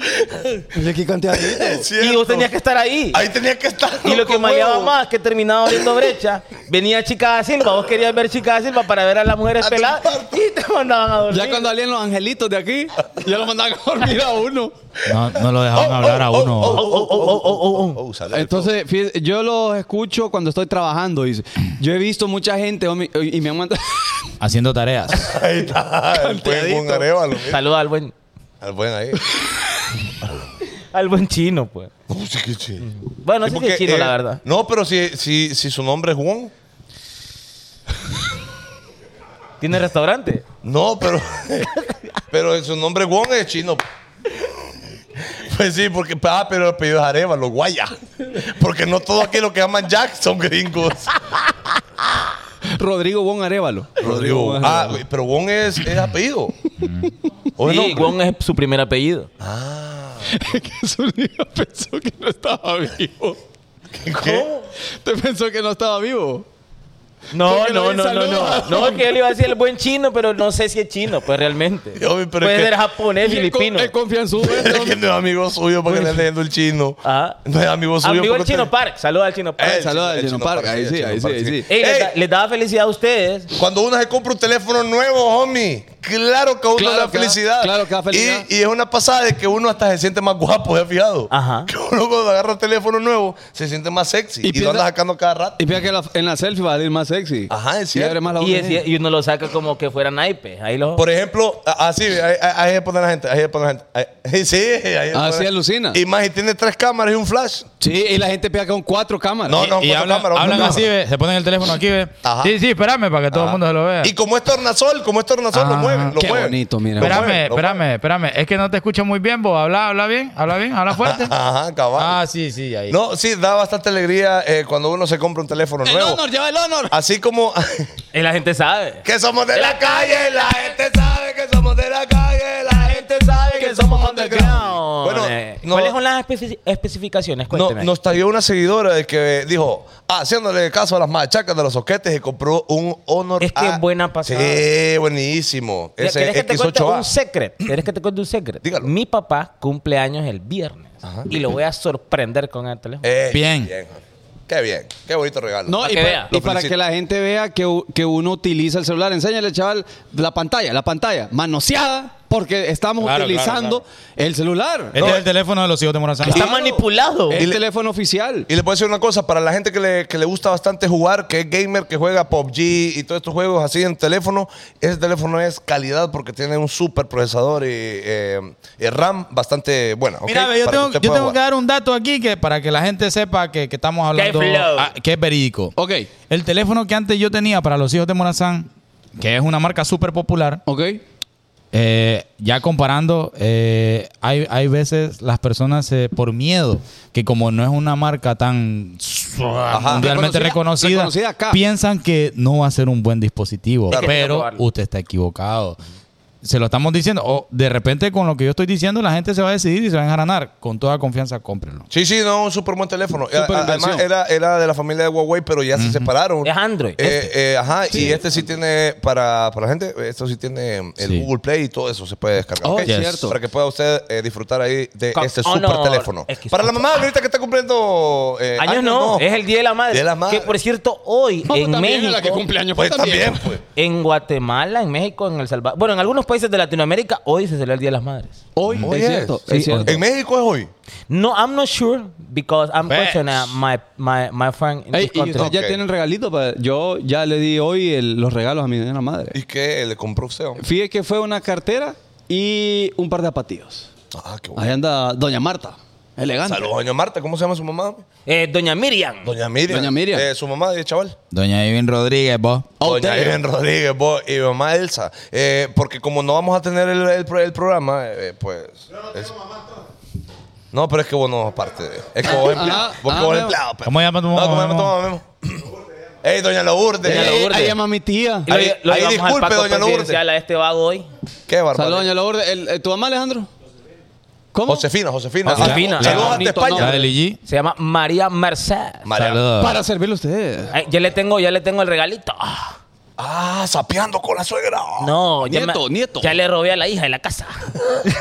Speaker 4: Mira aquí canteado. (laughs)
Speaker 5: Es cierto.
Speaker 3: y vos tenías que estar ahí.
Speaker 5: Ahí tenía que estar.
Speaker 3: Y lo que
Speaker 5: loco,
Speaker 3: mareaba
Speaker 5: huevo.
Speaker 3: más, que terminaba abriendo brecha, venía Chica da Silva. Vos querías ver Chica da Silva para ver a las mujeres
Speaker 5: A tu
Speaker 3: peladas
Speaker 5: parto.
Speaker 3: y te mandaban a dormir.
Speaker 4: Ya cuando salían los angelitos de aquí, ya lo mandaban a dormir a uno.
Speaker 2: No, no lo dejaban
Speaker 5: Oh,
Speaker 2: hablar a
Speaker 5: oh,
Speaker 2: uno.
Speaker 5: oh,
Speaker 3: Oh, oh, oh, oh, oh, oh.
Speaker 5: Oh, sale de
Speaker 4: Entonces, fíjese, yo los escucho cuando estoy trabajando. Y yo he visto mucha gente homie, y me han mandado. (laughs)
Speaker 5: oh.
Speaker 2: Haciendo tareas.
Speaker 5: Ahí está, el buen Juan Arevalo. mira.
Speaker 3: Saluda al buen,
Speaker 5: Al buen ahí.
Speaker 3: al buen chino, pues.
Speaker 5: Uh, sí, qué chido.
Speaker 3: Bueno, sí, que es chino,
Speaker 5: eh,
Speaker 3: la verdad.
Speaker 5: No, pero si, si, si su nombre es Juan.
Speaker 3: Tiene restaurante.
Speaker 5: No, pero. (laughs) pero su nombre es Juan es chino. Pues sí, porque. Ah, pero el apellido es Arevalo, guaya. Porque no todos aquellos que llaman Jack
Speaker 4: (laughs)
Speaker 5: son gringos.
Speaker 4: Rodrigo Bon Arevalo.
Speaker 5: Rodrigo. Ah,
Speaker 4: (laughs)
Speaker 5: pero Juan es, es apellido. ¿O es
Speaker 3: Sí,
Speaker 5: nombre?
Speaker 3: Wong es su primer apellido.
Speaker 4: que su niño pensó que no estaba vivo.
Speaker 5: ¿Qué?
Speaker 4: ¿Te pensó que no estaba vivo?
Speaker 3: No,
Speaker 4: Porque
Speaker 3: no,
Speaker 4: nadie
Speaker 3: no, no,
Speaker 4: saluda.
Speaker 3: no. No, es que yo le iba a decir el buen chino, pero no sé si es chino, pues realmente.
Speaker 5: Yo, pero
Speaker 3: Puede
Speaker 5: es que-
Speaker 3: ser japonés,
Speaker 4: Y el co-
Speaker 3: filipino.
Speaker 4: El confianzudo este,
Speaker 5: Es que no es amigo suyo porque le está leyendo el chino.
Speaker 3: Ajá.
Speaker 5: No es amigo suyo.
Speaker 3: Ah. Amigo el
Speaker 5: porque
Speaker 3: Chino
Speaker 5: te-
Speaker 3: Park. Saluda al Chino
Speaker 5: Eh,
Speaker 3: Park.
Speaker 5: el
Speaker 4: Saluda
Speaker 5: chino-
Speaker 4: al
Speaker 5: el
Speaker 4: Chino Park, ahí
Speaker 5: el
Speaker 4: sí,
Speaker 5: chino
Speaker 4: ahí sí,
Speaker 5: Park,
Speaker 4: ahí sí.
Speaker 3: Ey, les,
Speaker 5: Ey,
Speaker 3: da- les daba felicidad a ustedes.
Speaker 5: Cuando uno se compra un teléfono nuevo, homie, claro que a uno
Speaker 4: Claro
Speaker 5: le da
Speaker 4: que da-
Speaker 5: felicidad.
Speaker 4: claro que da felicidad.
Speaker 5: Y, y es una pasada de que uno hasta se siente más guapo, ¿se ha fijado?
Speaker 3: Ajá.
Speaker 5: Que uno cuando agarra un teléfono nuevo se siente más sexy
Speaker 4: Y
Speaker 5: y, lo
Speaker 4: piensa-
Speaker 5: anda sacando cada rato.
Speaker 4: (laughs) Y fíjate que la- en la selfie va a salir más sexy.
Speaker 5: Ajá, es
Speaker 4: Y
Speaker 5: cierto.
Speaker 4: abre más la
Speaker 3: Y,
Speaker 4: boca.
Speaker 3: es- y uno lo saca como que fuera naipe. Ahí lo.
Speaker 5: Por ejemplo, a- así, ahí, ahí- ahí se pone la gente, ahí se pone la gente. Ahí- (laughs) sí, ahí se
Speaker 4: Así
Speaker 5: pone-
Speaker 4: alucina.
Speaker 5: Y más, y tiene tres cámaras y un flash.
Speaker 4: Sí, y la gente pega con cuatro cámaras.
Speaker 5: No, (laughs) no,
Speaker 2: y
Speaker 5: cuatro
Speaker 2: hablan,
Speaker 5: cámaras,
Speaker 2: hablan
Speaker 5: cuatro
Speaker 2: así,
Speaker 5: cámaras.
Speaker 2: ve, se ponen el teléfono aquí, ve.
Speaker 5: Ajá.
Speaker 2: Sí, sí, espérame para que todo el mundo se lo vea.
Speaker 5: Y como es tornasol, como es tornasol, lo
Speaker 2: Ajá.
Speaker 5: mueven, lo
Speaker 4: Qué
Speaker 5: mueven.
Speaker 4: bonito, mira.
Speaker 5: Lo
Speaker 2: Espérame,
Speaker 5: mueven, lo mueven.
Speaker 2: espérame, espérame. Es que no te escucho muy bien, vos. Habla, habla bien, habla bien, habla
Speaker 5: (laughs)
Speaker 2: fuerte.
Speaker 5: Ajá, cabal.
Speaker 2: ah, sí, sí, ahí.
Speaker 5: No, sí, da bastante alegría eh, cuando uno se compra un
Speaker 3: Eh,
Speaker 5: teléfono
Speaker 4: El
Speaker 5: nuevo.
Speaker 4: honor, lleva el honor.
Speaker 5: Así como (laughs)
Speaker 3: Y la gente sabe.
Speaker 5: que somos de la calle, la gente sabe que somos de la calle, la gente sabe que somos underground.
Speaker 3: Bueno,
Speaker 5: Bueno,
Speaker 3: Eh, ¿cuáles
Speaker 5: no-
Speaker 3: son las especi- especificaciones?
Speaker 5: No,
Speaker 3: Cuénteme.
Speaker 5: nos tagueó una seguidora de que dijo, haciéndole caso a las machacas de los soquetes, y compró un Honor
Speaker 3: Es que
Speaker 5: A.
Speaker 3: buena pasada.
Speaker 5: Sí, buenísimo.
Speaker 3: Ya,
Speaker 5: Ese
Speaker 3: ¿Querés que te cuente un
Speaker 5: X8A.
Speaker 3: secret? ¿Querés que te cuente un secret?
Speaker 5: Dígalo.
Speaker 3: Mi papá cumple años el viernes. Y lo voy a sorprender con el teléfono.
Speaker 5: Eh,
Speaker 2: Bien.
Speaker 5: Qué bien. Qué bonito regalo.
Speaker 4: No,
Speaker 3: Para
Speaker 4: y,
Speaker 3: que
Speaker 4: pa-
Speaker 3: vea.
Speaker 4: y
Speaker 5: Lo
Speaker 4: para
Speaker 5: felicito.
Speaker 4: que la gente vea que, u- que uno utiliza el celular. Enséñale, chaval, la pantalla, la pantalla. Manoseada, porque estamos
Speaker 2: Claro,
Speaker 4: utilizando el celular.
Speaker 2: Este es el teléfono de los hijos de Morazán.
Speaker 3: Está
Speaker 4: claro.
Speaker 3: manipulado.
Speaker 4: el
Speaker 5: y le-
Speaker 4: teléfono oficial.
Speaker 5: Y le puedo decir una cosa, para la gente que le, que le gusta bastante jugar, que es gamer, que juega PUBG y todos estos juegos así en teléfono, ese teléfono es calidad porque tiene un super procesador y, eh, y RAM bastante buena. ¿ok?
Speaker 2: Mira, ve, yo
Speaker 5: Para
Speaker 2: tengo,
Speaker 5: usted
Speaker 2: yo
Speaker 5: pueda
Speaker 2: tengo que
Speaker 5: jugar.
Speaker 2: dar un dato aquí que para que la gente sepa que, que estamos hablando
Speaker 3: flow.
Speaker 2: ah, que es verídico.
Speaker 4: Ok,
Speaker 2: El teléfono que antes yo tenía para los hijos de Morazán, que es una marca súper popular,
Speaker 4: ok.
Speaker 2: eh, ya comparando, eh, hay, hay veces las personas eh, por miedo, que como no es una marca tan su-
Speaker 4: Reconocida-
Speaker 2: mundialmente reconocida,
Speaker 4: reconocida acá.
Speaker 2: piensan que no va a ser un buen dispositivo,
Speaker 5: Claro.
Speaker 2: pero usted está equivocado. Se lo estamos diciendo, o de repente con lo que yo estoy diciendo, la gente se va a decidir y se va a enjaranar. Con toda confianza, cómprenlo.
Speaker 5: Sí, sí, no, un súper buen teléfono. A- a- Además,
Speaker 4: inversión.
Speaker 5: era, era de la familia de Huawei, pero ya se separaron.
Speaker 3: Es Android,
Speaker 5: Eh, eh, ajá, y este sí tiene, para, para la gente, esto sí tiene el
Speaker 2: Sí.
Speaker 5: Google Play y todo eso se puede descargar.
Speaker 4: Oh,
Speaker 5: ¿ok?
Speaker 4: es cierto.
Speaker 5: Para que pueda usted eh, disfrutar ahí de
Speaker 3: Con
Speaker 5: este súper
Speaker 3: Honor
Speaker 5: teléfono.
Speaker 3: X8A.
Speaker 5: Para la mamá, ahorita que está cumpliendo eh,
Speaker 3: Años no, es el Día de la Madre.
Speaker 5: Día de la Madre.
Speaker 3: Que por cierto, hoy
Speaker 4: Vamos
Speaker 3: en
Speaker 4: también a
Speaker 3: México,
Speaker 4: la que cumple años,
Speaker 5: Pues
Speaker 4: pues, también.
Speaker 5: también, pues.
Speaker 3: en Guatemala, en México, en El Salvador, bueno, en algunos países de Latinoamérica, hoy se celebra el Día de las Madres.
Speaker 4: Hoy,
Speaker 5: Hoy
Speaker 4: es,
Speaker 5: es.
Speaker 4: cierto.
Speaker 5: Sí,
Speaker 4: es cierto.
Speaker 5: En México es hoy.
Speaker 3: No, I'm not sure because I'm
Speaker 2: Facts.
Speaker 3: questioning my, my, my friend in
Speaker 4: Ey,
Speaker 3: this
Speaker 4: y
Speaker 3: country.
Speaker 4: ustedes ya
Speaker 5: Ok.
Speaker 4: tienen regalito. Para, yo ya le di hoy el- los regalos a mi nena madre.
Speaker 5: ¿Y qué le compró usted? hombre?
Speaker 4: Fíjate que fue una cartera y un par de zapatillos.
Speaker 5: Ah, qué bueno.
Speaker 4: Ahí anda Doña Marta. Elegante.
Speaker 5: Saludos, doña Marta. ¿Cómo se llama su mamá?
Speaker 3: Eh, Doña Miriam.
Speaker 5: Doña Miriam.
Speaker 4: Doña Miriam.
Speaker 5: Eh, su mamá, de chaval.
Speaker 2: Doña Ivin Rodríguez, vos.
Speaker 4: Oh,
Speaker 5: Doña
Speaker 4: damn.
Speaker 5: Irene Rodríguez, vos y mi mamá Elsa. Eh, porque como no vamos a tener el, el pro- el programa, eh, pues. es- no, pero es que vos no aparte. Es como vos empleado.
Speaker 4: Ajá,
Speaker 5: Vos
Speaker 4: ah,
Speaker 5: como vos
Speaker 4: memo.
Speaker 5: empleado. pe-
Speaker 2: ¿Cómo llama tu mamá,
Speaker 5: No, ¿cómo llama tu
Speaker 2: memo?
Speaker 5: mamá, Memo? Ey, Doña Lourdes.
Speaker 3: Doña
Speaker 5: Ey,
Speaker 3: Lourdes.
Speaker 4: Ahí llama mi tía.
Speaker 5: Ahí-
Speaker 3: Lo- lo llevamos
Speaker 5: ahí
Speaker 3: al
Speaker 5: disculpe,
Speaker 3: pacto
Speaker 5: doña Lourdes.
Speaker 3: presidencial a este vago hoy.
Speaker 5: Qué bárbaro.
Speaker 4: Saludos, doña Lourdes. El- el- ¿Tu mamá, Alejandro? ¿Cómo?
Speaker 5: Josefina, Josefina.
Speaker 3: Josefina.
Speaker 5: Ah, Saludos hasta
Speaker 4: Bonito
Speaker 5: España.
Speaker 2: La de Ligi.
Speaker 3: Se llama María Merced.
Speaker 5: María.
Speaker 2: Saludos.
Speaker 4: Para servirle a usted.
Speaker 3: Ay, ya le tengo, ya le tengo el regalito.
Speaker 5: Ah, sapeando con la suegra.
Speaker 3: No, ya
Speaker 4: Nieto, nieto.
Speaker 3: Ya le robé a la hija de la casa.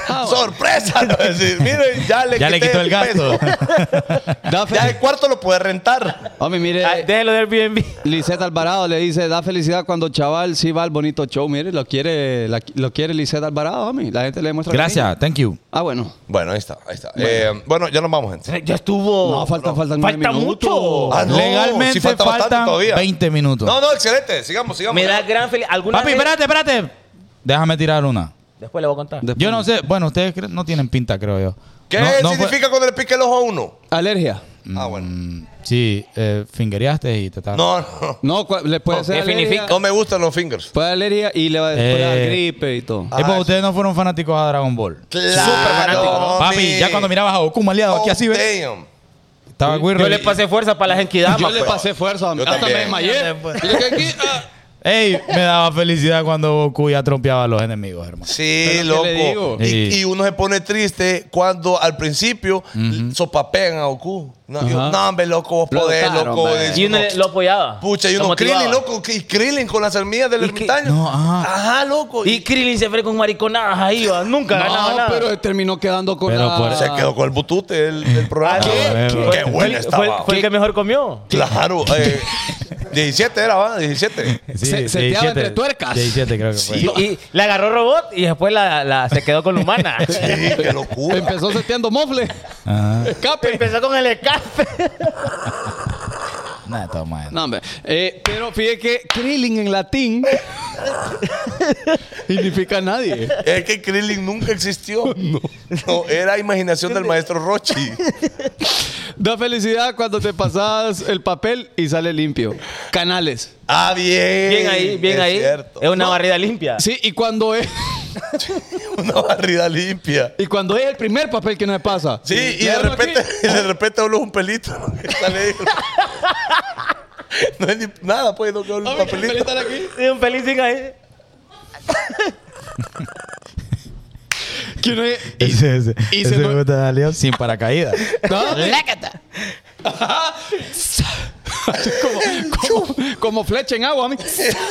Speaker 4: Ah, bueno.
Speaker 5: Sorpresa, lo decís. Miren, ya le
Speaker 2: Ya le
Speaker 5: quité
Speaker 2: quitó el gasto.
Speaker 5: peso.
Speaker 4: Da
Speaker 5: Ya
Speaker 4: fel-
Speaker 5: el cuarto lo puedes rentar.
Speaker 4: Hombre, mire.
Speaker 3: Ay, Ah, Déjelo del Airbnb.
Speaker 4: Lisette Alvarado le dice, da felicidad cuando chaval sí va al bonito show. Mire, lo quiere, la- lo quiere Lisette Alvarado, homie. La gente le muestra cariño.
Speaker 2: (laughs) Gracias, thank you.
Speaker 4: Ah, bueno.
Speaker 5: Bueno, ahí está, ahí está. Bueno, bueno ya nos vamos, gente.
Speaker 3: Ya estuvo.
Speaker 4: No, falta- faltan nueve
Speaker 3: Falta
Speaker 4: minutos.
Speaker 3: mucho.
Speaker 5: Ah, no,
Speaker 2: Legalmente
Speaker 5: sí falta bastante
Speaker 2: faltan
Speaker 5: todavía.
Speaker 2: 20 minutos.
Speaker 5: No, no, excelente. Sigamos, sigamos.
Speaker 3: Me da gran felicidad. ¿Alguna
Speaker 2: Papi,
Speaker 3: vez-
Speaker 2: espérate, espérate. Déjame tirar una.
Speaker 3: Después le voy a contar.
Speaker 4: Después-
Speaker 2: Yo no sé, bueno, ustedes cre- no tienen pinta, creo yo.
Speaker 5: ¿Qué
Speaker 2: No- no fue-
Speaker 5: significa cuando le pique el ojo a uno?
Speaker 4: Alergia.
Speaker 5: Ah, bueno.
Speaker 2: Mm, Sí, eh, fingereaste y te estás-
Speaker 5: No, no.
Speaker 4: No, cua- le
Speaker 2: Oh,
Speaker 4: puede ser alergia.
Speaker 5: No me gustan los fingers.
Speaker 4: Puede alergia y le va después
Speaker 2: Eh.
Speaker 4: dar gripe y todo.
Speaker 2: Es porque ustedes no fueron fanáticos a Dragon Ball.
Speaker 5: Claro.
Speaker 2: Papi, ya cuando mirabas a Goku maleado aquí así, ¿ves?
Speaker 5: Oh, damn.
Speaker 2: Estaba Guirro.
Speaker 3: Yo le
Speaker 2: y-
Speaker 3: pasé fuerza para las enquidamas.
Speaker 4: Yo le
Speaker 3: pues.
Speaker 4: pasé fuerza, homie.
Speaker 5: Yo
Speaker 4: Hasta me
Speaker 5: también.
Speaker 4: desmayé. Y yo que aquí, ah.
Speaker 2: Ey, me daba felicidad cuando Goku ya trompeaba a los enemigos, hermano.
Speaker 5: Sí,
Speaker 4: Pero,
Speaker 5: loco.
Speaker 4: ¿qué le digo?
Speaker 5: Y,
Speaker 2: Sí.
Speaker 5: y uno se pone triste cuando al principio sopapean a Goku. No, yo, no, hombre, loco, vos
Speaker 4: Lo
Speaker 5: podés,
Speaker 4: dotaron,
Speaker 5: loco.
Speaker 4: man.
Speaker 5: dice
Speaker 3: Y uno
Speaker 5: uno.
Speaker 3: le- lo apoyaba.
Speaker 5: Pucha, y
Speaker 3: Lo
Speaker 5: uno
Speaker 3: motivaba.
Speaker 5: Krillin, loco, y Krillin con las semillas del
Speaker 3: Y que-
Speaker 5: ermitaño.
Speaker 2: No, ah. ajá.
Speaker 5: ajá. loco.
Speaker 3: Y Krillin se fue con mariconadas ahí, va. Nunca ganaba
Speaker 4: No,
Speaker 3: nada.
Speaker 4: pero terminó quedando con
Speaker 2: Pero
Speaker 4: la...
Speaker 2: por-
Speaker 5: se quedó con el butute del, del programa.
Speaker 3: Ah, ¿qué?
Speaker 2: ¿Qué?
Speaker 5: Qué buena
Speaker 3: Fue- fue-
Speaker 5: estaba.
Speaker 3: Fue el que mejor comió.
Speaker 5: Claro, eh,
Speaker 3: (laughs)
Speaker 5: 17 era, ¿va? 17.
Speaker 4: Se- seteaba
Speaker 2: 17,
Speaker 4: entre tuercas.
Speaker 2: 17 creo que fue.
Speaker 5: Sí,
Speaker 3: Y la agarró robot y después la, la- se quedó con la humana.
Speaker 5: (laughs) Sí, qué locura.
Speaker 4: Empezó seteando mofle.
Speaker 2: Ajá.
Speaker 4: Escape.
Speaker 3: Empezó con el escape.
Speaker 2: Nada, toma.
Speaker 4: No, hombre. Eh, pero fíjate que Krillin en latín (laughs) significa nadie.
Speaker 5: Es que Krillin
Speaker 3: (laughs)
Speaker 5: nunca existió. No. era imaginación del maestro Rochi.
Speaker 4: Da felicidad cuando te pasas el papel y sale limpio. Canales.
Speaker 5: Ah, bien.
Speaker 3: Bien ahí, bien
Speaker 5: es
Speaker 3: ahí.
Speaker 5: Cierto.
Speaker 3: Es una barrida limpia.
Speaker 4: Sí, y cuando es
Speaker 5: (laughs) Una barrida limpia.
Speaker 4: y cuando es el primer papel que no me pasa.
Speaker 5: Sí, y
Speaker 4: Ya
Speaker 5: de
Speaker 4: uno
Speaker 5: repente,
Speaker 4: aquí,
Speaker 5: y (laughs) de repente hablo un pelito. Sale- (laughs) no es ni nada, pues, no que hablo un
Speaker 4: "Hombre, el
Speaker 5: papelito. (laughs)
Speaker 4: papelito está aquí".
Speaker 3: Sí, un pelicín ahí.
Speaker 4: Que uno es-
Speaker 2: Ese, ese,
Speaker 4: y
Speaker 2: ese
Speaker 4: se no-
Speaker 2: me gusta salió sin paracaídas.
Speaker 4: No,
Speaker 7: Lácata.
Speaker 4: como, como, como flecha en agua. a mí.
Speaker 5: Ajá,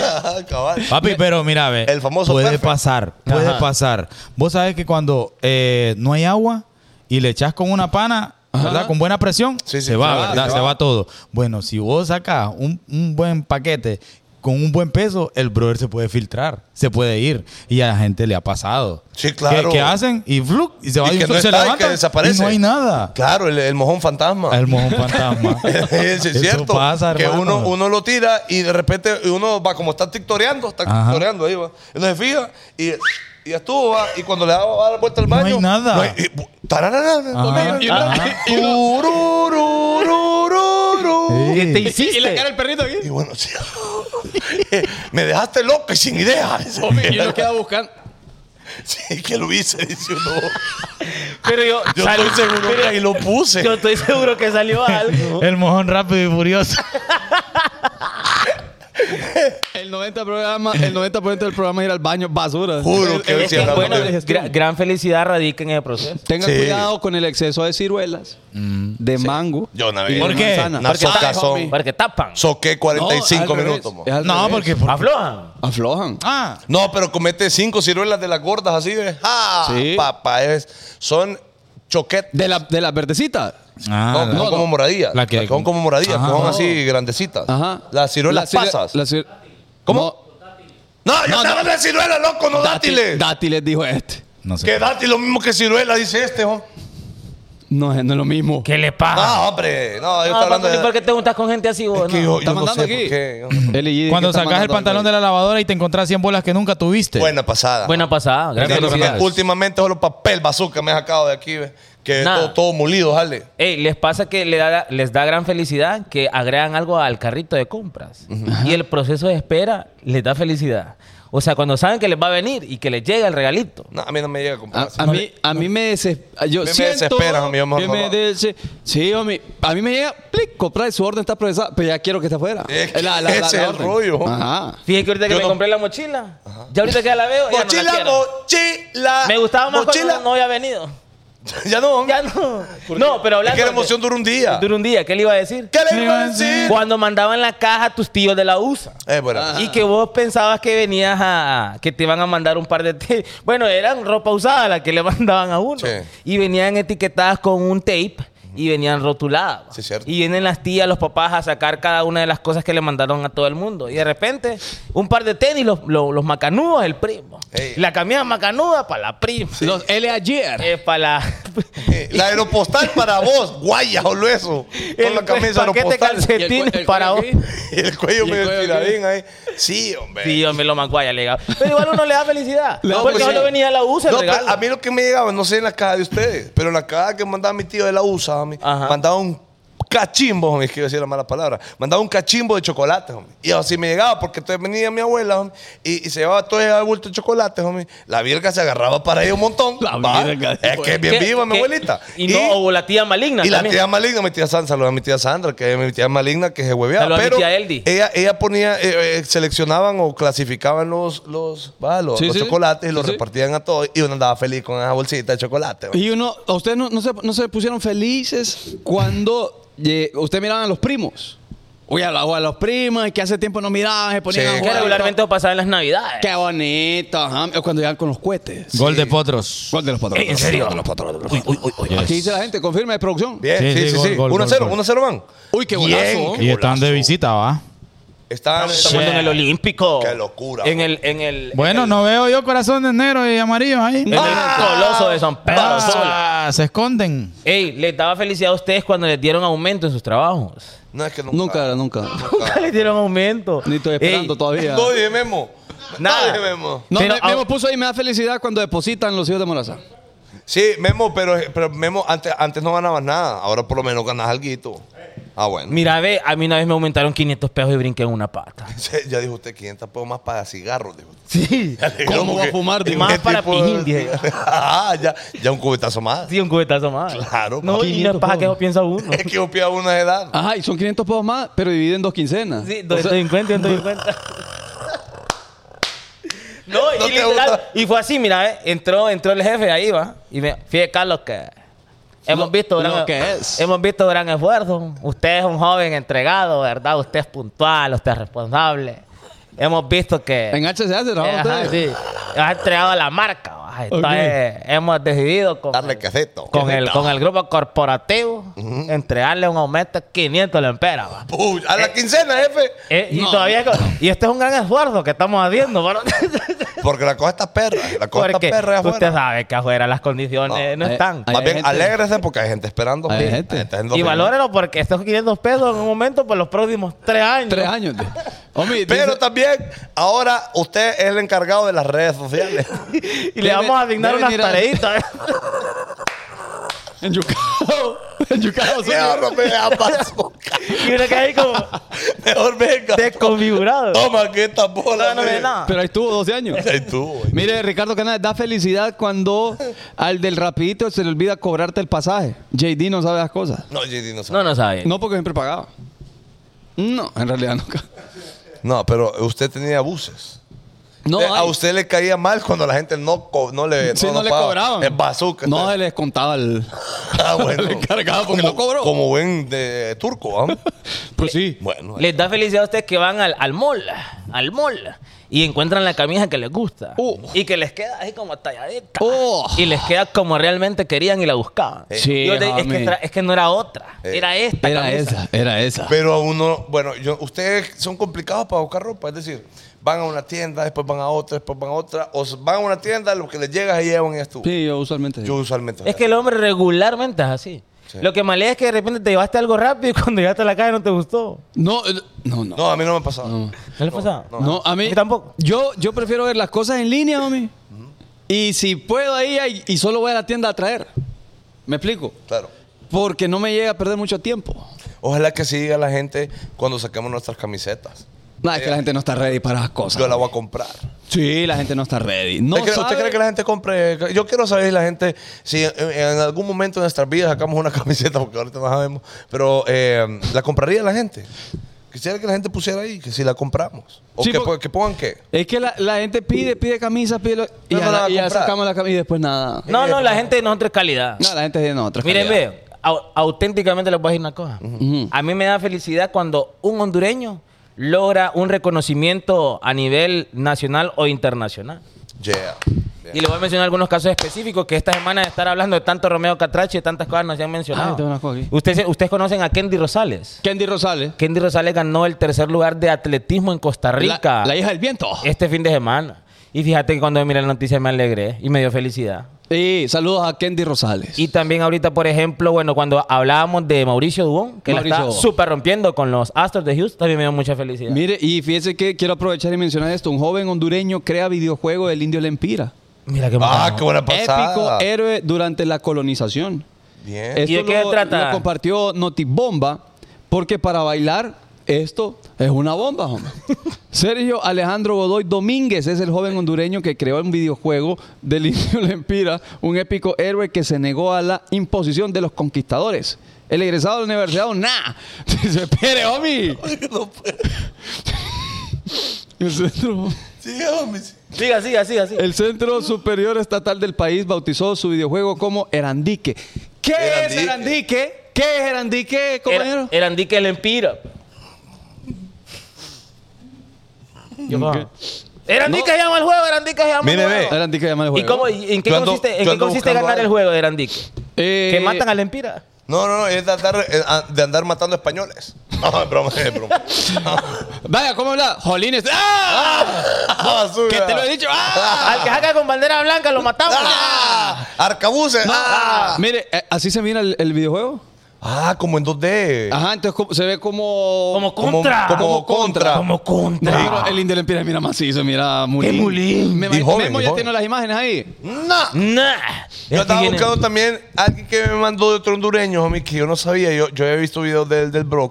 Speaker 5: Ah, cabal.
Speaker 2: Papi, pero mira, ve.
Speaker 5: El famoso
Speaker 2: Puede
Speaker 5: perfect.
Speaker 2: pasar, puede
Speaker 3: Ajá.
Speaker 2: pasar. Vos sabés que cuando eh, no hay agua y le echas con una pana, ¿verdad? Con buena presión,
Speaker 5: Sí, sí,
Speaker 2: se va,
Speaker 5: se va,
Speaker 2: ¿verdad?
Speaker 5: se
Speaker 2: Se,
Speaker 5: va.
Speaker 2: va todo. Bueno, si vos sacás un, un buen paquete con un buen peso, el brother se puede filtrar, se puede ir. Y a la gente le ha pasado.
Speaker 5: Sí, claro.
Speaker 2: Que, que hacen y, ¡fluc! y se va
Speaker 5: Y
Speaker 2: y
Speaker 5: que no
Speaker 2: se
Speaker 5: está, y
Speaker 2: levanta
Speaker 5: que desaparece.
Speaker 2: y no hay nada.
Speaker 5: Claro, el, el mojón fantasma.
Speaker 2: El
Speaker 5: (laughs)
Speaker 2: mojón fantasma.
Speaker 5: Sí, es
Speaker 2: Eso
Speaker 5: cierto.
Speaker 2: pasa,
Speaker 5: que
Speaker 2: hermano.
Speaker 5: uno, uno lo tira y de repente uno va como está tictoreando, está
Speaker 2: Ajá.
Speaker 5: tictoreando ahí, va. Entonces fija y, y ya estuvo, va. Y cuando le da va a dar vuelta al
Speaker 2: No
Speaker 5: baño.
Speaker 2: hay nada.
Speaker 5: y- bu- tararara,
Speaker 2: Ajá,
Speaker 5: y uno-
Speaker 2: ajá.
Speaker 5: y uno- Turururururu.
Speaker 2: Sí.
Speaker 3: ¿Qué te hiciste?
Speaker 4: Y la cara del perrito aquí.
Speaker 5: Y bueno, sí. (laughs) Me dejaste loco y sin
Speaker 4: (laughs)
Speaker 5: ideas.
Speaker 4: Y uno queda buscando.
Speaker 5: sí, que lo hice, dice uno.
Speaker 3: Pero yo,
Speaker 5: Yo
Speaker 3: sal-
Speaker 5: estoy seguro que
Speaker 3: pero
Speaker 5: ahí lo puse.
Speaker 3: yo estoy seguro que salió
Speaker 5: (laughs)
Speaker 3: algo.
Speaker 2: El mojón rápido
Speaker 3: (laughs)
Speaker 2: y furioso.
Speaker 4: El 90%, programa, el 90 del programa es ir al baño, basura.
Speaker 5: Juro
Speaker 4: El-
Speaker 5: que
Speaker 4: el-
Speaker 5: sí, hablamos
Speaker 3: bueno,
Speaker 5: de-
Speaker 3: gra- gran felicidad radica en el proceso.
Speaker 4: Tenga
Speaker 5: Sí. Mm.
Speaker 4: cuidado con el exceso de ciruelas, de mango.
Speaker 5: Yo una
Speaker 4: y
Speaker 5: vez.
Speaker 4: de
Speaker 2: ¿Por qué?
Speaker 4: manzana.
Speaker 5: Una
Speaker 4: Porque
Speaker 5: soca
Speaker 4: ay,
Speaker 5: son.
Speaker 4: homie,
Speaker 3: Porque tapan.
Speaker 5: Soqué
Speaker 4: no,
Speaker 5: 45
Speaker 4: al revés,
Speaker 5: minutos. mo.
Speaker 4: es al
Speaker 2: No,
Speaker 4: revés.
Speaker 2: porque.
Speaker 3: Aflojan.
Speaker 4: aflojan.
Speaker 2: Ah.
Speaker 5: No, pero comete cinco ciruelas de las gordas así, ¿eh? ¡Ah!
Speaker 4: Sí.
Speaker 5: Papá, es, son choquetes.
Speaker 4: De la, de la verdecita.
Speaker 5: No, no,
Speaker 4: no,
Speaker 5: como
Speaker 4: no.
Speaker 5: moradillas.
Speaker 2: La que-
Speaker 5: Son como moradillas,
Speaker 2: Ajá.
Speaker 5: que son así grandecitas.
Speaker 4: Ajá.
Speaker 5: Las ciruelas
Speaker 4: cire-
Speaker 5: pasas.
Speaker 4: las cir-
Speaker 5: ¿Cómo? No, yo estaba de ciruelas, loco,
Speaker 4: No,
Speaker 5: no
Speaker 4: dátil-
Speaker 5: dátiles.
Speaker 4: Dátiles dijo este.
Speaker 2: No sé.
Speaker 5: Que dátil lo mismo que ciruela, dice este, ¿no?
Speaker 4: No, es- no es lo mismo.
Speaker 3: ¿Qué le pasa?
Speaker 5: No, hombre. No, yo
Speaker 3: No,
Speaker 5: estaba hablando de.
Speaker 3: ¿Por qué Ah, te juntas con gente así vos?
Speaker 5: Es que
Speaker 3: No.
Speaker 5: yo,
Speaker 4: Está
Speaker 5: yo no sé
Speaker 4: mandando
Speaker 5: por
Speaker 4: aquí.
Speaker 5: qué. yo no sé por qué.
Speaker 4: LG,
Speaker 2: Cuando
Speaker 4: ¿qué está
Speaker 2: sacas el
Speaker 4: mandando
Speaker 2: pantalón de
Speaker 4: algo
Speaker 2: la lavadora y te encontrás 100 bolas que nunca tuviste.
Speaker 5: Buena pasada.
Speaker 3: Buena pasada. Gran
Speaker 5: Ya no sé,
Speaker 3: felicidad.
Speaker 5: últimamente solo papel bazooka me he sacado de aquí. ve. que
Speaker 3: Nada.
Speaker 5: todo, todo molido, jale.
Speaker 3: Ey, les pasa que le da- les da gran felicidad que agregan algo al carrito de compras. Y el proceso de espera les da felicidad. O sea, cuando saben que les va a venir y que les llega el regalito.
Speaker 5: No, a mí no me llega a comprar.
Speaker 4: A, a mí, a mí me desespera. Yo
Speaker 5: Me- me
Speaker 4: siento
Speaker 5: desesperas, homie, yo mejor
Speaker 4: que
Speaker 5: no
Speaker 4: me
Speaker 5: lo-
Speaker 4: dese- Sí, homie. A mí me llega, plic, comprar su orden está procesada, pero ya quiero que esté afuera.
Speaker 5: Es que ese es el rollo.
Speaker 4: Ajá.
Speaker 3: Fíjense que ahorita que
Speaker 5: Yo
Speaker 3: me
Speaker 5: no-
Speaker 3: compré la mochila, ya ahorita que ya la veo, ya no la
Speaker 5: mochila,
Speaker 3: quiero.
Speaker 5: mochila.
Speaker 3: Me gustaba más
Speaker 5: mochila.
Speaker 3: cuando no había venido.
Speaker 5: ya no.
Speaker 3: Ya no. No, pero
Speaker 5: es
Speaker 3: hablando...
Speaker 5: que la
Speaker 3: de-
Speaker 5: emoción dura un día.
Speaker 3: Duró un día, ¿qué le iba a decir?
Speaker 5: ¿Qué le iba a decir?
Speaker 3: Cuando mandaban la caja a tus tíos de la USA.
Speaker 5: Eh, bueno.
Speaker 3: Y que vos pensabas que venías a... Que te iban a mandar un par de... te- (laughs) Bueno, eran ropa usada la que le (laughs) mandaban a uno.
Speaker 5: Sí.
Speaker 3: Y venían etiquetadas con un tape y venían rotuladas.
Speaker 5: Sí, cierto.
Speaker 3: Y vienen las tías, los papás a sacar cada una de las cosas que le mandaron a todo el mundo. Y de repente, un par de tenis, los, los, los macanudos, el primo.
Speaker 5: Ey.
Speaker 3: La camisa macanuda para la prima.
Speaker 4: Los L ayer.
Speaker 3: Es para la... (laughs)
Speaker 5: Eh, la aeropostal para vos, guaya
Speaker 3: (laughs)
Speaker 5: o eso. Con la camisa
Speaker 3: paquete
Speaker 5: aeropostal.
Speaker 3: calcetines
Speaker 4: Y el cue- el
Speaker 3: para vos.
Speaker 4: cuello aquí.
Speaker 5: Y (laughs) el cuello
Speaker 4: Y el
Speaker 5: medio
Speaker 4: cuello
Speaker 5: estiradín ahí. Sí, hombre.
Speaker 3: Sí, yo me lo macuaya, le digo. Pero igual uno le da felicidad.
Speaker 5: No,
Speaker 3: porque
Speaker 5: pues
Speaker 3: solo
Speaker 5: sí.
Speaker 3: venía a la USA el
Speaker 5: No, pero
Speaker 3: regalo.
Speaker 5: a mí lo que me llegaba, no sé en la caja de ustedes, pero en la caja que mandaba mi tío de la USA, homie,
Speaker 3: Ajá.
Speaker 5: mandaba un cachimbo, homie, es que iba a decir la mala palabra, mandaba un cachimbo de chocolate, homie. Y así me llegaba, porque entonces venía mi abuela, homie, y, y se llevaba todo el bulto de chocolate, homie. La virga se agarraba para ella un montón.
Speaker 4: La
Speaker 5: ¿va?
Speaker 4: virga.
Speaker 5: Es que es bien
Speaker 3: ¿Qué-
Speaker 5: viva mi
Speaker 3: qué-
Speaker 5: abuelita.
Speaker 3: Y, no, o la tía maligna
Speaker 5: Y la
Speaker 3: también.
Speaker 5: tía maligna, mi tía Sandra, saludos a mi tía Sandra, que es mi tía maligna que se hueveaba.
Speaker 3: Saludos a mi
Speaker 5: pero
Speaker 3: tía Eldi.
Speaker 5: Ella, ella ponía, eh, eh, seleccionaban o clasificaban los, los, va, los,
Speaker 4: Sí,
Speaker 5: los
Speaker 4: sí.
Speaker 5: chocolates y los
Speaker 4: Sí, sí.
Speaker 5: repartían a todos y uno andaba feliz con esa bolsita de chocolate.
Speaker 4: Y uno, ¿a ustedes no, no se, no se pusieron felices cuando eh, ustedes miraban a los primos? Oye, a, la- o a los primos que hace tiempo no miraban, se ponían
Speaker 5: Sí,
Speaker 4: a
Speaker 5: que
Speaker 3: Que
Speaker 4: jugar.
Speaker 3: regularmente os pasaba en las navidades.
Speaker 4: Qué bonito, ajá. O Cuando llegan con los cohetes.
Speaker 2: Gol de potros.
Speaker 4: Gol de los patrones. ¿En serio?
Speaker 2: Yes.
Speaker 4: Aquí dice la gente, confirme de producción.
Speaker 5: Bien,
Speaker 2: Sí, sí,
Speaker 5: sí, sí,
Speaker 2: gol,
Speaker 5: sí.
Speaker 2: gol,
Speaker 5: 1-0,
Speaker 2: gol, gol.
Speaker 5: 1-0 van.
Speaker 4: Uy, qué
Speaker 5: Bien.
Speaker 4: golazo.
Speaker 2: Y están de
Speaker 5: Golazo.
Speaker 2: visita, ¿va?
Speaker 5: Están,
Speaker 3: Como en el Olímpico.
Speaker 5: Qué locura,
Speaker 3: En
Speaker 5: bro.
Speaker 3: el, en el,
Speaker 2: Bueno, no veo yo corazones negros y amarillos ahí.
Speaker 3: en el
Speaker 5: ¡Ah!
Speaker 3: coloso de San Pedro
Speaker 2: Ah,
Speaker 3: Sula.
Speaker 2: se esconden.
Speaker 3: Ey, les daba felicidad a ustedes cuando les dieron aumento en sus trabajos.
Speaker 5: No es que nunca.
Speaker 4: Nunca, nunca.
Speaker 5: Ah.
Speaker 3: Nunca (laughs) les dieron aumento.
Speaker 4: Ni estoy esperando
Speaker 3: Ey,
Speaker 4: todavía.
Speaker 5: (laughs) No
Speaker 3: (laughs)
Speaker 5: dije Memo.
Speaker 3: Nada.
Speaker 5: No dije Memo.
Speaker 4: No,
Speaker 3: Pero
Speaker 4: me, Memo
Speaker 3: au-
Speaker 4: puso ahí, me da felicidad cuando depositan los hijos
Speaker 3: (laughs)
Speaker 4: de Morazán.
Speaker 5: Sí, Memo, pero, pero Memo, antes, antes no ganabas nada. Ahora por lo menos ganas algo. Ah, bueno. (laughs)
Speaker 3: Mira, ve, a mí una vez me aumentaron 500 pesos y brinqué en una pata.
Speaker 5: Ya dijo usted 500 pesos más para cigarros, dijo.
Speaker 3: Sí.
Speaker 4: ¿Cómo va a fumar?
Speaker 5: ¿En
Speaker 4: digo?
Speaker 3: Más
Speaker 5: qué
Speaker 3: para
Speaker 5: tipo
Speaker 3: pijín, dije.
Speaker 5: (laughs) ah, ya, ya un cubetazo más.
Speaker 3: Sí, un cubetazo más.
Speaker 5: Claro,
Speaker 3: No, y no es
Speaker 4: 500
Speaker 3: paja que
Speaker 4: pesos.
Speaker 3: eso piensa uno.
Speaker 5: Es que yo pido una de edad.
Speaker 4: Ajá, y son 500 pesos más, pero dividen dos quincenas.
Speaker 3: Sí,
Speaker 4: O sea,
Speaker 3: 250, 150. No,
Speaker 5: (laughs) No
Speaker 3: y
Speaker 5: te
Speaker 3: literal,
Speaker 5: gusta.
Speaker 3: y fue así, mira, eh, entró, entró el jefe ahí, va, y me, fíjate, Carlos, que hemos
Speaker 4: Lo-
Speaker 3: visto gran, e-
Speaker 4: lo que es.
Speaker 3: hemos visto gran esfuerzo, usted es un joven entregado, ¿verdad? Usted es puntual, usted es responsable, hemos visto que...
Speaker 4: En HCA se
Speaker 3: eh,
Speaker 4: trabajan
Speaker 3: ajá,
Speaker 4: ustedes.
Speaker 3: sí, has entregado a la marca, va, entonces, hemos decidido con,
Speaker 5: Darle caseto.
Speaker 3: con, el, con el grupo corporativo entregarle un aumento de 500 lemperas, va.
Speaker 5: Uy, a la quincena, jefe.
Speaker 3: Eh, y
Speaker 4: No.
Speaker 3: todavía y este es un gran esfuerzo que estamos haciendo
Speaker 4: (laughs)
Speaker 3: para-
Speaker 5: Porque la cosa está perra. La cosa está
Speaker 3: porque
Speaker 5: perra afuera.
Speaker 3: usted sabe que afuera las condiciones no,
Speaker 5: No.
Speaker 3: están
Speaker 4: Ay, Ah,
Speaker 5: Más
Speaker 4: eh, Hay
Speaker 5: bien,
Speaker 4: gente-
Speaker 5: alégrese porque hay gente esperando.
Speaker 4: Hay
Speaker 5: Sí.
Speaker 4: gente.
Speaker 5: Está haciendo
Speaker 3: y
Speaker 5: feliz.
Speaker 3: valórenlo porque estos 500 pesos en un momento por los próximos tres años
Speaker 4: Tres años. tío. Homie,
Speaker 5: Pero
Speaker 4: dice-
Speaker 5: también, ahora usted es el encargado de las redes
Speaker 3: (laughs)
Speaker 5: sociales.
Speaker 3: y le
Speaker 4: Debe-
Speaker 3: vamos a asignar
Speaker 4: debe
Speaker 3: unas
Speaker 4: mirar- (laughs)
Speaker 3: tareitas ¿eh?
Speaker 4: En Yucao. (laughs) En Yucao. son-
Speaker 5: Mejor no me
Speaker 3: (laughs)
Speaker 5: da paso.
Speaker 3: y uno que ahí como
Speaker 5: Mejor venga.
Speaker 3: desconfigurado
Speaker 5: Toma, que esta bola.
Speaker 3: no, no me
Speaker 5: mire.
Speaker 3: da nada
Speaker 4: Pero ahí estuvo 12 años.
Speaker 5: Ahí tú, güey.
Speaker 4: Mire, Ricardo Canales, da felicidad cuando al del rapidito se le olvida cobrarte el pasaje. JD no sabe las cosas.
Speaker 5: No, JD no sabe.
Speaker 3: no no sabe
Speaker 4: No porque siempre pagaba. No, en realidad nunca.
Speaker 5: No, pero usted tenía buses.
Speaker 4: No,
Speaker 5: Eh, a
Speaker 4: ay.
Speaker 5: usted le caía mal cuando la gente no, co- no le
Speaker 4: Sí, no, le
Speaker 5: pagaba.
Speaker 4: cobraban.
Speaker 5: Es bazooka.
Speaker 4: No, se les contaba el.
Speaker 5: (laughs) Ah,
Speaker 4: (laughs)
Speaker 5: bueno.
Speaker 4: le cargaba porque
Speaker 5: como,
Speaker 4: no cobró.
Speaker 5: Como buen de,
Speaker 4: (laughs)
Speaker 5: turco, ¿ah?
Speaker 4: Pues sí.
Speaker 5: Bueno.
Speaker 3: les da felicidad a ustedes que van al, al mall al mall y encuentran la camisa que les gusta
Speaker 4: Uh.
Speaker 3: y que les queda así como talladita
Speaker 4: Oh.
Speaker 3: y les queda como realmente querían y la buscaban
Speaker 4: Sí,
Speaker 3: Yo te- es, que
Speaker 4: homie.
Speaker 3: tra- es que no era otra.
Speaker 5: Eh.
Speaker 3: Era esta.
Speaker 4: Era
Speaker 3: camisa.
Speaker 4: esa, era esa.
Speaker 5: Pero a uno, bueno, yo, ustedes son complicados para buscar ropa. Es decir, van a una tienda, después van a otra, después van a otra. O s- van a una tienda, lo que les llega se llevan y es tú.
Speaker 4: Sí, yo usualmente. sí.
Speaker 5: Yo usualmente.
Speaker 3: Es que el hombre regularmente es así. Lo que malea es que de repente te llevaste algo rápido y (laughs) cuando llegaste a la calle no te gustó.
Speaker 4: No, eh, no, no.
Speaker 5: No, a mí no me ha pasado.
Speaker 3: ¿No le pasaba?
Speaker 4: No, a mí.
Speaker 3: Yo tampoco.
Speaker 4: Yo, yo prefiero ver las cosas en línea, homie. Y si puedo ahí, ahí- y solo voy a la tienda a traer. ¿Me explico?
Speaker 5: Claro.
Speaker 4: Porque no me llega a perder mucho tiempo.
Speaker 5: Ojalá que sí diga la gente cuando saquemos nuestras camisetas.
Speaker 4: No, es que la gente no está ready para las cosas.
Speaker 5: Eh, Yo la voy a comprar.
Speaker 4: Sí, la gente no está ready. No
Speaker 5: ¿Usted cree-
Speaker 4: sabe-
Speaker 5: ¿Usted cree que la gente compre? Yo quiero saber si la gente, si en, en algún momento de nuestras vidas sacamos una (laughs) camiseta, porque ahorita no sabemos, pero eh, ¿la compraría la gente? Quisiera que la gente pusiera ahí, que si la compramos. O
Speaker 4: Sí,
Speaker 5: que,
Speaker 4: porque-
Speaker 5: po- que pongan qué.
Speaker 4: Es que la, la gente pide, pide camisas, pide... lo- Y,
Speaker 5: Mm. No,
Speaker 4: ya,
Speaker 5: no la va a
Speaker 4: y ya
Speaker 5: comprar.
Speaker 4: sacamos la camisa y después nada.
Speaker 3: No, no, la gente de nosotros es calidad.
Speaker 4: No, la gente dice no, otra
Speaker 3: Miren,
Speaker 4: calidad.
Speaker 3: ve, au- auténticamente les voy a decir una cosa.
Speaker 4: Ujú.
Speaker 3: A mí me da felicidad cuando un hondureño logra un reconocimiento a nivel nacional o internacional.
Speaker 5: Yeah.
Speaker 3: Y les voy a mencionar algunos casos específicos que esta semana de estar hablando de tanto Romeo Catrachi y tantas cosas nos han
Speaker 4: Ah, tengo una
Speaker 3: mencionado.
Speaker 4: cosa aquí.
Speaker 3: Ustedes, ustedes conocen a Kendi Rosales.
Speaker 4: Candy Rosales.
Speaker 3: Kendi Rosales ganó el tercer lugar de atletismo en Costa Rica
Speaker 4: La, la hija del viento.
Speaker 3: este fin de semana. Y fíjate que cuando miré la noticia me alegré y me dio felicidad.
Speaker 4: Sí, saludos a Candy Rosales.
Speaker 3: Y también ahorita, por ejemplo, bueno, cuando hablábamos de Mauricio Dubón, que
Speaker 4: Mauricio
Speaker 3: la
Speaker 4: Dubón.
Speaker 3: está súper rompiendo con los Astros de Houston, también me dio mucha felicidad.
Speaker 4: Mire, y fíjese que quiero aprovechar y mencionar esto. Un joven hondureño crea videojuego del Indio Lempira.
Speaker 3: Mira qué
Speaker 5: Ah,
Speaker 3: bacano.
Speaker 5: qué buena pasada.
Speaker 4: Épico er- héroe durante la colonización.
Speaker 5: Bien.
Speaker 4: Esto
Speaker 3: ¿Y de qué
Speaker 4: lo,
Speaker 3: trata?
Speaker 4: lo compartió Notibomba, porque para bailar esto es una bomba, hombre. Sergio Alejandro Godoy Domínguez es el joven hondureño que creó un videojuego del Indio Lempira, un épico héroe que se negó a la imposición de los conquistadores. El egresado de la universidad, nada. (laughs) Dice, espere, homie. (laughs) El centro,
Speaker 5: Sí, hombre, sí.
Speaker 3: Siga, siga, siga, siga.
Speaker 4: el Centro Superior Estatal del país bautizó su videojuego como Erandique. ¿Qué es
Speaker 5: Erandique.
Speaker 4: Erandique? ¿Qué es Erandique, compañero?
Speaker 3: Era- eh, Eran Dique el Empira. Yo, pa. Eran Dique se llama el juego, Eran Dique se llama
Speaker 5: Mire,
Speaker 3: el juego.
Speaker 5: ve.
Speaker 4: Erandique llama el
Speaker 3: ¿Y
Speaker 4: juego.
Speaker 3: cómo, y- en qué
Speaker 5: Yo ando-
Speaker 3: consiste, en
Speaker 5: yo
Speaker 3: qué
Speaker 5: ando
Speaker 3: consiste
Speaker 5: buscando
Speaker 3: ganar el
Speaker 5: algo.
Speaker 3: juego de Eran Dique?
Speaker 4: Eh,
Speaker 3: que matan al Empira.
Speaker 5: No, no, no, es de andar, eh, a- de andar matando españoles. (laughs) No, es broma, es broma.
Speaker 4: Vaya, ¿cómo habla? Jolines. ¡Ah!
Speaker 5: (laughs) Ah, basura.
Speaker 4: ¡Que te lo he dicho! ¡Ah!
Speaker 3: Al que haga con bandera blanca lo matamos.
Speaker 5: ¡Ah! ¡Arcabuces! ¡Ah!
Speaker 4: Mire, eh, así se mira el, el videojuego.
Speaker 5: Ah, como en 2D.
Speaker 4: Ajá, entonces ¿cómo- se ve como.
Speaker 3: Como contra.
Speaker 5: Como, como
Speaker 4: Como contra.
Speaker 3: Como
Speaker 5: contra.
Speaker 4: No,
Speaker 3: contra.
Speaker 4: pero el Indel Empire mira macizo, mira Mulín.
Speaker 3: ¡Qué Mulín!
Speaker 4: Me,
Speaker 5: Y joven,
Speaker 4: Memo
Speaker 5: y
Speaker 4: ya
Speaker 5: joven.
Speaker 4: tiene las imágenes ahí.
Speaker 5: ¡Nah!
Speaker 3: Nah.
Speaker 5: Yo estaba buscando también alguien que me mandó de otro hondureño, homie, que yo no sabía. Yo, yo había visto videos del, del bro.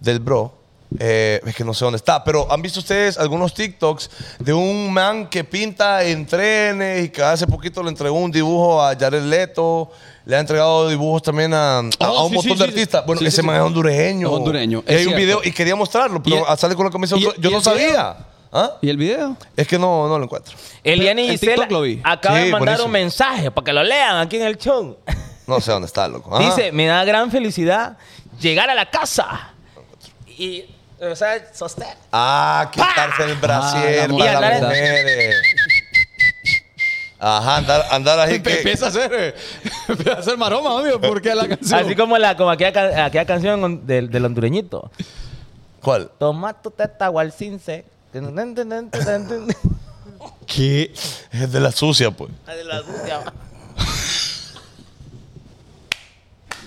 Speaker 5: Del bro. Eh, es que no sé dónde está. Pero han visto ustedes algunos TikToks de un man que pinta en trenes y que hace poquito le entregó un dibujo a Jared Leto. Le ha entregado dibujos también a, a-
Speaker 4: Oh,
Speaker 5: a un
Speaker 4: sí,
Speaker 5: montón
Speaker 4: sí, sí,
Speaker 5: de
Speaker 4: sí.
Speaker 5: artistas. Bueno,
Speaker 4: Sí,
Speaker 5: ese
Speaker 4: sí,
Speaker 5: man
Speaker 4: sí.
Speaker 5: es hondureño.
Speaker 4: Es hondureño, es
Speaker 5: Y hay un
Speaker 4: cierto.
Speaker 5: video y quería mostrarlo, pero
Speaker 4: Y-
Speaker 5: sale con la camisa.
Speaker 4: y-
Speaker 5: yo
Speaker 4: y
Speaker 5: no
Speaker 4: el video.
Speaker 5: sabía. ¿Ah?
Speaker 4: ¿Y el video?
Speaker 5: Es que no, no lo encuentro.
Speaker 3: Eliana y
Speaker 4: En
Speaker 3: Gisela
Speaker 4: TikTok lo vi.
Speaker 3: acaba
Speaker 5: Sí,
Speaker 3: de mandar
Speaker 5: buenísimo.
Speaker 3: un mensaje para que lo lean aquí en el show.
Speaker 5: No sé dónde está, loco. Ah. Ajá.
Speaker 3: Dice, me da gran felicidad llegar a la casa y, o sea, sostener.
Speaker 5: Ah, quitarse el brasier
Speaker 4: Ah, la
Speaker 5: para las
Speaker 3: mujer.
Speaker 5: mujeres. Ajá, andar, andar así que...
Speaker 4: Empieza a hacer. (laughs) eh, Empieza a hacer maroma, obvio, porque la canción.
Speaker 3: Así como, la, como aquella, ca- aquella canción del, del hondureñito.
Speaker 5: ¿Cuál?
Speaker 3: Toma tu teta
Speaker 5: (laughs)
Speaker 3: gualcince. (laughs)
Speaker 5: ¿Qué? Es de la sucia, pues.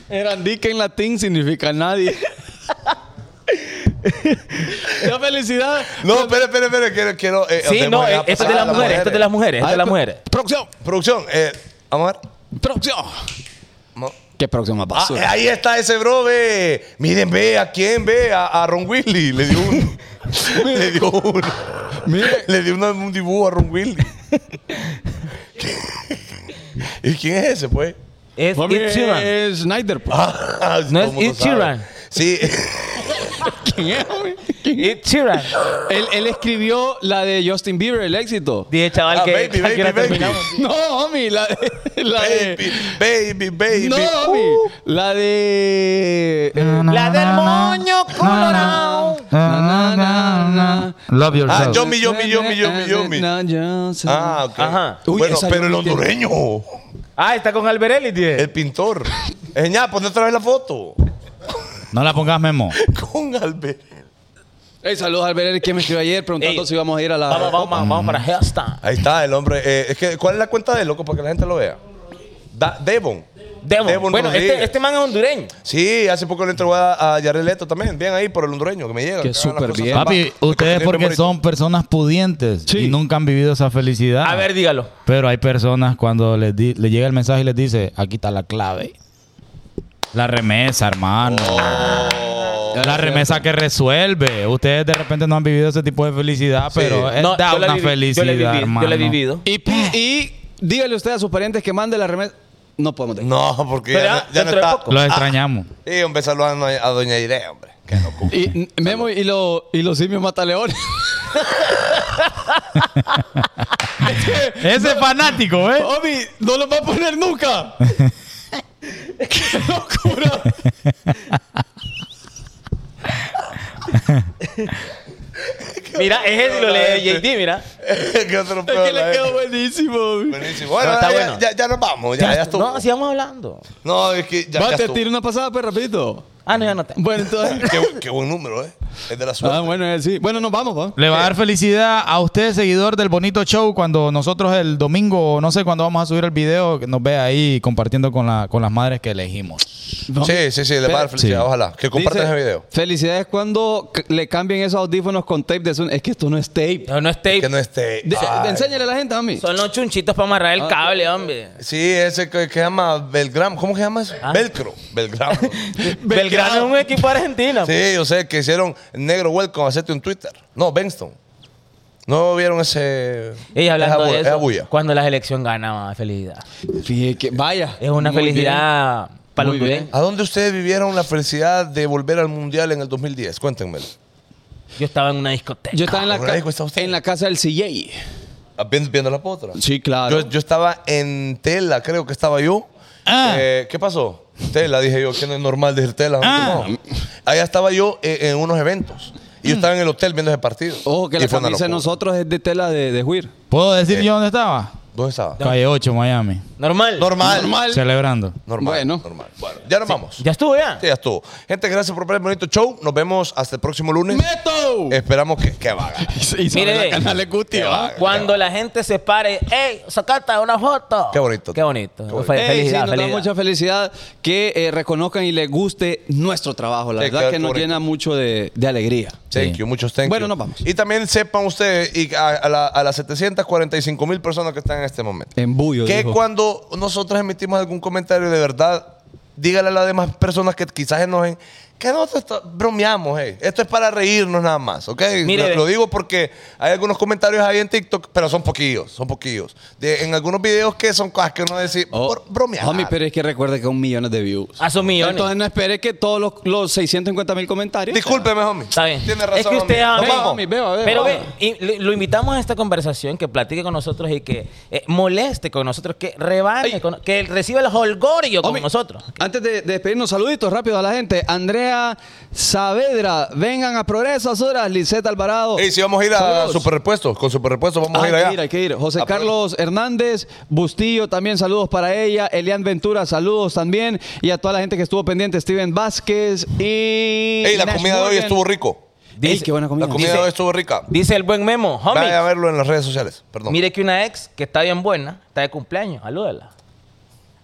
Speaker 4: Erandique en latín significa nadie. La felicidad.
Speaker 5: No, espere, espere, espere. Quiero... quiero (laughs) eh,
Speaker 3: Sí,
Speaker 5: tengo
Speaker 3: no,
Speaker 5: que
Speaker 3: eh, esto es de
Speaker 5: pasar a
Speaker 3: las mujeres, esto es de las mujeres, esto es de las
Speaker 4: Ay,
Speaker 3: mujeres.
Speaker 4: Producción.
Speaker 5: Producción, eh, vamos a ver.
Speaker 4: Producción.
Speaker 5: Vamos.
Speaker 4: ¿Qué producción más
Speaker 5: Ah, eh, ahí está ese bro, ve. Miren, ve, ¿a quién, ve? A, a Ron Willy. Le dio (laughs) uno. Le dio uno.
Speaker 4: Mire.
Speaker 5: Le dio uno- un dibujo a Ron (laughs) Willy. ¿Y quién es ese, pues?
Speaker 3: Es
Speaker 4: Mami,
Speaker 3: Ed Sheeran.
Speaker 4: es Snyder. pues.
Speaker 5: Ah,
Speaker 3: No
Speaker 5: todo
Speaker 3: es
Speaker 5: el mundo
Speaker 3: Ed
Speaker 5: sabe.
Speaker 3: Sheeran. (laughs)
Speaker 5: Sí.
Speaker 4: ¿Quién es, hombre?
Speaker 3: Ed Sheeran.
Speaker 4: Él, él escribió la de Justin Bieber, el éxito.
Speaker 3: Dije, chaval,
Speaker 5: Ah,
Speaker 3: que
Speaker 5: baby,
Speaker 3: ¿a qué hora
Speaker 5: baby, baby.
Speaker 3: terminamos?
Speaker 4: No, homie, la de. La
Speaker 5: baby,
Speaker 4: de
Speaker 5: baby, baby.
Speaker 4: no, homie. La de.
Speaker 3: La del moño colorado.
Speaker 4: Na, na, na.
Speaker 6: Love
Speaker 5: Ah,
Speaker 6: yourself.
Speaker 5: Yomi, Yomi, Yomi, Yomi, Yomi.
Speaker 4: Na, na, na,
Speaker 5: Ah, ok.
Speaker 3: Ajá.
Speaker 4: Uy,
Speaker 5: bueno,
Speaker 4: esa
Speaker 5: pero
Speaker 4: yo
Speaker 5: el
Speaker 4: no entiendo.
Speaker 5: hondureño,
Speaker 3: Ah, está con Alberelli, dije.
Speaker 5: el
Speaker 4: (laughs)
Speaker 5: pintor. Eh, ya, ponte otra vez la foto.
Speaker 2: No la pongas memo.
Speaker 5: Con Albert.
Speaker 4: Ey, saludos al ver que me escribió ayer preguntando
Speaker 3: Ey.
Speaker 4: si íbamos a ir a la.
Speaker 3: Vamos, vamos, vamos, vamos para Hellstar.
Speaker 5: Ahí está el hombre. Eh, es que, ¿Cuál es la cuenta de él, loco para que la gente lo vea? Da- Devon.
Speaker 3: Devon.
Speaker 5: Devon
Speaker 3: bueno,
Speaker 5: Rodríguez.
Speaker 3: este, este man es hondureño.
Speaker 5: Sí, hace poco le entregó a, a Yarel Leto también. Bien ahí por el hondureño que me llega.
Speaker 4: Que
Speaker 5: hagan las
Speaker 4: súper
Speaker 5: cosas
Speaker 4: bien.
Speaker 5: tan
Speaker 2: Papi,
Speaker 5: bajas.
Speaker 2: ustedes
Speaker 5: Bien
Speaker 2: porque
Speaker 5: bonito.
Speaker 2: son personas pudientes
Speaker 4: Sí.
Speaker 2: y nunca han vivido esa felicidad.
Speaker 3: A ver, dígalo.
Speaker 2: Pero hay personas cuando les, di- les llega el mensaje y les dice, aquí está la clave. La remesa, hermano.
Speaker 3: Oh.
Speaker 2: La remesa que resuelve. Ustedes de repente no han vivido ese tipo de felicidad, pero es
Speaker 3: No,
Speaker 2: Eh, da
Speaker 3: yo la
Speaker 2: una
Speaker 3: vivi-
Speaker 2: felicidad,
Speaker 3: Yo la he vivido.
Speaker 2: hermano.
Speaker 3: Yo la he vivido.
Speaker 4: Y, pi- y dígale usted a sus parientes que mande la remesa. No podemos decir.
Speaker 5: No, porque ya,
Speaker 3: Pero
Speaker 5: no-
Speaker 3: ya,
Speaker 5: ya no
Speaker 3: dentro de
Speaker 5: está.
Speaker 3: poco.
Speaker 2: Los extrañamos.
Speaker 5: Sí, un beso a, no- a Doña Irene, hombre. (laughs) Que no cu-
Speaker 4: Y n- Memo y, lo- y los simios mataleones.
Speaker 2: (laughs) Ese fanático, ¿eh?
Speaker 4: Obi, no los va a poner nunca. (laughs) ¡Qué locura!
Speaker 3: Mira, es ese lo lee JD, mira.
Speaker 5: que otro
Speaker 4: Es
Speaker 5: pedo,
Speaker 4: que
Speaker 5: la
Speaker 4: le quedó
Speaker 5: verdad.
Speaker 4: buenísimo, Obi.
Speaker 5: Buenísimo. Bueno,
Speaker 3: No, está
Speaker 5: ya,
Speaker 3: bueno.
Speaker 5: ya- ya nos vamos. Ya, ya estuvo.
Speaker 3: No, sigamos hablando.
Speaker 5: No, es que ya, ya
Speaker 4: Va, te
Speaker 5: estuvo.
Speaker 4: tiro una pasada, pues, rapidito.
Speaker 3: Ah, no, ya no te.
Speaker 4: Bueno,
Speaker 5: (laughs)
Speaker 4: entonces...
Speaker 5: Qué, bu- qué buen número, ¿eh? Es de la suerte.
Speaker 4: Ah, bueno, eh, sí. Bueno, nos vamos, ¿va?
Speaker 2: Le va a dar felicidad a usted, seguidor del bonito show, cuando nosotros el domingo, no sé cuándo vamos a subir el video, que nos vea ahí compartiendo con, la, con las madres que elegimos.
Speaker 5: Sí, sí, sí, le va a dar felicidad, ojalá. Que compartan
Speaker 4: Dice,
Speaker 5: ese video.
Speaker 4: Felicidades cuando c- le cambien esos audífonos con tape de Zoom. Es que esto no es tape.
Speaker 3: No, no es tape.
Speaker 5: Que no esté.
Speaker 4: De-
Speaker 5: Ay.
Speaker 4: enséñale a la gente, mami.
Speaker 3: Son los chunchitos para amarrar el cable, hombre.
Speaker 5: Sí, ese que, que llama Belgram. ¿Cómo que llama eso? Velcro. Belgram.
Speaker 3: Belgrano es un equipo argentino.
Speaker 5: sí, yo sé que hicieron Negro Welcome, hacerte un Twitter. No, Benston. ¿No vieron ese.
Speaker 3: Y
Speaker 5: esa
Speaker 3: hablando
Speaker 5: bu-
Speaker 3: de
Speaker 5: esa
Speaker 3: eso,
Speaker 5: bulla?
Speaker 3: cuando la selección gana, mamá, felicidad.
Speaker 4: Fíjate que, vaya.
Speaker 3: Es una
Speaker 4: Muy
Speaker 3: felicidad para los
Speaker 4: Muy bien.
Speaker 3: hondureños.
Speaker 5: ¿A dónde ustedes vivieron la felicidad de volver al mundial en el 2010? Cuéntenmelo.
Speaker 3: Yo estaba en una discoteca.
Speaker 4: bien. Yo estaba en la,
Speaker 5: Ahora,
Speaker 4: ca-
Speaker 5: hijo, Ah, está usted.
Speaker 4: en la casa del CJ.
Speaker 5: ¿Viendo, viendo la potra?
Speaker 4: Sí, claro.
Speaker 5: Yo, yo estaba en tela, creo que estaba yo.
Speaker 2: Ah.
Speaker 5: Eh, ¿Qué pasó? Tela, dije yo, que no es normal decir tela.
Speaker 2: Ah.
Speaker 5: No. Allá estaba yo eh, en unos eventos. Y yo estaba en el hotel viendo ese partido.
Speaker 4: Ojo Mm. Oh, que
Speaker 5: Y
Speaker 4: la
Speaker 5: fue una
Speaker 4: camisa de
Speaker 5: locura.
Speaker 4: nosotros es de tela de, de Juir.
Speaker 2: ¿Puedo decir yo dónde estaba?
Speaker 5: ¿Dónde estaba?
Speaker 2: Calle 8, Miami.
Speaker 3: Normal.
Speaker 5: Normal.
Speaker 4: Normal.
Speaker 2: Celebrando.
Speaker 5: Normal.
Speaker 4: Bueno.
Speaker 5: normal. Bueno, ya nos vamos.
Speaker 3: Ya estuvo ya.
Speaker 5: Sí, ya estuvo. Gente, gracias por ver el bonito show. Nos vemos hasta el próximo lunes.
Speaker 4: ¡Meto!
Speaker 5: Esperamos que, que va a ganar.
Speaker 4: (laughs) Y sobre
Speaker 3: Mire.
Speaker 4: la canal de ¿ah? Guti,
Speaker 5: Que va a
Speaker 4: ¿va?
Speaker 5: ganar.
Speaker 3: Cuando la gente se pare, ¡ey! ¡Sacata una foto!
Speaker 5: Qué bonito.
Speaker 3: Qué bonito.
Speaker 5: Qué bonito.
Speaker 3: Fe-
Speaker 4: Ey, sí,
Speaker 3: felicidad,
Speaker 4: nos da
Speaker 3: felicidad.
Speaker 4: mucha felicidad que eh, reconozcan y les guste nuestro trabajo. La
Speaker 5: Sí,
Speaker 4: verdad
Speaker 5: qué
Speaker 4: que nos
Speaker 5: bonito.
Speaker 4: llena mucho de, de alegría.
Speaker 5: Thank
Speaker 2: Sí.
Speaker 5: you, muchos thank
Speaker 4: Bueno,
Speaker 5: you.
Speaker 4: nos vamos.
Speaker 5: Y también sepan ustedes y a, a la- a las 745 mil personas que están en este momento.
Speaker 4: En bullo.
Speaker 5: que
Speaker 4: dijo.
Speaker 5: cuando nosotros emitimos algún comentario de verdad, dígale a las demás personas que quizás enojen que nosotros esto- bromeamos, eh. esto es para reírnos nada más, ¿ok?
Speaker 3: Mire,
Speaker 5: lo, lo
Speaker 3: ve-
Speaker 5: digo porque hay algunos comentarios ahí en TikTok, pero son poquillos, son poquillos. De- en algunos videos que son cosas que uno dice,
Speaker 4: Oh.
Speaker 5: por bromear.
Speaker 4: Homie, pero es que recuerde que son millones de views.
Speaker 3: A sus Ah, millones.
Speaker 4: Entonces no espere que todos los, los 650 mil comentarios.
Speaker 5: Discúlpeme, homie.
Speaker 3: Está bien.
Speaker 5: Tiene razón.
Speaker 3: Es que usted,
Speaker 5: homie. Nos
Speaker 3: homie,
Speaker 5: vamos.
Speaker 4: homie, beba, beba.
Speaker 3: Pero ve, y le- lo invitamos a esta conversación, que platique con nosotros y que eh, moleste con nosotros, que rebane,
Speaker 4: Ay.
Speaker 3: con- que reciba el holgorio con
Speaker 4: Homie,
Speaker 3: nosotros.
Speaker 4: Antes de, de despedirnos, saluditos rápido a la gente. Andrea Saavedra, vengan a Progreso Azuras, Lisette Alvarado.
Speaker 5: Ey, si vamos a ir a
Speaker 4: Saludos.
Speaker 5: Superrepuestos, con Superrepuestos vamos
Speaker 4: Ah,
Speaker 5: a ir
Speaker 4: hay
Speaker 5: allá.
Speaker 4: que ir, hay que ir. José
Speaker 5: A-
Speaker 4: Carlos Hernández Bustillo, también saludos para ella. Elian Ventura, saludos también. Y a toda la gente que estuvo pendiente, Steven Vázquez y...
Speaker 5: Ey, la
Speaker 4: Nash
Speaker 5: comida de hoy
Speaker 4: Morgan.
Speaker 5: estuvo rico.
Speaker 4: Ey, qué buena comida.
Speaker 5: La comida
Speaker 3: Dice-
Speaker 5: de hoy estuvo rica.
Speaker 3: Dice el buen memo, homie.
Speaker 5: Vayan a verlo en las redes sociales. Perdón.
Speaker 3: Mire que una ex que está bien buena, está de cumpleaños, salúdala.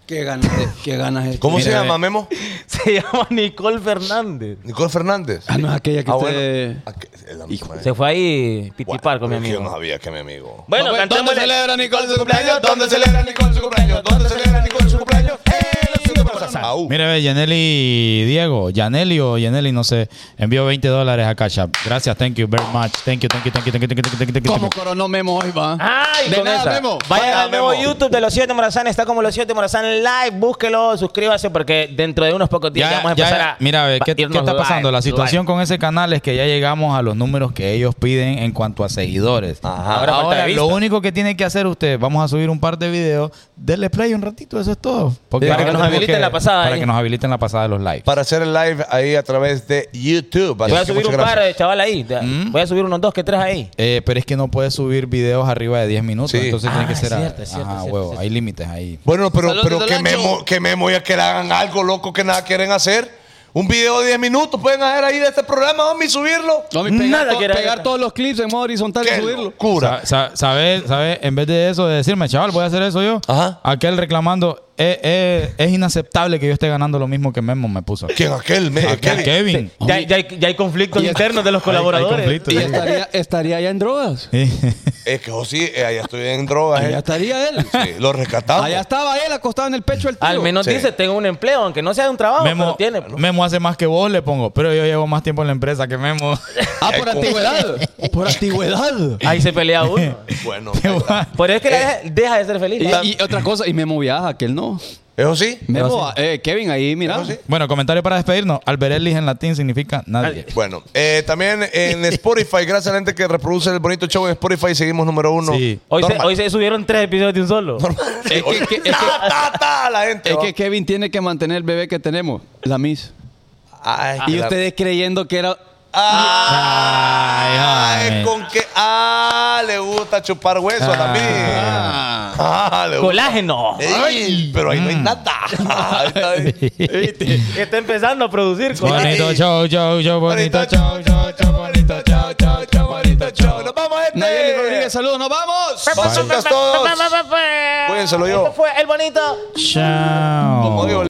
Speaker 4: Qué ganas, de- qué ganas. es-
Speaker 5: ¿Cómo se
Speaker 2: Mira,
Speaker 5: llama,
Speaker 2: eh.
Speaker 5: Memo?
Speaker 3: (laughs) Se llama Nicole Fernández.
Speaker 5: Nicole Fernández.
Speaker 4: Ah, no, es aquella que
Speaker 5: Ah,
Speaker 4: usted...
Speaker 5: bueno. Ah, que- es la misma, eh.
Speaker 3: Se fue ahí
Speaker 5: Guau,
Speaker 3: pitipar con mi
Speaker 5: pero es que Yo no
Speaker 3: amigo.
Speaker 5: sabía que mi amigo.
Speaker 3: Bueno,
Speaker 5: ¿Dónde
Speaker 3: cantémosle-
Speaker 5: celebra Nicole su cumpleaños? ¿Dónde celebra Nicole su cumpleaños? ¿Dónde celebra Nicole su cumpleaños? ¡Eh! Lo siento por Saúl.
Speaker 2: Mire, ve, Yaneli Diego, Yaneli o Yaneli, no sé, envió 20 dólares a Cash App. Gracias, thank you very much. Thank you, thank you, thank you, thank you, thank you, thank you, thank you, thank you.
Speaker 4: ¿Cómo coronó Memo hoy, va?
Speaker 3: Ay,
Speaker 4: de
Speaker 3: con
Speaker 4: nada,
Speaker 3: esa.
Speaker 4: Memo.
Speaker 3: Vayan
Speaker 5: Vaya,
Speaker 3: al nuevo
Speaker 5: Memo.
Speaker 3: YouTube de Los 7 Morazán. Está como Los 7 Morazán Live. Búsquelo, suscríbase porque dentro de unos pocos días ya vamos a empezar a.
Speaker 2: Mira, a ver, ¿qué,
Speaker 3: a irnos
Speaker 2: qué está pasando?
Speaker 3: live,
Speaker 2: La situación con ese canal es que ya llegamos a los números que ellos piden en cuanto a seguidores.
Speaker 5: Ajá.
Speaker 2: Ahora,
Speaker 3: Ahora falta de
Speaker 2: lo
Speaker 3: vistas.
Speaker 2: único que tiene que hacer usted, vamos a subir un par de videos, denle play un ratito, eso es todo. Porque
Speaker 3: Sí, para
Speaker 2: ahora
Speaker 3: que nos
Speaker 2: tenemos
Speaker 3: habiliten la pasada
Speaker 2: Para
Speaker 3: ahí.
Speaker 2: que nos habiliten la pasada de los live.
Speaker 5: Para hacer el live ahí a través de YouTube. Así
Speaker 3: Voy a
Speaker 5: que
Speaker 3: subir
Speaker 5: muchas
Speaker 3: un
Speaker 5: gracias.
Speaker 3: par de chaval ahí. de- Voy a subir unos dos que tres ahí.
Speaker 2: Eh, pero es que no puedes subir videos arriba de 10 minutos,
Speaker 5: Sí.
Speaker 2: entonces tiene
Speaker 3: Ah,
Speaker 2: que
Speaker 3: es
Speaker 2: ser... a-
Speaker 3: cierto, es cierto,
Speaker 2: Ajá,
Speaker 3: es cierto,
Speaker 2: huevo,
Speaker 3: es cierto.
Speaker 2: hay límites ahí.
Speaker 5: Bueno, pero,
Speaker 4: Saludos
Speaker 5: pero
Speaker 4: desde
Speaker 5: que,
Speaker 4: Lancho.
Speaker 5: memo, que Memo ya que le hagan algo loco que nada quieren hacer. Un video de 10 minutos pueden hacer ahí de este programa, homie, y subirlo.
Speaker 4: No, mi, pegar,
Speaker 3: Nada
Speaker 4: to-
Speaker 3: que era-
Speaker 4: pegar todos los clips en modo horizontal y
Speaker 5: ¡Qué
Speaker 4: subirlo.
Speaker 5: locura!
Speaker 2: Sa- sa- ¿Sabes? ¿Sabes? En vez de eso, de decirme, chaval, voy a hacer eso yo.
Speaker 5: Ajá.
Speaker 2: Aquel reclamando, eh, eh, es inaceptable que yo esté ganando lo mismo que Memo me puso.
Speaker 5: ¿Quién aquel? Me,
Speaker 2: A- a
Speaker 5: aquel-
Speaker 2: Kevin.
Speaker 3: Ya, hay- ya hay, ya hay conflictos
Speaker 4: Y-
Speaker 3: internos de los
Speaker 2: Hay-
Speaker 3: colaboradores.
Speaker 2: hay conflicto,
Speaker 4: Y
Speaker 2: sí.
Speaker 4: estaría, estaría ya en drogas.
Speaker 2: (laughs) Sí.
Speaker 5: Es que yo sí, eh, allá estoy en drogas.
Speaker 4: Allá
Speaker 5: eh.
Speaker 4: estaría (laughs) él.
Speaker 5: Sí, lo rescatamos.
Speaker 4: Allá estaba él acostado en el pecho del tío.
Speaker 3: Al menos
Speaker 5: Sí.
Speaker 3: dice, tengo un empleo, aunque no sea de un trabajo, Ah, pero
Speaker 2: Memo,
Speaker 3: tiene.
Speaker 2: Memo hace más que vos, le pongo. Pero yo llevo más tiempo en la empresa que Memo. (laughs)
Speaker 4: Ah, por
Speaker 5: Ay, ¿cómo?
Speaker 4: antigüedad. (laughs) Por antigüedad.
Speaker 3: Ahí se pelea uno.
Speaker 5: Bueno, ahí
Speaker 2: Llevo-
Speaker 5: está.
Speaker 3: Por eso es que la deja, deja de ser feliz. La-
Speaker 4: Y, y otra cosa, y Memo viaja, aquel no.
Speaker 5: eso sí.
Speaker 4: Memo, eh, Kevin, ahí mira.
Speaker 5: Eso sí.
Speaker 2: bueno, comentario para despedirnos. Alberelli en latín significa nadie.
Speaker 5: Bueno, eh, también
Speaker 4: (laughs)
Speaker 5: en Spotify, gracias a la gente que reproduce el bonito show en Spotify, seguimos número uno.
Speaker 2: Sí.
Speaker 3: hoy, se,
Speaker 5: Normal.
Speaker 3: hoy se subieron tres episodios de un solo.
Speaker 4: Es que, que- es que-
Speaker 5: (laughs) Ta, ta, ta, la gente.
Speaker 4: es
Speaker 5: ¿no?
Speaker 4: que Kevin tiene que mantener el bebé que tenemos, la Miss.
Speaker 5: Ay,
Speaker 3: Ah,
Speaker 4: y
Speaker 5: la-
Speaker 4: ustedes creyendo que era.
Speaker 3: ¡Eh!
Speaker 5: Ay,
Speaker 2: Ay, ay.
Speaker 5: con que. Ah, le gusta chupar hueso
Speaker 4: Ah.
Speaker 5: a la mía. Ah, le gusta.
Speaker 3: Colágeno.
Speaker 5: Ey, pero ahí no hay
Speaker 4: Mm.
Speaker 5: nada.
Speaker 4: (laughs)
Speaker 5: Ahí está, eh.
Speaker 3: Está empezando a producir colágeno.
Speaker 2: Bonito show, show, show, bonito
Speaker 5: Bonito
Speaker 2: show.
Speaker 5: chau, chau, chau, bonito chau, chau, chau, bonito chau. Nos vamos, gente.
Speaker 4: Nayeli Rodríguez, saludos, nos vamos.
Speaker 5: Bazookas todos. Cuídenselo yo.
Speaker 3: Esto fue el bonito.
Speaker 2: Chao.
Speaker 5: Como digo,